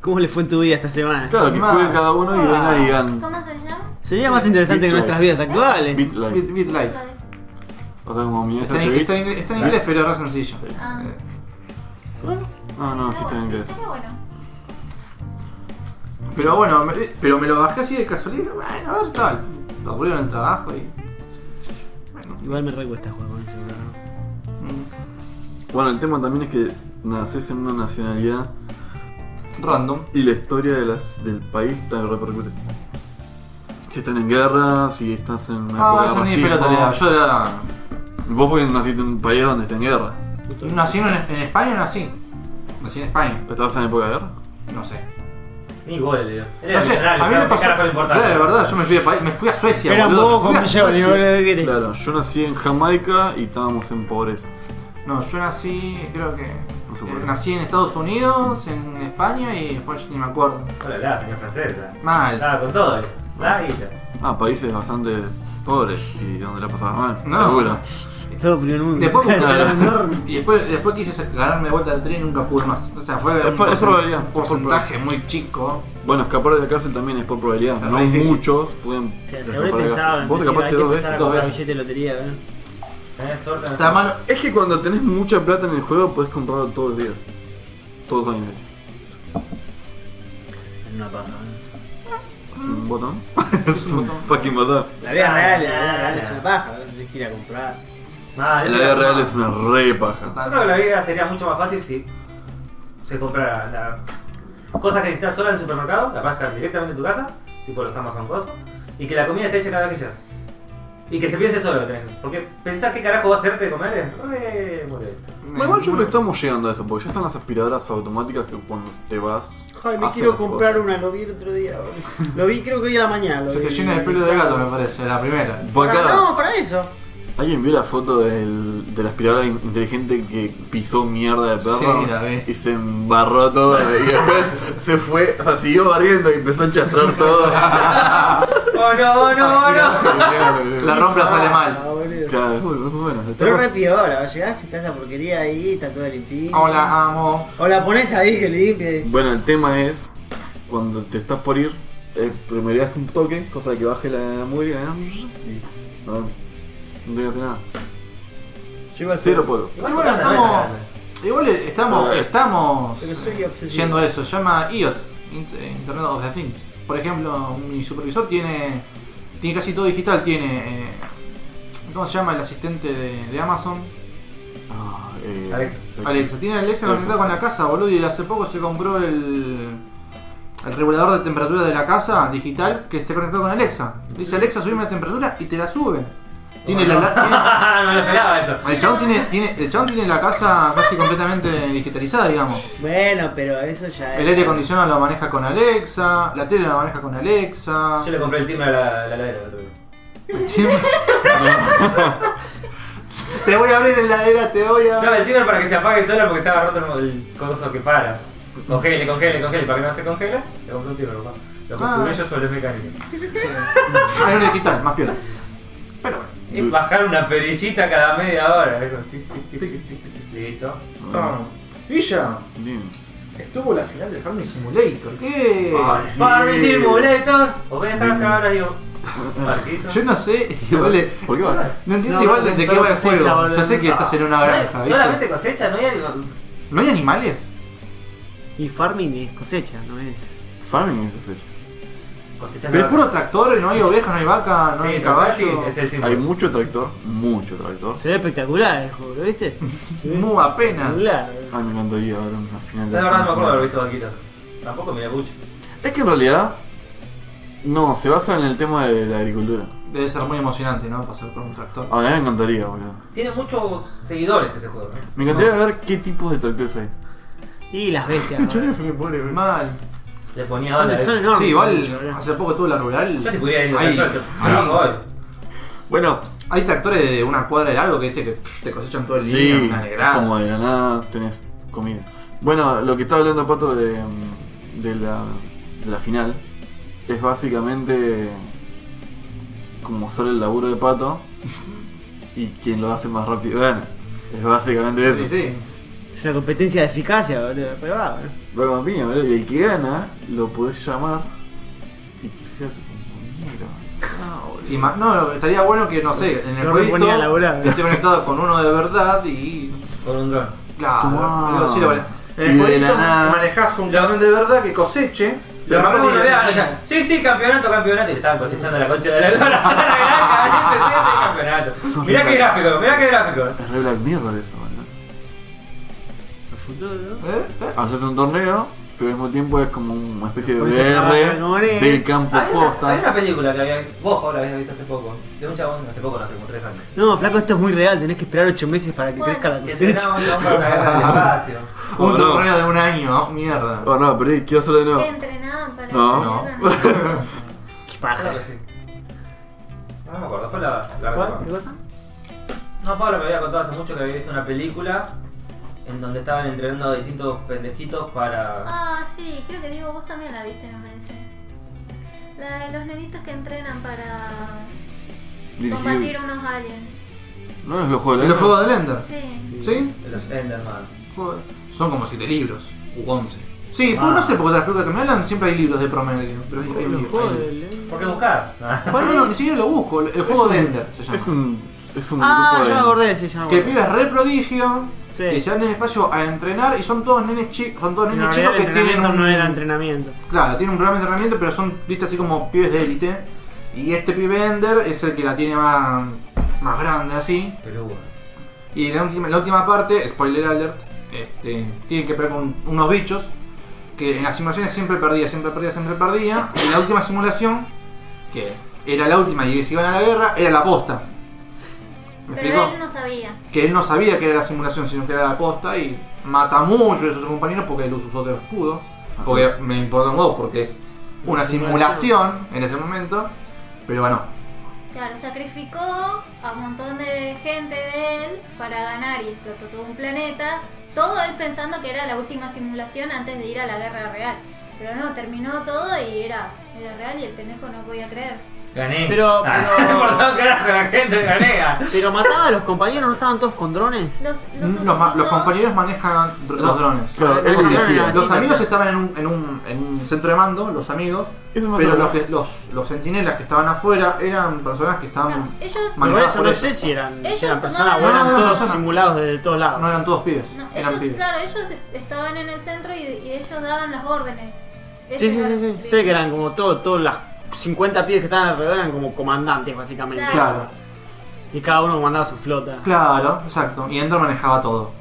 S3: ¿Cómo le fue en tu vida esta semana?
S4: Claro, que
S2: Mal.
S4: jueguen cada uno y vengan y digan.
S5: ¿Cómo se llama?
S3: Sería más interesante que nuestras vidas actuales.
S4: Beat Life.
S2: Bit, Bit Life.
S4: O sea, como millones
S2: Está
S4: de
S2: en,
S4: bits.
S2: está en inglés- está en inglés, pero es re sencillo.
S5: Ah.
S2: Eh,
S4: No, no, sí está en inglés.
S5: Pero bueno.
S2: Pero bueno, me- pero me lo bajé así de casualidad. Bueno, a ver, tal. Lo aburrieron en el trabajo y. Bueno.
S3: Igual me recuesta jugar con ese programa.
S2: mm,
S4: Bueno, el tema también es que naces en una nacionalidad
S2: Random.
S4: y la historia de las, del país te repercute. Si están en guerra, si estás en una
S2: Ah,
S4: época
S2: eso
S4: de
S2: ni pelota le daba.
S4: racismo.
S2: Yo era.
S4: Vos porque naciste en un país donde está en guerra.
S2: Nací en, en España, nací. Nací en España,
S4: ¿Estabas en época de guerra?
S2: no sé.
S1: Ni goles, le dio. Él era
S2: No sé,
S1: millonario,
S2: a mí me pasó.
S1: carajo le importaba.
S2: Claro, de verdad, yo me fui, a, pa- me fui a Suecia,
S3: Era un
S2: boludo,
S3: poco
S2: me
S3: con
S2: fui a
S3: millones,
S2: Suecia.
S3: boludo, ¿qué querés?
S4: Claro, yo nací en Jamaica y estábamos en pobreza.
S2: No, yo nací, creo que.
S4: Por
S2: eh,
S4: supuesto.
S2: nací en Estados Unidos, en España y después ni me acuerdo.
S1: Hola, la señor francesa.
S2: Mal.
S1: Estaba con todo, eh. La guita.
S4: Ah, países bastante pobres y donde la pasaba mal,
S2: No.
S4: seguro.
S3: Todo primer mundo.
S2: Después, busqué-
S4: Claro.
S2: y después, después quise sa- ganarme vuelta del tren y nunca pude más. O sea, fue
S4: Es
S2: un
S4: por- es
S2: porcent-
S4: probabilidad, por
S2: porcentaje muy chico.
S4: Bueno, escapar de la cárcel también es por probabilidad.
S2: Es
S4: no
S2: re difícil.
S4: muchos pueden.
S3: O sea,
S4: escapar
S3: seguro
S4: de la
S3: pensaban.
S4: cárcel.
S3: decían,
S4: Vos
S3: hay
S4: escapaste
S3: que
S4: dos
S3: empezar
S4: veces.
S3: a
S2: dos
S3: comprar
S2: veces.
S3: billete de lotería, ¿verdad?
S1: Tenés suerte. en-
S2: Está mano.
S4: Es que cuando tenés mucha plata en el juego podés comprarlo todos los días. Todos los años, de hecho.
S3: Es una paja, ¿eh?
S4: Es un botón. es un
S2: botón.
S4: fucking botón.
S3: La vida real, la vida real es una paja, ¿verdad? Tenés que ir a comprar.
S1: Ah,
S4: La
S1: eso
S4: vida
S1: era-
S4: real es una re paja.
S2: Total.
S1: Yo creo que la vida sería mucho más fácil si se comprara la cosas que necesitas sola en el supermercado, la pascas directamente en tu casa, tipo los Amazon Coso, y que la comida esté hecha cada vez que llegas. Y que se piense solo lo que tenés. Porque pensar qué carajo va a hacerte de comer "Eh, es re molesto.
S4: Bueno, igual yo creo que estamos llegando a eso, porque ya están las aspiradoras automáticas que cuando te vas.
S3: Ay, me
S4: hacen
S3: quiero
S4: las
S3: comprar
S4: cosas.
S3: una, lo vi el otro día. boludo. Lo vi creo que hoy a la mañana. Lo
S2: Se
S3: vi.
S2: te llena de pelo de gato, me parece, la primera.
S3: Para-
S4: Bacana.
S3: Ah, no, para eso.
S4: ¿Alguien vio la foto del, de la aspiradora in- inteligente que pisó mierda de perro?
S2: Sí, la vi.
S4: Y se embarró todo y después se fue, o sea, siguió barriendo y empezó a enchastrar todo.
S1: ¡Oh no, oh no, oh no!
S2: La rompla sale
S3: Ah,
S2: mal.
S3: boludo.
S4: Claro, es muy, muy bueno. Está
S3: Pero es
S4: pas-
S3: re piola, llegás y está esa porquería ahí, está todo limpio.
S2: Ah, Hola, amo.
S3: O la pones ahí que limpie.
S4: Bueno, el tema es, cuando te estás por ir, eh, primero das un toque, cosa de que baje la mugre, ¿eh? y no, no tengo que hacer nada.
S3: Yo iba a hacer-
S4: Cero polvo.
S2: Igual bueno, estamos. Igual e- estamos. Estamos.
S3: Pero soy obsesivo.
S2: Yendo a eso, se llama IOT, Int- eh, Internet of the Things. Por ejemplo, mi supervisor tiene. Tiene casi todo digital, tiene. eh, ¿Cómo se llama el asistente de, de Amazon?
S4: Ah, eh,
S1: Alexa.
S2: Alexa. Tiene Alexa
S4: Alexa.
S2: conectada con la casa, boludo, y hace poco se compró el. El regulador de temperatura de la casa digital que esté conectado con Alexa. Dice Alexa, subime la temperatura y te la sube. Tiene la, la- tiene-
S1: Ah, no lo esperaba eso.
S2: El chabón tiene, tiene- el chabón tiene la casa casi completamente digitalizada, digamos.
S3: Bueno, pero eso ya es.
S2: El aire acondicionado lo maneja con Alexa, la tele la maneja con Alexa.
S1: Yo le compré el timbre a la, la heladera el otro día.
S2: te voy a abrir la heladera, te voy a...
S1: No, el timbre para que se apague sola porque estaba roto el coso que para. Congele, congele, congele. Para que no se congele, le compré un tiro, papá. Lo construí
S2: Ah.
S1: yo sobre el mecánico.
S2: Hay un digital, más piola. Pero bueno.
S1: Y bajar una perillita cada media hora. ¿ves? Con tic, tic, tic, tic, tic, tic. Listo.
S2: Ah, Villa,
S4: Bien.
S2: estuvo la final de Farming Simulator. ¿Qué?
S1: Ah,
S4: Sí.
S1: Farm Simulator. Ovejas, cabras y barquitos.
S2: Yo no sé, igual de-
S4: ¿Por qué va?
S2: No entiendo
S3: No,
S2: igual
S3: no,
S2: de qué
S3: solo
S2: va el
S3: cosecha,
S2: juego.
S3: boludo.
S2: Yo sé que estás en una
S1: No hay-
S2: granja, ¿viste?
S1: solamente cosecha, no hay algo-
S2: ¿No hay animales?
S3: Y farming es cosecha, no es.
S4: Farming es cosecha.
S1: cosecha.
S2: Pero es
S1: no-
S2: puro tractor, no hay oveja, no hay vaca, no
S1: Sí,
S2: hay
S1: no, sí,
S2: caballo.
S1: Es el
S4: Hay
S1: símbolo.
S4: mucho tractor, mucho tractor.
S3: Se ve espectacular el juego, ¿lo viste?
S2: Mu apenas.
S3: Espectacular.
S4: Ay, Ah, me encantaría ver una final
S1: De
S4: de
S1: verdad no me acuerdo de haber
S4: Farming.
S1: visto vaquitas. Tampoco me mucho.
S4: Es que en realidad. No, se basa en el tema de la agricultura. Ah,
S2: Debe ser muy emocionante, ¿no? Pasar por un tractor.
S4: A mí me encantaría, boludo.
S1: Tiene muchos seguidores ese juego, ¿no?
S4: Me encantaría ver qué tipos de tractores hay.
S3: Y las bestias. boludo.
S2: Mal.
S1: Le ponía
S3: Son,
S1: ahora.
S3: son
S1: Yo
S3: enormes.
S2: Sí,
S3: son mucho,
S2: igual
S3: boludo.
S2: hace poco tuve la rural.
S1: si pudiera ir
S2: Hay,
S1: de tractor,
S2: hay-
S1: no voy.
S4: Bueno,
S2: hay tractores de una cuadra de largo que viste que psh, te cosechan todo el día,
S4: sí,
S2: una negrada.
S4: como de la nada tenés comida. Bueno, lo que estaba hablando Pato de, mm, de la, de la final es básicamente como hacer el laburo de Pato y quien lo hace más rápido gana. Es básicamente eso.
S2: Sí, sí.
S3: Es una competencia de eficacia, boludo. Pero va, boludo.
S4: Va con piña, boludo. Y el que gana lo podés llamar y que sea tu compañero. Ah, boludo.
S2: Sí, ma- no, estaría bueno que, no sé, en el
S3: No me
S2: jueguito
S3: ponía a laburar.
S2: esté conectado con uno de verdad y...
S1: Con un dron.
S2: Claro,
S4: Tomá.
S2: algo así, bueno. En
S4: Y
S2: el
S4: de
S2: jueguito
S4: la nada-
S2: manejás un cabrón de verdad que coseche.
S1: Lo
S2: aparte
S1: marcó una
S2: que-
S1: vez, ahora ya, Sí, sí, campeonato, campeonato. Y le estaban cosechando la concha de la lora. La granja, ¿viste? Sí, sí, campeonato. Mirá qué gráfico, mirá qué gráfico.
S4: Es re Black Mirror eso, boludo.
S3: El futuro.
S2: ¿Eh? ¿Eh?
S4: haces un torneo, pero al mismo tiempo es como una especie de
S3: Como se
S2: "Ah,
S3: acaba la
S4: VR
S3: memoria.
S4: del campo
S1: Hay una, hay
S4: posta.
S1: una película que había, vos Paula habías visto hace poco, de un chabón, hace poco, no hace como tres años.
S3: No, flaco, esto es muy real. Tenés que esperar 8 meses para que
S5: Bueno,
S3: crezca la
S1: Que se
S3: cosecha.
S1: daba un chabón para la guerra del espacio.
S2: Un
S4: Boludo.
S2: torneo de un año, ¿no? mierda.
S4: Oh, no, perdí, quiero hacerlo de
S5: Que
S4: nuevo.
S5: entrenaban para
S4: No.
S5: hacer una-
S3: Qué
S1: Claro
S3: paja.
S1: que sí. No me acuerdo, después la, la
S3: ¿Cuál? ¿Qué
S1: recuerdo.
S3: cosa?
S1: No, Pablo me había contado hace mucho que había visto una película en donde estaban entrenando a distintos pendejitos para.
S5: Ah, sí, creo que digo, vos también la viste, me parece. La de los nenitos que entrenan para combatir
S4: Dirigido.
S5: unos aliens.
S4: No es los juegos
S2: ¿Y
S4: de
S2: los
S4: la
S2: juegos de Blender?
S5: Sí.
S2: ¿Sí?
S1: Los Enderman.
S2: Joder. Son como 7 libros, u 11. Sí,
S1: Ah.
S2: pues no sé, porque las películas que me hablan siempre hay libros de promedio. Pero hay, hay un
S3: El
S2: libro.
S3: juego
S2: hay un-
S3: del- eh.
S1: ¿Por qué buscás? Ah,
S2: Bueno, no, ni siquiera lo busco. El juego de Ender se llama.
S4: Es un, es un
S3: Ah,
S4: grupo
S3: ya
S4: de...
S3: me acordé, se llama.
S2: Que el pibe es re prodigio
S3: Sí.
S2: y se van en el espacio a entrenar y son todos nenes chicos, son todos
S3: En
S2: nenes
S3: realidad
S2: chicos
S3: el
S2: que tienen
S3: entrenamiento
S2: un,
S3: no era entrenamiento.
S2: Claro, tienen un programa de entrenamiento, pero son viste así como pibes de élite. Y este pibe Ender es el que la tiene más, más grande así.
S1: Peludo.
S2: Y la última, la última parte, spoiler alert, este, tiene que ver con unos bichos que en las simulaciones siempre perdía, siempre perdía, siempre perdía. Y la última simulación, que era la última y se iban a la guerra, era la posta. ¿Me
S5: Pero
S2: explicó?
S5: él no sabía.
S2: que él no sabía que era la simulación, sino que era la posta y mata mucho de sus compañeros porque él los usó de escudo. Porque me importa un huevo, porque es una
S3: Una
S2: simulación en ese momento. Pero bueno,
S5: Claro, sacrificó a un montón de gente de él para ganar y explotó todo un planeta. Todo él pensando que era la última simulación antes de ir a la guerra real. Pero no, terminó todo y era, era real y el pendejo no podía creer.
S1: Gané.
S3: Pero-
S1: Ah,
S3: pero-
S1: por todo carajo, la gente gané. ah.
S3: Pero mataba a los compañeros, ¿no estaban todos con drones?
S5: Los,
S2: los, Mm, ma- los
S5: utilizó-
S2: compañeros manejan dr- los drones.
S4: Claro, es
S2: O sea,
S3: Ah,
S4: dirigido.
S3: sí,
S2: los
S3: sí,
S2: amigos
S3: sí.
S2: estaban en un, en, un, en un centro de mando, los amigos,
S4: Eso me
S2: pero
S4: hace
S2: los,
S4: acordar.
S2: que- los, los centinelas que estaban afuera eran personas que
S5: Claro,
S2: estaban...
S5: ellos,
S2: Man-
S3: Igual
S2: Manejaba
S3: eso
S2: por
S3: no
S2: eso.
S3: sé si eran,
S5: Ellos
S3: si eran personas o
S5: tomaban-
S3: eran
S2: No, no, no,
S3: todos
S2: personas.
S3: simulados de todos lados.
S2: No eran todos pibes,
S5: no,
S2: eran
S5: ellos,
S2: pibes.
S5: claro, ellos estaban en el centro y, y ellos daban las órdenes.
S3: Sí,
S5: Ese
S3: sí,
S5: era-
S3: sí, sí. Sé que eran como todos, todos las 50 pibes que estaban alrededor eran como comandantes básicamente.
S5: Claro.
S2: Claro,
S3: Y cada uno comandaba su flota.
S2: claro, exacto. Y Ender manejaba todo.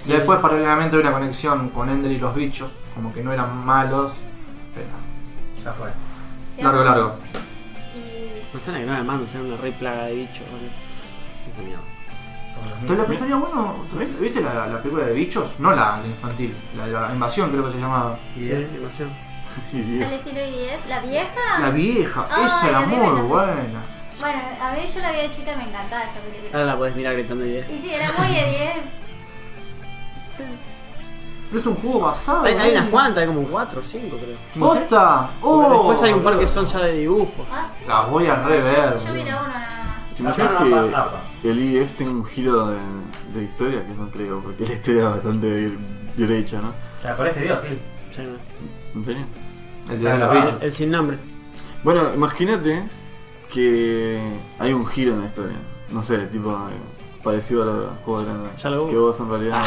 S3: Sí.
S2: Y después paralelamente hay una conexión con Ender y los bichos, como que no eran malos. Pero
S1: Ya fue.
S2: largo, largo.
S5: Y
S3: No que no eran mandos, eran una re plaga de bichos. boludo. Esa mierda.
S1: Como los
S2: Pero
S1: mil-
S2: lo que estaría bueno, ¿viste- ¿viste la, la película de bichos? No la, la infantil, la de la invasión creo que se llamaba.
S1: y-
S3: Sí, demasiado.
S4: Sí, sí.
S5: al estilo IDF, la vieja.
S2: La vieja,
S5: Ay,
S2: esa era
S5: a mí me
S2: muy
S5: encantó.
S2: buena.
S5: Bueno, a mí yo la vi de chica y me encantaba esa película.
S3: Ahora la podés mirar gritando y
S5: Y sí, era muy de 10.
S2: Es un jugo basado.
S3: Hay, hay
S2: ¿eh?
S3: unas cuantas, hay como 4 o 5 creo.
S2: ¡Posta!
S3: Porque
S2: ¡Oh!
S3: después hay un par que son ya de dibujo.
S5: ¿Ah, sí?
S2: Las voy a rever.
S5: Yo vi la uno nada más.
S4: ¿Te
S1: La
S4: imaginas
S1: barra, la barra.
S4: que el IEF tenga un giro de, de historia? Que no creo, porque la historia es bastante bien, bien hecha, ¿no?
S1: O sea, parece Dios, Gil.
S3: Sí,
S4: ¿En serio?
S2: El de los bichos.
S3: El sin nombre.
S4: Bueno, imagínate que hay un giro en la historia. No sé, tipo eh, parecido a los juegos de Grande.
S3: Ya lo Ah. hubo.
S4: Que vos en realidad.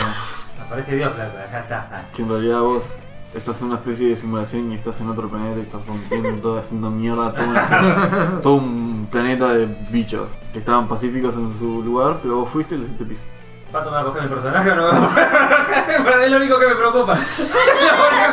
S1: Aparece Dios, claro, acá está. ah.
S4: Que en realidad vos estás en una especie de simulación y estás en otro planeta y estás rompiendo, haciendo mierda todo un, todo un planeta de bichos que estaban pacíficos en su lugar, pero vos fuiste y les hiciste pis.
S1: ¿Pato me va a coger mi personaje o no me va a coger mi personaje? Pero es lo único que me preocupa.
S4: Ya va a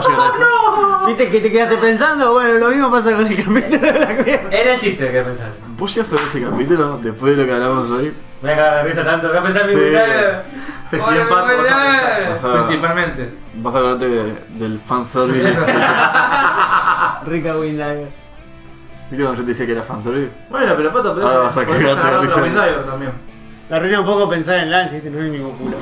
S4: llegar a eso.
S3: ¿Viste que te quedaste pensando? Bueno, lo mismo pasa con el capítulo de la cueva.
S1: Era el chiste que pensar.
S4: ¿Vos llegas a ver ese capítulo después de lo que hablamos hoy?
S1: Me voy a cagar de risa tanto. Voy a pensar en mi
S4: Sí.
S1: mundial.
S2: Te
S1: Hola,
S2: escribió
S1: mi
S2: Pato, vas a
S1: mundial.
S2: pensar.
S4: Vas a-
S2: Principalmente.
S4: Vas a hablarte de- del fanservice.
S3: Rica Windiver.
S4: ¿Viste cuando yo te decía que era fanservice?
S2: Bueno, pero Pato, pero
S4: Ahora vas a
S2: podés
S4: cagarte
S2: agarrar
S4: de
S2: otro
S4: risa.
S2: Windiver también.
S3: La arruina un poco pensar en Lance, ¿viste? No es ningún culo.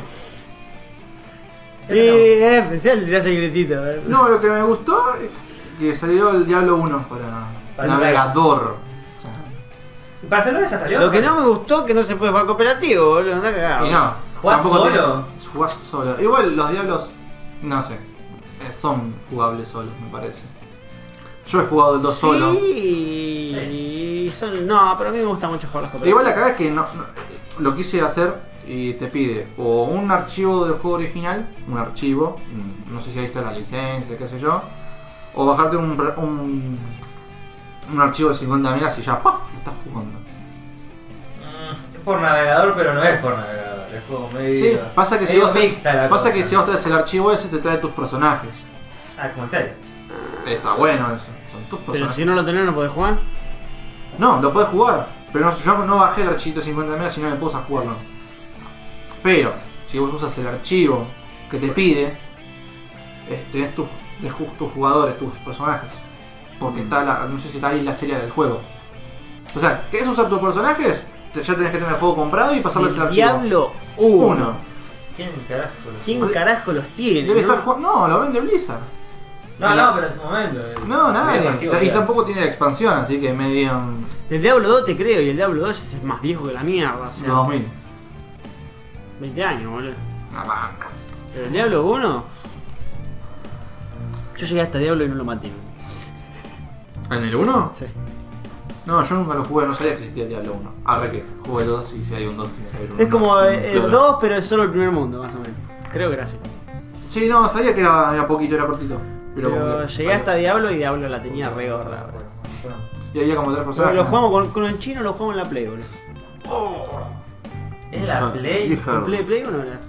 S3: Y
S1: Pero no.
S3: eh, pensé al tirarse el gritito. a ver.
S2: Este No, lo que me gustó es que salió el Diablo 1 para,
S1: Para
S2: navegador.
S1: ¿Y para Barcelona ya salió?
S3: Lo que no me gustó que no se puede jugar cooperativo, boludo. Anda
S2: O sea,
S3: cagado.
S2: y no.
S1: ¿Jugás
S2: tampoco tiene-
S1: solo?
S2: jugás solo. Igual los Diablos, no sé, eh, son jugables solos, me parece. Yo he jugado el 2
S3: sí.
S2: solo.
S3: y Son, no, pero a mí me gusta mucho jugar las
S2: E Igual
S3: cooperativas.
S2: la cagada es que no, no- lo quise hacer y te pide o un archivo del juego original, un archivo, mm, no sé si ahí está la licencia, qué sé yo, o bajarte un, re- un, un archivo de 50 megas y ya, ¡paf! estás jugando.
S1: Mm, Es por navegador, pero no es por navegador. Es como medio.
S2: Sí, pasa que si
S1: medio
S2: vos,
S1: mixta la
S2: pasa
S1: cosa.
S2: que si vos traes el archivo ese te trae tus personajes.
S1: Ah, como en serio.
S2: Está bueno eso, son tus
S3: Pero
S2: personajes.
S3: si no lo tenés no podés jugar.
S2: No, lo podés jugar. Pero no- yo no bajé el archivito 50 megas y no me puse a jugarlo. Pero, si vos usas el archivo que te pide, eh, tenés tus, tenés ju- tus jugadores, tus personajes. Porque está la, no sé si está ahí la serie del juego. O sea, ¿querés usar tus personajes? Te- ya tenés que tener el juego comprado y pasarles el
S3: El
S2: archivo.
S3: Diablo
S2: Uno.
S3: 1.
S1: ¿Quién carajo? lo-
S3: ¿Quién carajo los tiene?
S2: Debe
S3: no?
S2: estar jugando. No, lo vende Blizzard.
S1: No, no, pero en su momento. eh,
S2: No,
S1: subía
S2: nadie.
S1: los archivos,
S2: Y
S1: ya.
S2: tampoco tiene la expansión, así que medio. mm,
S3: Del Diablo 2 te creo y el Diablo 2 es más viejo que la mierda. O sea,
S2: 2000.
S3: 20 años, boludo.
S2: Una banca.
S3: Pero el Diablo 1. Yo llegué hasta Diablo y no lo maté.
S2: ¿En el 1?
S3: Sí.
S2: No, yo nunca lo jugué, no sabía que existía el Diablo 1. Ahora que jugué el 2 y si hay un 2 tiene que haber un
S3: Es
S2: 1.
S3: como eh, el
S4: Claro.
S3: 2, pero es solo el primer mundo, más o menos. Creo que era así.
S2: Sí, no, sabía que era, era poquito, era cortito. Pero,
S3: Pero,
S2: como que-
S3: llegué hasta Diablo y Diablo la tenía re gorda. boludo.
S2: Y había como tres personas.
S3: Pero lo jugamos con, con el chino, lo jugamos en la Play, boludo.
S1: Es la
S4: Ah,
S1: Play.
S4: vieja.
S3: ¿En Play, Play 1 era?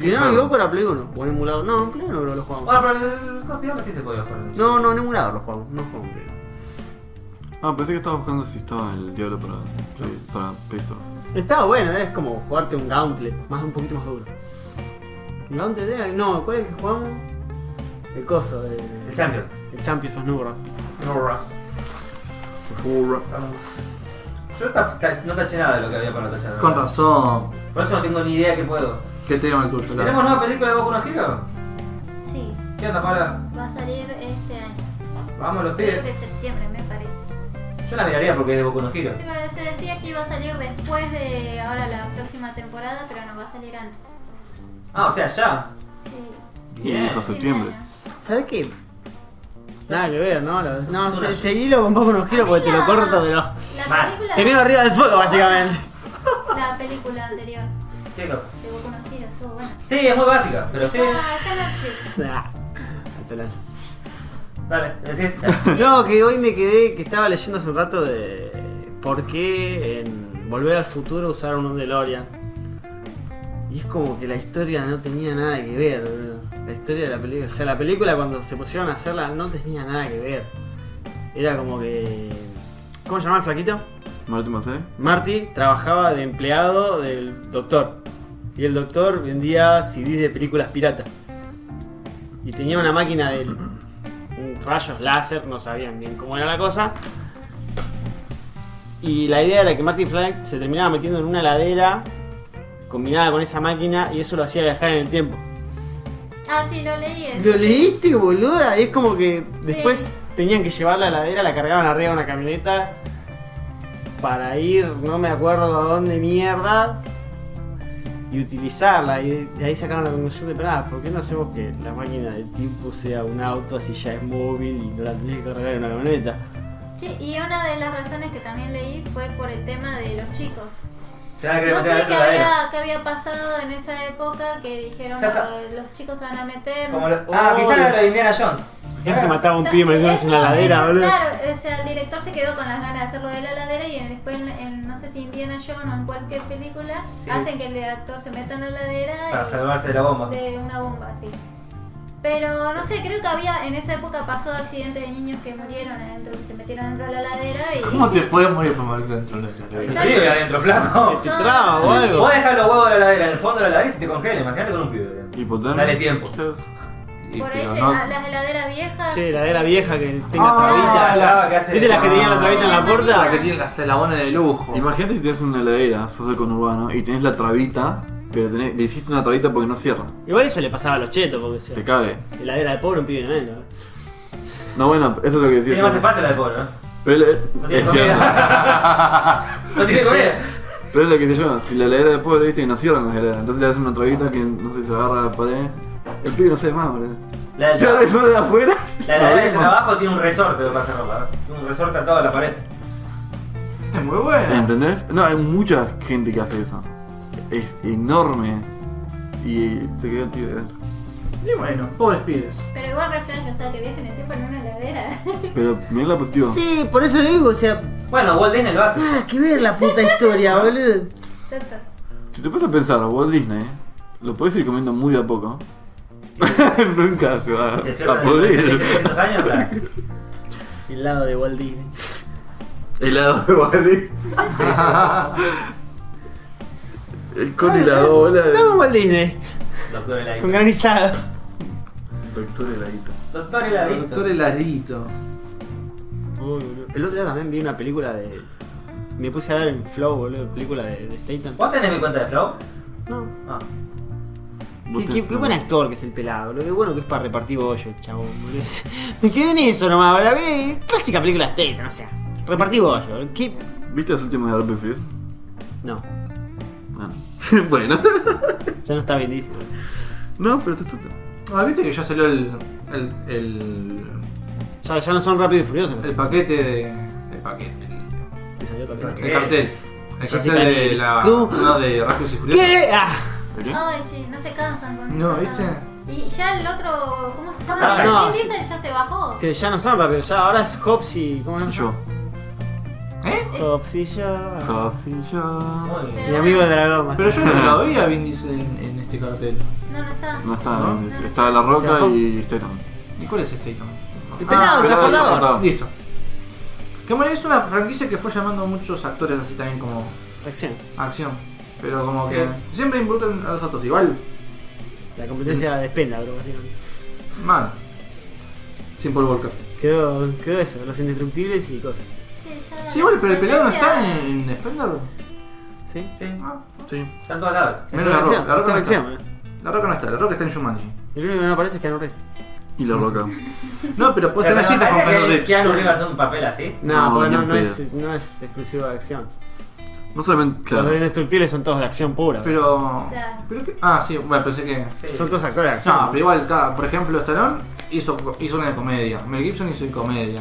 S3: Si no me equivoco era Play 1. O en emulador. No, en Play 1 creo que lo jugamos.
S1: Bueno, Ah, pero el el Costillo sí se podía jugar.
S3: No, no, en emulador lo jugamos. No jugamos en Play 1.
S4: Ah, pensé que estaba buscando si estaba el diablo para, Play- para Play Store.
S3: Estaba bueno, ¿eh? es como jugarte un gauntlet, más un poquito más duro. ¿Un gauntlet era? No, ¿cuál es el que jugamos? El coso, el,
S1: El Champions.
S3: el Champions of New Rock.
S1: Yo ta- ta- no taché nada de lo que había para tachar.
S2: Con razón.
S1: Por eso no tengo ni idea que puedo.
S2: ¿Qué tema el tuyo? la-
S1: ¿Tenemos nueva película de Boku no Hero?
S5: Sí,
S1: ¿Qué onda, Paula?
S5: va a salir este año.
S1: Vamos los
S5: Creo
S1: pibes.
S5: que en septiembre, me parece.
S1: Yo la miraría porque es de Boku no Hero.
S5: Sí, pero se decía que iba a salir después de ahora la próxima temporada, pero no va a salir antes.
S1: Ah, o sea, ya.
S5: Sí. Este
S1: Bien.
S4: Hijos. Septiembre.
S3: ¿Sabes qué? Nada que ver, ¿no? La- No,
S1: Una-
S3: se- seguilo con poco unos giros porque te lo corto, pero.
S5: La
S1: Va,
S5: película.
S3: Tenido arriba del fuego, básicamente.
S5: La película anterior
S1: ¿Qué cosa?
S5: de Boku no Hero estuvo buena.
S1: Sí, es muy básica, pero sí.
S5: Ah, acá no existe.
S3: Ah, alto lanza.
S1: Dale, decir.
S3: No, que hoy me quedé, que estaba leyendo hace un rato de por qué en Volver al Futuro usaron un DeLorean. Y es como que la historia no tenía nada que ver, boludo. La historia de la película. O sea, la película cuando se pusieron a hacerla no tenía nada que ver. Era como que. ¿Cómo se llama el flaquito?
S4: Martin McFly.
S3: Marty trabajaba de empleado del doctor. Y el doctor vendía CDs de películas piratas. Y tenía una máquina de un rayos láser, no sabían bien cómo era la cosa. Y la idea era que Marty Fly se terminaba metiendo en una ladera combinada con esa máquina y eso lo hacía viajar en el tiempo.
S5: Ah, sí, lo leí. eso.
S3: ¿Lo leíste, boluda? Y es como que después
S5: Sí.
S3: tenían que llevar la ladera, la cargaban arriba de una camioneta para ir, no me acuerdo a dónde mierda, y utilizarla. Y de ahí sacaron la conclusión de, pará, ¿por qué no hacemos que la máquina del tiempo sea un auto así ya es móvil y no la tenés que cargar en una camioneta?
S5: Sí, y una de las razones que también leí fue por el tema de los chicos.
S1: Se van a querer
S5: No
S1: meter
S5: sé
S1: adentro
S5: qué
S1: de la heladera.
S5: había, qué había pasado en esa época que dijeron
S1: Ya está.
S5: "No, los chicos se van a meter. no
S1: Como
S5: sé".
S1: lo- Ah,
S3: Oh,
S1: quizás era
S3: la-
S1: lo de Indiana Jones. Ah,
S3: ¿Quién se mataba a un pibe
S5: También,
S3: metiéndose en la
S5: eso,
S3: ladera,
S5: eh,
S3: boludo?
S5: Claro, o sea, el director se quedó con las ganas de hacerlo de la ladera y después, en, en, no sé si Indiana Jones o en cualquier película,
S1: Sí.
S5: hacen que el actor se meta en la ladera
S1: Para
S5: y-
S1: salvarse de la bomba.
S5: de una bomba, sí. Pero no sé, creo que había, en esa época pasó accidente de niños que murieron adentro, que se metieron dentro de la ladera y...
S2: ¿Cómo te puedes morir por morir dentro de la
S1: Se
S2: heladera?
S5: Sí.
S1: vive adentro, flaco.
S3: Se te traba o
S5: Son
S3: algo.
S1: Vos dejás los huevos de la heladera en el fondo de la heladera y se te congela. Imagínate con un pibe. dentro.
S4: Hipotermia.
S1: Dale tiempo.
S4: Quizás.
S2: Y-
S5: Por ahí
S2: pero
S5: se-
S2: no-
S5: a- las heladeras viejas...
S3: Sí, ladera vieja que tenga
S1: Ah,
S2: Ah,
S3: trabita.
S1: la que hace-
S3: ¿Viste las que tenían la
S2: Ah.
S3: trabita en la
S2: La
S3: puerta?
S2: que tiene las salabones de lujo.
S4: Imagínate si tienes una heladera, sos de conurbano, y tenés la trabita, pero tenés- le hiciste una trabita porque no cierra.
S3: Igual eso le pasaba a los chetos, porque se
S4: Te cabe.
S3: Heladera de pobre, un pibe no entra.
S4: No, bueno, eso es lo que decía.
S1: Tiene
S4: yo.
S1: más espacio la de polvo, ¿no?
S4: Pero, eh,
S1: No tiene
S4: es cierto.
S1: comida. no tiene comida.
S4: Pero es lo que decía yo, si la heladera de pobre, viste, y no cierran las heladeras, entonces le hacen una trabita que no sé si se agarra a la pared. El pibe no sabe más, boludo.
S1: La del
S4: Cierra
S1: trabajo,
S4: eso de afuera.
S1: la heladera de
S4: abrimos.
S1: trabajo tiene un resorte para hacer ropa. ¿no? Tiene un resorte atado a la pared.
S2: Es muy buena.
S4: ¿Entendés? No, hay mucha gente que hace eso. Es enorme. Y se quedó el pibe dentro.
S2: Y bueno, pobres pibes.
S5: Pero igual reflejo, o sea, que viajen el tiempo en una heladera.
S4: Pero mirá la positiva.
S3: Sí, por eso digo, o sea,
S1: Bueno, Walt Disney lo hace.
S3: nada que ver la puta historia, boludo.
S5: Tanto.
S4: Si te pones a pensar, Walt Disney, lo podés ir comiendo muy de a poco. Nunca se va
S1: Se
S4: a
S1: cierra en
S4: pudrir.
S1: 700 años. la-
S3: El lado de Walt Disney.
S4: Helado de Walt Disney. El con helado, bola.
S3: Dame un Ah, Walt Disney,
S1: Doctor
S3: con
S1: Heladito.
S3: granizado.
S4: Doctor heladito.
S1: Doctor
S2: El
S1: Heladito.
S2: doctor heladito.
S3: Uy, boludo. El otro día también vi una película de... Me puse a ver en Flow, boludo, película de, de Statham.
S1: ¿Vos tenés mi cuenta de Flow?
S3: No.
S1: Ah.
S4: Vos
S3: Qué, qué-
S4: te haces
S3: qué
S4: una-
S3: buen actor que es el pelado, boludo. Qué bueno que es para repartir bollos, chabón, boludo. Me quedé en eso nomás, boludo. Vi Clásica película de Statham, o sea. Repartir bollos, boludo. ¿Qué?
S4: ¿Viste las últimas de Rapid Fist?
S3: No,
S4: Bueno. bueno.
S3: ya no está bien, dice.
S4: no, pero te está.
S2: Ah, viste que ya salió el. el. el,
S3: Ya, ya no son rápidos y furiosos.
S2: el paquete de. el paquete. el-
S3: Me salió otra película.
S2: El, cartel. El
S3: Jessica
S2: cartel de
S3: Biel.
S2: la.
S3: ¿Cómo?
S2: No, de Rápidos y Furiosos.
S3: ¿Qué? Ah.
S5: Ay, sí, no se cansan con
S2: No,
S5: esas
S2: ¿viste?
S5: cosas. Y ya el otro, ¿cómo se llama?
S1: Ah,
S3: no.
S5: Vin Diesel ya se bajó.
S3: Que ya no son rápidos, ya ahora es Hobbs y. ¿Cómo se llama?
S4: Yo.
S2: ¿Eh?
S3: Hobbs y yo.
S4: Casi Ah, yo.
S1: Muy bien.
S3: Mi amigo el dragón. más
S2: Pero
S3: o
S2: yo no lo veía Vin Diesel en, en este cartel.
S5: No, no está.
S4: No está,
S2: ¿No?
S4: no, está La Roca
S3: O sea,
S4: y Statham.
S2: ¿Y cuál es este Statham?
S3: El pelado,
S4: el pelado,
S3: transportador.
S4: transportador.
S2: Listo. Que bueno, es una franquicia que fue llamando a muchos actores así también como
S3: menos. Acción.
S2: acción. Pero como
S1: Sí.
S2: que siempre involucran a los otros. Igual,
S3: La competencia despenda, bro. básicamente.
S2: mal. Sin Paul Walker.
S3: Quedó, quedó eso, los indestructibles y cosas.
S5: Sí, ya
S2: Sí, igual, pero el pelado no está
S5: presencia-
S2: en, en Splendor.
S3: ¿Sí?
S1: Sí,
S2: Ah,
S4: Sí.
S1: están todas las
S2: Menos la roca. La roca no
S3: acción, eh.
S2: está. La roca no está, la roca está en Shumanji.
S3: El único que no aparece es Keanu Reeves.
S4: Y La Roca.
S2: No, pero puedes tener citas con Keanu
S1: que
S2: Reeves.
S1: Keanu Reeves hace un papel así.
S3: No,
S4: No,
S3: porque
S4: ni
S3: no,
S4: en
S3: no
S4: pedo.
S3: es, no es exclusivo de acción.
S4: No solamente.
S3: Los
S4: Claro.
S3: indestructibles son todos de acción pura.
S2: Pero.
S5: Claro.
S2: pero que, ah, sí, bueno, pensé que.
S1: Sí.
S3: Son todos actores de acción.
S2: No, pero igual, cada, por ejemplo, Stallone hizo, hizo una de comedia. Mel Gibson hizo de comedia.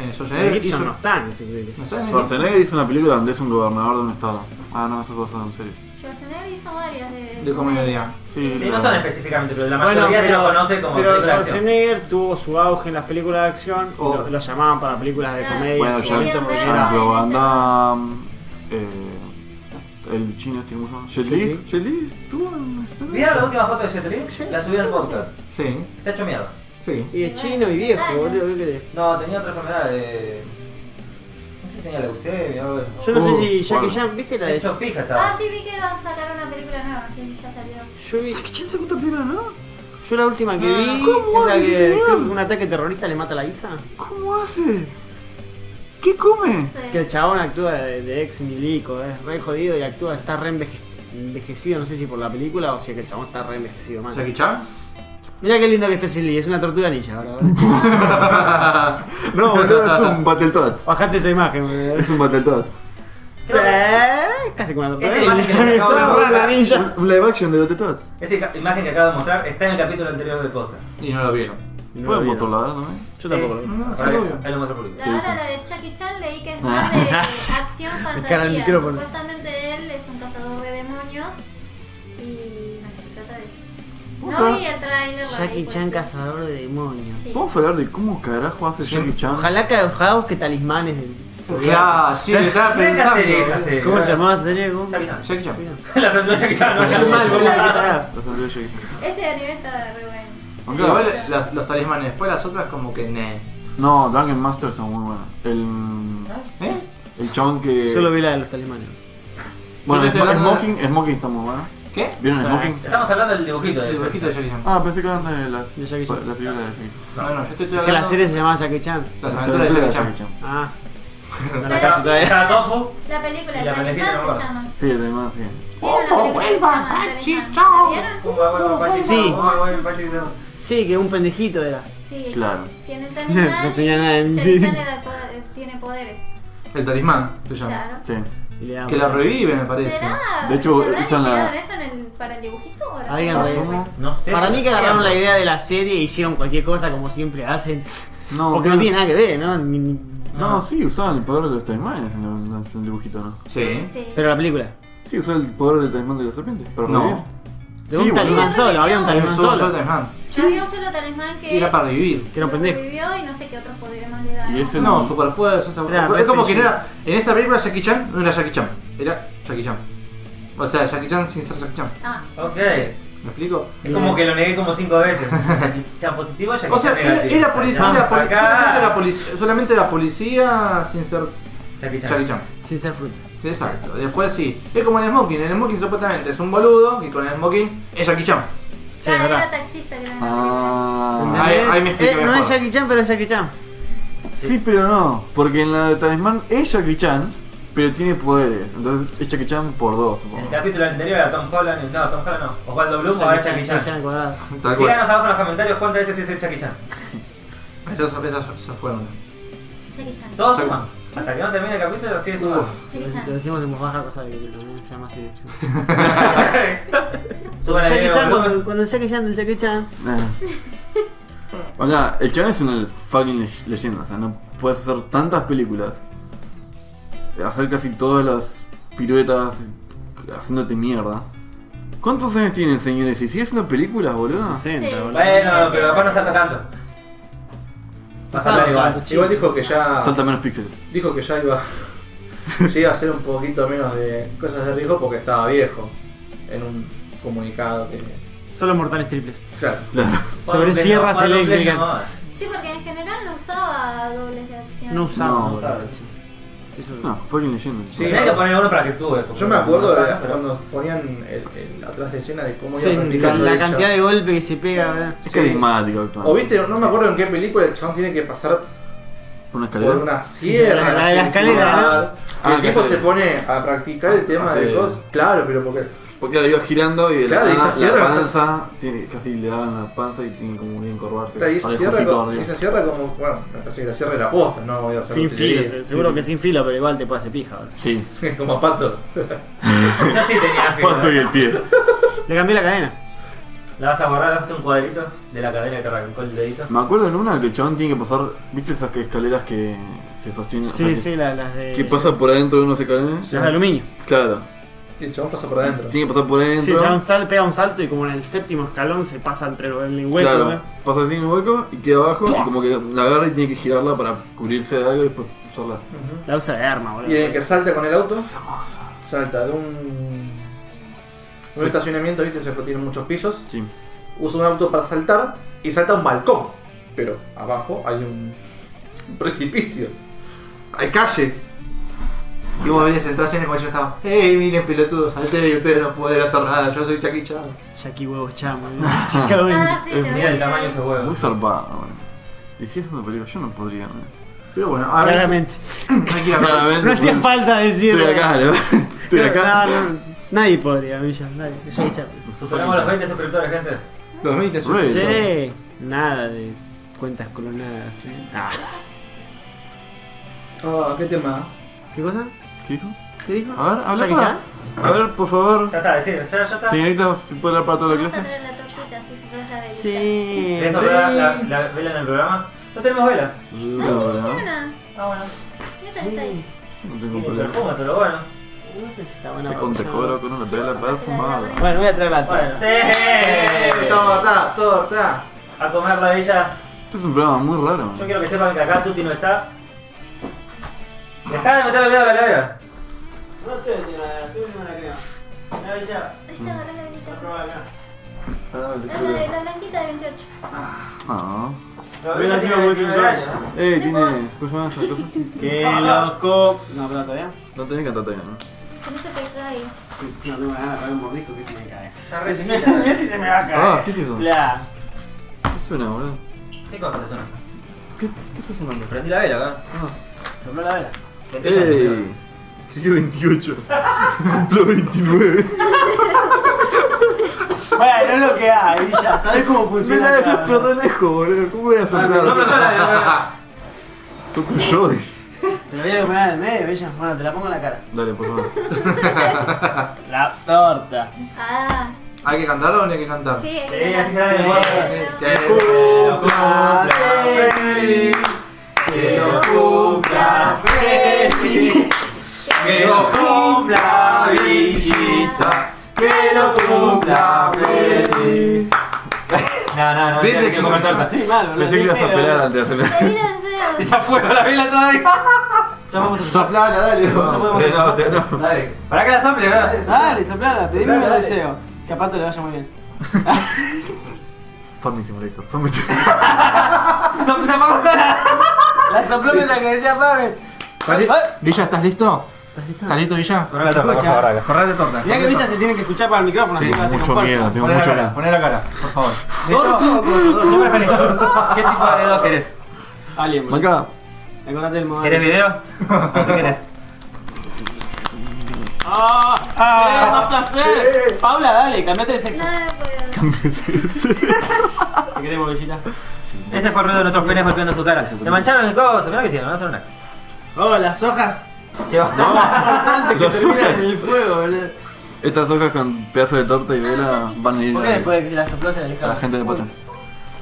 S2: Eh, Schwarzenegger
S3: Mel Gibson
S2: hizo.
S3: no está en indestructibles.
S2: ¿No está en el-
S4: Schwarzenegger hizo una película donde es un gobernador de un estado. Ah, no, eso es Schwarzenegger, en serio.
S5: Schwarzenegger hizo varias de,
S2: De comedia.
S4: Sí,
S1: Sí, no
S4: la-
S1: son específicamente, pero la
S3: Bueno,
S1: mayoría se
S3: pero-
S1: lo conoce como
S3: Pero
S1: película de acción.
S3: Schwarzenegger tuvo su auge en las películas de acción. y
S2: Oh.
S3: Lo, lo llamaban para películas de
S5: Claro.
S3: comedia.
S4: Bueno,
S5: Sí,
S3: en su
S4: ya
S5: habían
S3: momento,
S5: pero-
S4: por
S3: porque era-
S5: varias.
S4: ejemplo,
S5: Ah,
S4: Van
S5: ese-
S4: Damme, eh, el chino este, ¿cómo se llama? Jet Li.
S3: Jet
S4: Jet Li estuvo en Star Wars.
S1: ¿Vieron la última foto de Jet Li? La subí al podcast.
S2: Sí,
S1: Está hecho mierda.
S2: sí.
S3: Y es chino y viejo,
S5: Ah,
S3: boludo. ¿qué querés?
S1: No, tenía otra enfermedad de... No sé si tenía leucemia o algo de-
S3: Yo no
S4: Uh,
S3: sé si Jackie
S4: bueno.
S3: Chan, ¿viste la
S1: De
S3: de
S1: hecho, pija estaba.
S5: Ah, sí, vi que iban a sacar una película nueva, sí, ya salió.
S3: Yo, vi-
S4: ¿Sabes qué chino sacó otra película, no?
S3: yo la última que vi
S4: Ah, ¿cómo
S3: es la
S4: hace
S3: que
S4: ese señor?
S3: un ataque terrorista le mata a la hija.
S4: ¿Cómo hace? ¿Qué come?
S5: Sí.
S3: Que el chabón actúa de, de ex milico, es re jodido y actúa, está re enveje- envejecido, no sé si por la película o si es que el chabón está re envejecido mal.
S2: Jackie Chan.
S3: Mirá qué lindo que está Chili, es una tortuga ninja ahora. boludo.
S4: No, boludo, es un Battletoad.
S3: Bajate esa imagen, boludo.
S4: Es un Battletoad.
S3: Sí, casi como una
S1: Esa imagen que te
S3: tortuga. Es
S1: acabo de
S3: una
S1: mostrar.
S3: rana ninja.
S4: Un live action de Battletoad.
S1: Esa ica- imagen que acabo de mostrar está en el capítulo anterior del podcast.
S2: Y no lo vieron.
S4: Podemos mostrarla, ¿no?
S3: Yo tampoco lo
S1: Sí.
S2: No,
S3: vi.
S2: no,
S1: Ahora
S2: sí,
S1: que-
S2: obvio.
S1: Ahí lo muestro al público.
S5: La hora la de Jackie Chan leí que es más de acción
S3: Ah. cara al
S5: fantasía.
S3: micrófono.
S5: Supuestamente él es un cazador de demonios y bueno, se trata de eso.
S4: Otra.
S5: No vi el trailer.
S3: Jackie Chan, cazador de demonios.
S4: Vamos a hablar de cómo carajo hace Jackie Chan.
S3: Ojalá que ojalá busque talismanes. de-
S2: Ya, sí, me estaba
S1: Tenés que
S2: pensando.
S1: hacer esa serie.
S3: ¿Cómo se llamaba esa serie? ¿Cómo?
S1: Jackie Chan.
S2: Jackie Chan.
S1: Las noches que ya no
S3: Qué mal, boludo, qué
S1: acá.
S3: tarado.
S4: Los anteriores Jackie Chan.
S5: Este anime está re bueno.
S4: Aunque
S2: Claro,
S4: igual-
S2: igual las- los talismanes, después las otras como que ne.
S4: No, Drunken Masters son muy buenos. El.
S2: ¿Eh?
S4: El chabón que.
S3: Solo vi la de los talismanes.
S4: Bueno,
S2: Yo te estoy
S4: Sm-
S2: hablando de-
S4: Smoking, Smoking está muy bueno.
S2: ¿Qué?
S4: ¿Vieron
S3: Sí.
S4: Smoking?
S1: Estamos hablando del dibujito de
S2: El
S1: Jackie
S2: dibujito de Jackie Chan.
S4: Ah, pensé que eran de la,
S3: De Jackie Chan.
S4: la película de Jackie Chan.
S2: No, no, yo te estoy hablando
S3: Que la serie se llamaba Jackie Chan.
S2: Las aventuras de Jackie Chan.
S3: Ah.
S5: Pero
S3: la casa
S5: sí,
S3: todavía.
S1: Está Tofu.
S5: La película,
S1: Y
S5: el
S1: la
S5: talismán
S1: maletita no va.
S5: se llama.
S4: Sí, el demás, sí.
S3: Oh,
S5: Tiene una película que se llama El Talismán. ¿La vieron?
S3: Sí.
S1: Sí.
S3: Sí, que un pendejito era.
S5: Sí,
S4: Claro.
S5: tiene el talismán.
S3: No tenía nada en
S5: y
S3: mí.
S5: Jackie Chan le da poder- eh, tiene poderes.
S2: El talismán se llama.
S5: Claro.
S4: Sí.
S3: Y le daba
S2: Que la
S3: vuelta.
S2: revive, me parece.
S5: ¿Será?
S4: De hecho,
S5: ¿se habrán
S4: usan la-
S5: inspirado en eso en el, para el dibujito? ¿O la
S3: Alguien
S5: película
S3: resumo.
S5: después?
S1: No sé.
S3: Para mí que agarraron la
S1: Siempre.
S3: idea de la serie e hicieron cualquier cosa como siempre hacen.
S4: No,
S3: Porque
S4: creo-
S3: no tiene nada que ver, ¿no? Ni- ni-
S4: No, sí, usaban el poder de los talismanes en el, en el dibujito, ¿no?
S2: Sí.
S5: Sí.
S3: Pero la película.
S4: Sí, usaba el poder del talismán de la serpiente. Para
S2: No.
S4: revivir.
S3: De un
S4: Sí,
S3: talismán
S4: boludo.
S3: solo, había un
S5: Hay
S2: Es un
S3: talismán
S2: solo
S3: solo.
S2: talismán.
S5: Yo había un solo talismán que
S2: Era para revivir.
S3: Que era un pendejo.
S5: vivió y no sé qué otros poderes más le daban.
S4: Y ese-
S2: No, superfuerza, esa-
S3: Era
S2: Es como
S3: Refugee.
S2: que no era. En esa película Jackie Chan no era Jackie Chan. Era Jackie Chan. O sea, Jackie Chan sin ser Jackie Chan.
S5: Ah,
S1: Ok.
S2: ¿Me explico?
S1: Es como que lo negué como cinco veces. Jackie Chan positivo, Jackie
S2: O sea,
S1: Chan
S2: era,
S1: negativo.
S2: era policía,
S1: Vamos
S2: era poli- solamente
S1: acá.
S2: era policía, solamente era policía sin ser
S1: Jackie Chan.
S2: Jackie Chan.
S3: Sin ser fruta.
S2: Exacto. Después sí. Es como el smoking. El smoking supuestamente es un boludo y con el smoking es Jackie Chan.
S3: Sí, es
S5: claro,
S3: verdad.
S5: ah,
S3: Eh,
S5: era taxista que era una
S4: Ah.
S2: Ahí- ahí me explico
S3: no
S2: mejor.
S3: es Jackie Chan, pero es Jackie Chan.
S4: Sí, pero no. Porque en la de talismán es Jackie Chan, pero tiene poderes. Entonces es Jackie Chan por dos,
S1: En el
S4: supongo.
S1: capítulo anterior era Tom Holland. No, Tom Holland no. Osvaldo Bloom, ahora Jackie Chan.
S3: cuadrado.
S2: Tal cual.
S1: Díganos abajo en los comentarios cuántas veces es Jackie Chan.
S2: Esas, esas, esas fueron.
S5: Jackie Chan.
S1: Todo
S2: Tal
S1: suma. Hasta que no termine el capítulo, sigue sumando.
S5: Jackie
S3: Lo
S5: Chan.
S3: decimos en voz baja, cosa de que también se llama así de hecho.
S1: Suban la
S3: Jackie
S1: idea,
S3: Chan,
S1: boludo.
S3: cuando, cuando el Jackie Chan, el Jackie Chan.
S4: Ah. O sea, el chabón es una fucking le- leyenda. O sea, no puedes hacer tantas películas. Hacer casi todas las piruetas haciéndote mierda. ¿Cuántos años tiene el señor ese? ¿Y sigue haciendo películas, boludo?
S5: Sí.
S3: boludo.
S1: Bueno, pero capaz no salta tanto. Va a saltar igual.
S2: Igual dijo que ya.
S4: Ah. Salta menos píxeles.
S2: Dijo que ya iba. ya iba a hacer un poquito menos de cosas de riesgo porque estaba viejo. En un comunicado que.
S3: Solo mortales triples.
S2: Claro.
S4: Claro.
S3: Sobre sierras
S1: Pablo Pleno,
S3: eléctricas.
S1: Pablo
S5: Sí, porque en general no usaba dobles de acción.
S3: No usaba.
S4: No,
S3: boludo.
S1: sabe.
S3: Eso
S4: Es una fucking leyenda.
S2: Sí.
S1: Pleno. Tenés que poner uno para que tú. eh, porque
S2: Yo me acuerdo
S1: no
S2: de
S1: está, pero-
S2: cuando ponían el, el atrás de escena de cómo iba
S3: Sí, la,
S2: practicando
S3: la
S2: el chabón.
S3: cantidad de golpe que se pega,
S5: Sí.
S4: Es
S2: Sí.
S4: carismático actual.
S2: O viste, no me acuerdo en qué película el chabón tiene que pasar
S4: Por una escalera.
S2: por una
S3: Sí,
S2: sierra.
S3: la- la de la
S2: así,
S3: escalera,
S2: claro.
S3: ¿no?
S2: Y
S4: Ah,
S2: el tipo
S4: que
S2: se
S4: se-
S2: pone a practicar el tema
S4: Ah,
S2: de
S4: sí.
S2: cosas. Claro, pero porque.
S4: Porque la iba girando y de
S2: Claro, y
S4: la,
S2: esa
S4: nada, la
S2: sierra-
S4: panza tiene, casi le daban la panza y tiene como que encorvarse.
S2: Claro, y esa
S4: para el
S2: sierra,
S4: justito
S2: como,
S4: arriba.
S2: esa sierra como. Bueno, me parece que la sierra era posta, no voy a hacer utilería.
S3: seguro que sin filo, pero igual te puede hacer pija. boludo.
S4: Sí.
S2: Como pato.
S1: Yo sí tenía filo.
S4: Pato y el pie.
S3: Le cambié la cadena.
S1: La vas a borrar, le haces un cuadrito de la cadena que te arrancó el dedito.
S4: Me acuerdo en una que el chabón tiene que pasar. ¿Viste esas que- escaleras que se sostienen? O sea,
S3: Sí,
S4: que-
S3: sí, la- las de.
S4: Que pasa por adentro de unos escalones.
S3: Las de aluminio.
S4: Claro.
S2: Y el chabón pasa por adentro.
S4: Tiene que pasar por adentro.
S3: Sí, ya un sal, pega un salto y como en el séptimo escalón se pasa entre los el hueco. eh.
S4: claro.
S3: ¿no?
S4: Pasa así en el hueco y queda abajo. Y como que la agarra y tiene que girarla para cubrirse de algo y después usarla.
S3: La usa de arma,
S2: Y
S3: boludo.
S2: el que salta con el auto,
S4: Es hermosa.
S2: salta de un. de un estacionamiento, viste, se tiene muchos pisos.
S4: Sí.
S2: usa un auto para saltar y salta a un balcón. Pero abajo hay un precipicio. Hay calle. Y vos venías entras en el cual yo estaba, hey, miren pelotudos, salté y ustedes no pueden hacer nada, yo soy Jackie Chan.
S3: Jackie huevos chamo. boludo. Se cagó en-
S5: Ah, sí, lo vi.
S1: Mira el tamaño de ese huevo.
S4: Muy zarpada, boludo. Y si es una película, yo no podría. eh. boludo.
S2: Pero bueno, a ver,
S3: Claramente.
S2: hay que ir a ver.
S4: Claramente,
S3: No hacía
S4: boludo.
S3: falta decirlo.
S4: Estoy acá, boludo. Estoy acá.
S3: No, no, nadie podría, Villa. Nadie. Jackie Chan.
S1: Superamos los 20 suscriptores, gente.
S2: Los 20
S4: Re.
S2: subtítulos.
S3: Sí, nada de cuentas clonadas. ¿eh? Ah.
S2: Ah, qué tema.
S3: ¿Qué cosa?
S4: ¿Qué dijo?
S3: ¿Qué dijo?
S4: A ver,
S3: ¿Ya
S4: habla
S3: que
S4: para. A ver, por favor.
S1: Ya está, decime, ya, ya está.
S4: Señorita, ¿puede hablar para toda la
S5: Vamos a
S4: clase?
S5: ver la tortita, sí, se puede saber.
S3: ya? Sí.
S1: ¿Querés soplar la, la vela en el programa? No tenemos vela.
S5: Ay,
S4: No,
S5: no,
S4: ¿verdad?
S5: una.
S1: Ah, bueno.
S5: ¿Qué tal está ahí?
S4: No tengo
S1: Tiene
S4: problema.
S1: perfume, pero bueno.
S3: No sé si está buena
S4: Te con te cobro con una vela para fumar.
S3: Bueno, voy a traer la
S1: Bueno,
S3: torta.
S1: sí.
S2: Eh, Torta, torta.
S1: A comer la vela.
S4: Este es un programa muy raro.
S1: Yo quiero que sepan que acá Tuti no está. Dejá de meter el dedo a la cadera.
S3: No sé, tío, la estoy viendo la crema. La bella,
S5: Ahí está, agarrá la velita.
S3: acá.
S5: Es la de la blanquita de 28.
S4: Ah.
S1: La
S3: Vela
S1: vela
S3: sí
S1: tiene
S3: lo voy a
S1: 29 años. ¿no?
S4: Eh, tiene. ¿Cómo se llama esa cosa?
S3: Que loco. Ah, No, pero todavía.
S4: No tenés cantata ya, ¿no?
S5: Con eso que cae.
S3: No tengo ganas de pegar un mordisco que se me cae.
S1: Está re chiquita.
S3: Mira si se me va a
S4: Ah, ¿qué es eso?
S3: Claro.
S4: ¿Qué suena, boludo?
S1: ¿Qué cosa te suena?
S4: ¿Qué, qué está sonando?
S1: Prendí la vela, ¿verdad?
S4: Ah.
S3: Sopló la vela.
S1: 28 años, creo.
S4: ¡Ey! Cumplió 28. Cumplió 29.
S3: Bueno, es lo que hay, ya. ¿Sabes cómo
S4: Me la
S3: funciona?
S4: dejaste re lejos, boludo. ¿Cómo voy a
S2: Ah,
S1: Soplo yo
S4: soplar?
S1: la vela.
S4: Soplo yo. dice.
S3: Te la voy a comer en el medio, bella. Bueno, te la pongo en la cara.
S4: Dale, por favor.
S3: La torta.
S5: Ah,
S2: ¿Hay que cantarlo o no hay que cantar?
S5: sí, es
S1: Sí, así se
S5: la-
S1: da de vuelta.
S5: Sí.
S2: Que
S1: lo
S2: cumpla feliz.
S5: Que lo cumpla feliz.
S2: Que lo cumpla
S5: Villita.
S2: Que lo cumpla feliz.
S1: No, no, no.
S2: Bien,
S1: tiene que
S2: decime.
S1: comer torta.
S3: Sí, malo.
S4: Pensé que ibas a pelar antes de hacerlo.
S5: Feliz deseo.
S1: Ya fue la vela todavía. Ya vamos a soplar.
S2: Soplala, dale.
S4: Te no, te no.
S2: Dale.
S1: Para que la sople, ¿verdad?
S3: Dale, soplala, pedime
S2: Soplala,
S3: los
S2: dale.
S3: deseos. Capaz te le vaya muy bien.
S4: Farming Simulator. Farming
S1: Se sopla, se apagó sola.
S3: La sopló mientras que decía padre. Eh.
S2: Villa, ¿estás listo? ¿Estás listo, Villa?
S1: Corre la torta, por favor, acá.
S2: Corrate torta.
S3: Mirá que Villa se tiene que escuchar para el micrófono, así que va a
S4: Simulator.
S3: ser
S4: Mucho miedo, tengo
S2: Poné la
S4: mucho
S2: cara,
S4: miedo.
S2: poné la cara, por favor.
S3: ¿Dorso o coso?
S1: ¿Qué preferís? ¿Qué tipo de dedo querés?
S3: Alien, boludo.
S4: Acá.
S3: Acordate del modelo.
S1: ¿Querés video? ¿Qué querés?
S3: ¡Ah! ¡Ah! ¡Más placer! Paula, dale, cambiate de sexo.
S5: No, no puedo.
S3: Te queremos, Villita.
S1: Ese fue el ruido de nuestros penes golpeando su cara. Le mancharon el coso, mirá que hicieron, no hacer una.
S3: Oh, las hojas.
S1: ¿Qué va?
S3: Antes que
S4: Las
S3: terminan
S4: hojas.
S3: en el fuego, boludo.
S4: Estas hojas con pedazos de torta y vela van a ir
S3: ¿Por qué
S4: a
S3: después de que se las sopló se la
S4: a
S3: alejaba?
S4: la gente de Patreon.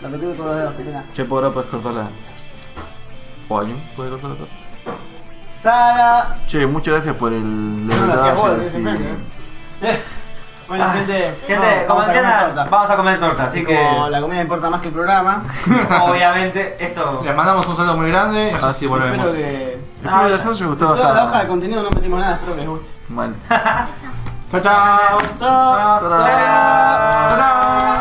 S3: La toqué con los dedos, Cristina.
S4: Che, por ahora puedes cortarla. O alguien puede cortar la torta.
S3: ¡Sara!
S4: Che, muchas gracias por el.
S3: No lo hacías vos,
S4: detalle,
S3: desde
S4: sí.
S3: frente, ¿eh? Bueno, gente.
S1: Ah, Gente, como
S3: Ah, vamos a comer
S1: entiendan,
S3: torta.
S1: vamos a comer torta, así que
S3: Como la comida importa más que el programa.
S1: obviamente esto.
S2: Les mandamos un saludo muy grande y así volvemos.
S3: Espero que.
S4: Espero que les haya gustado
S3: Ah, Toda la hoja de
S4: hasta.
S3: contenido no metimos nada, espero que les guste.
S4: Mal.
S2: Chao, chao.
S3: Chao.
S4: Tarán.
S2: Chao.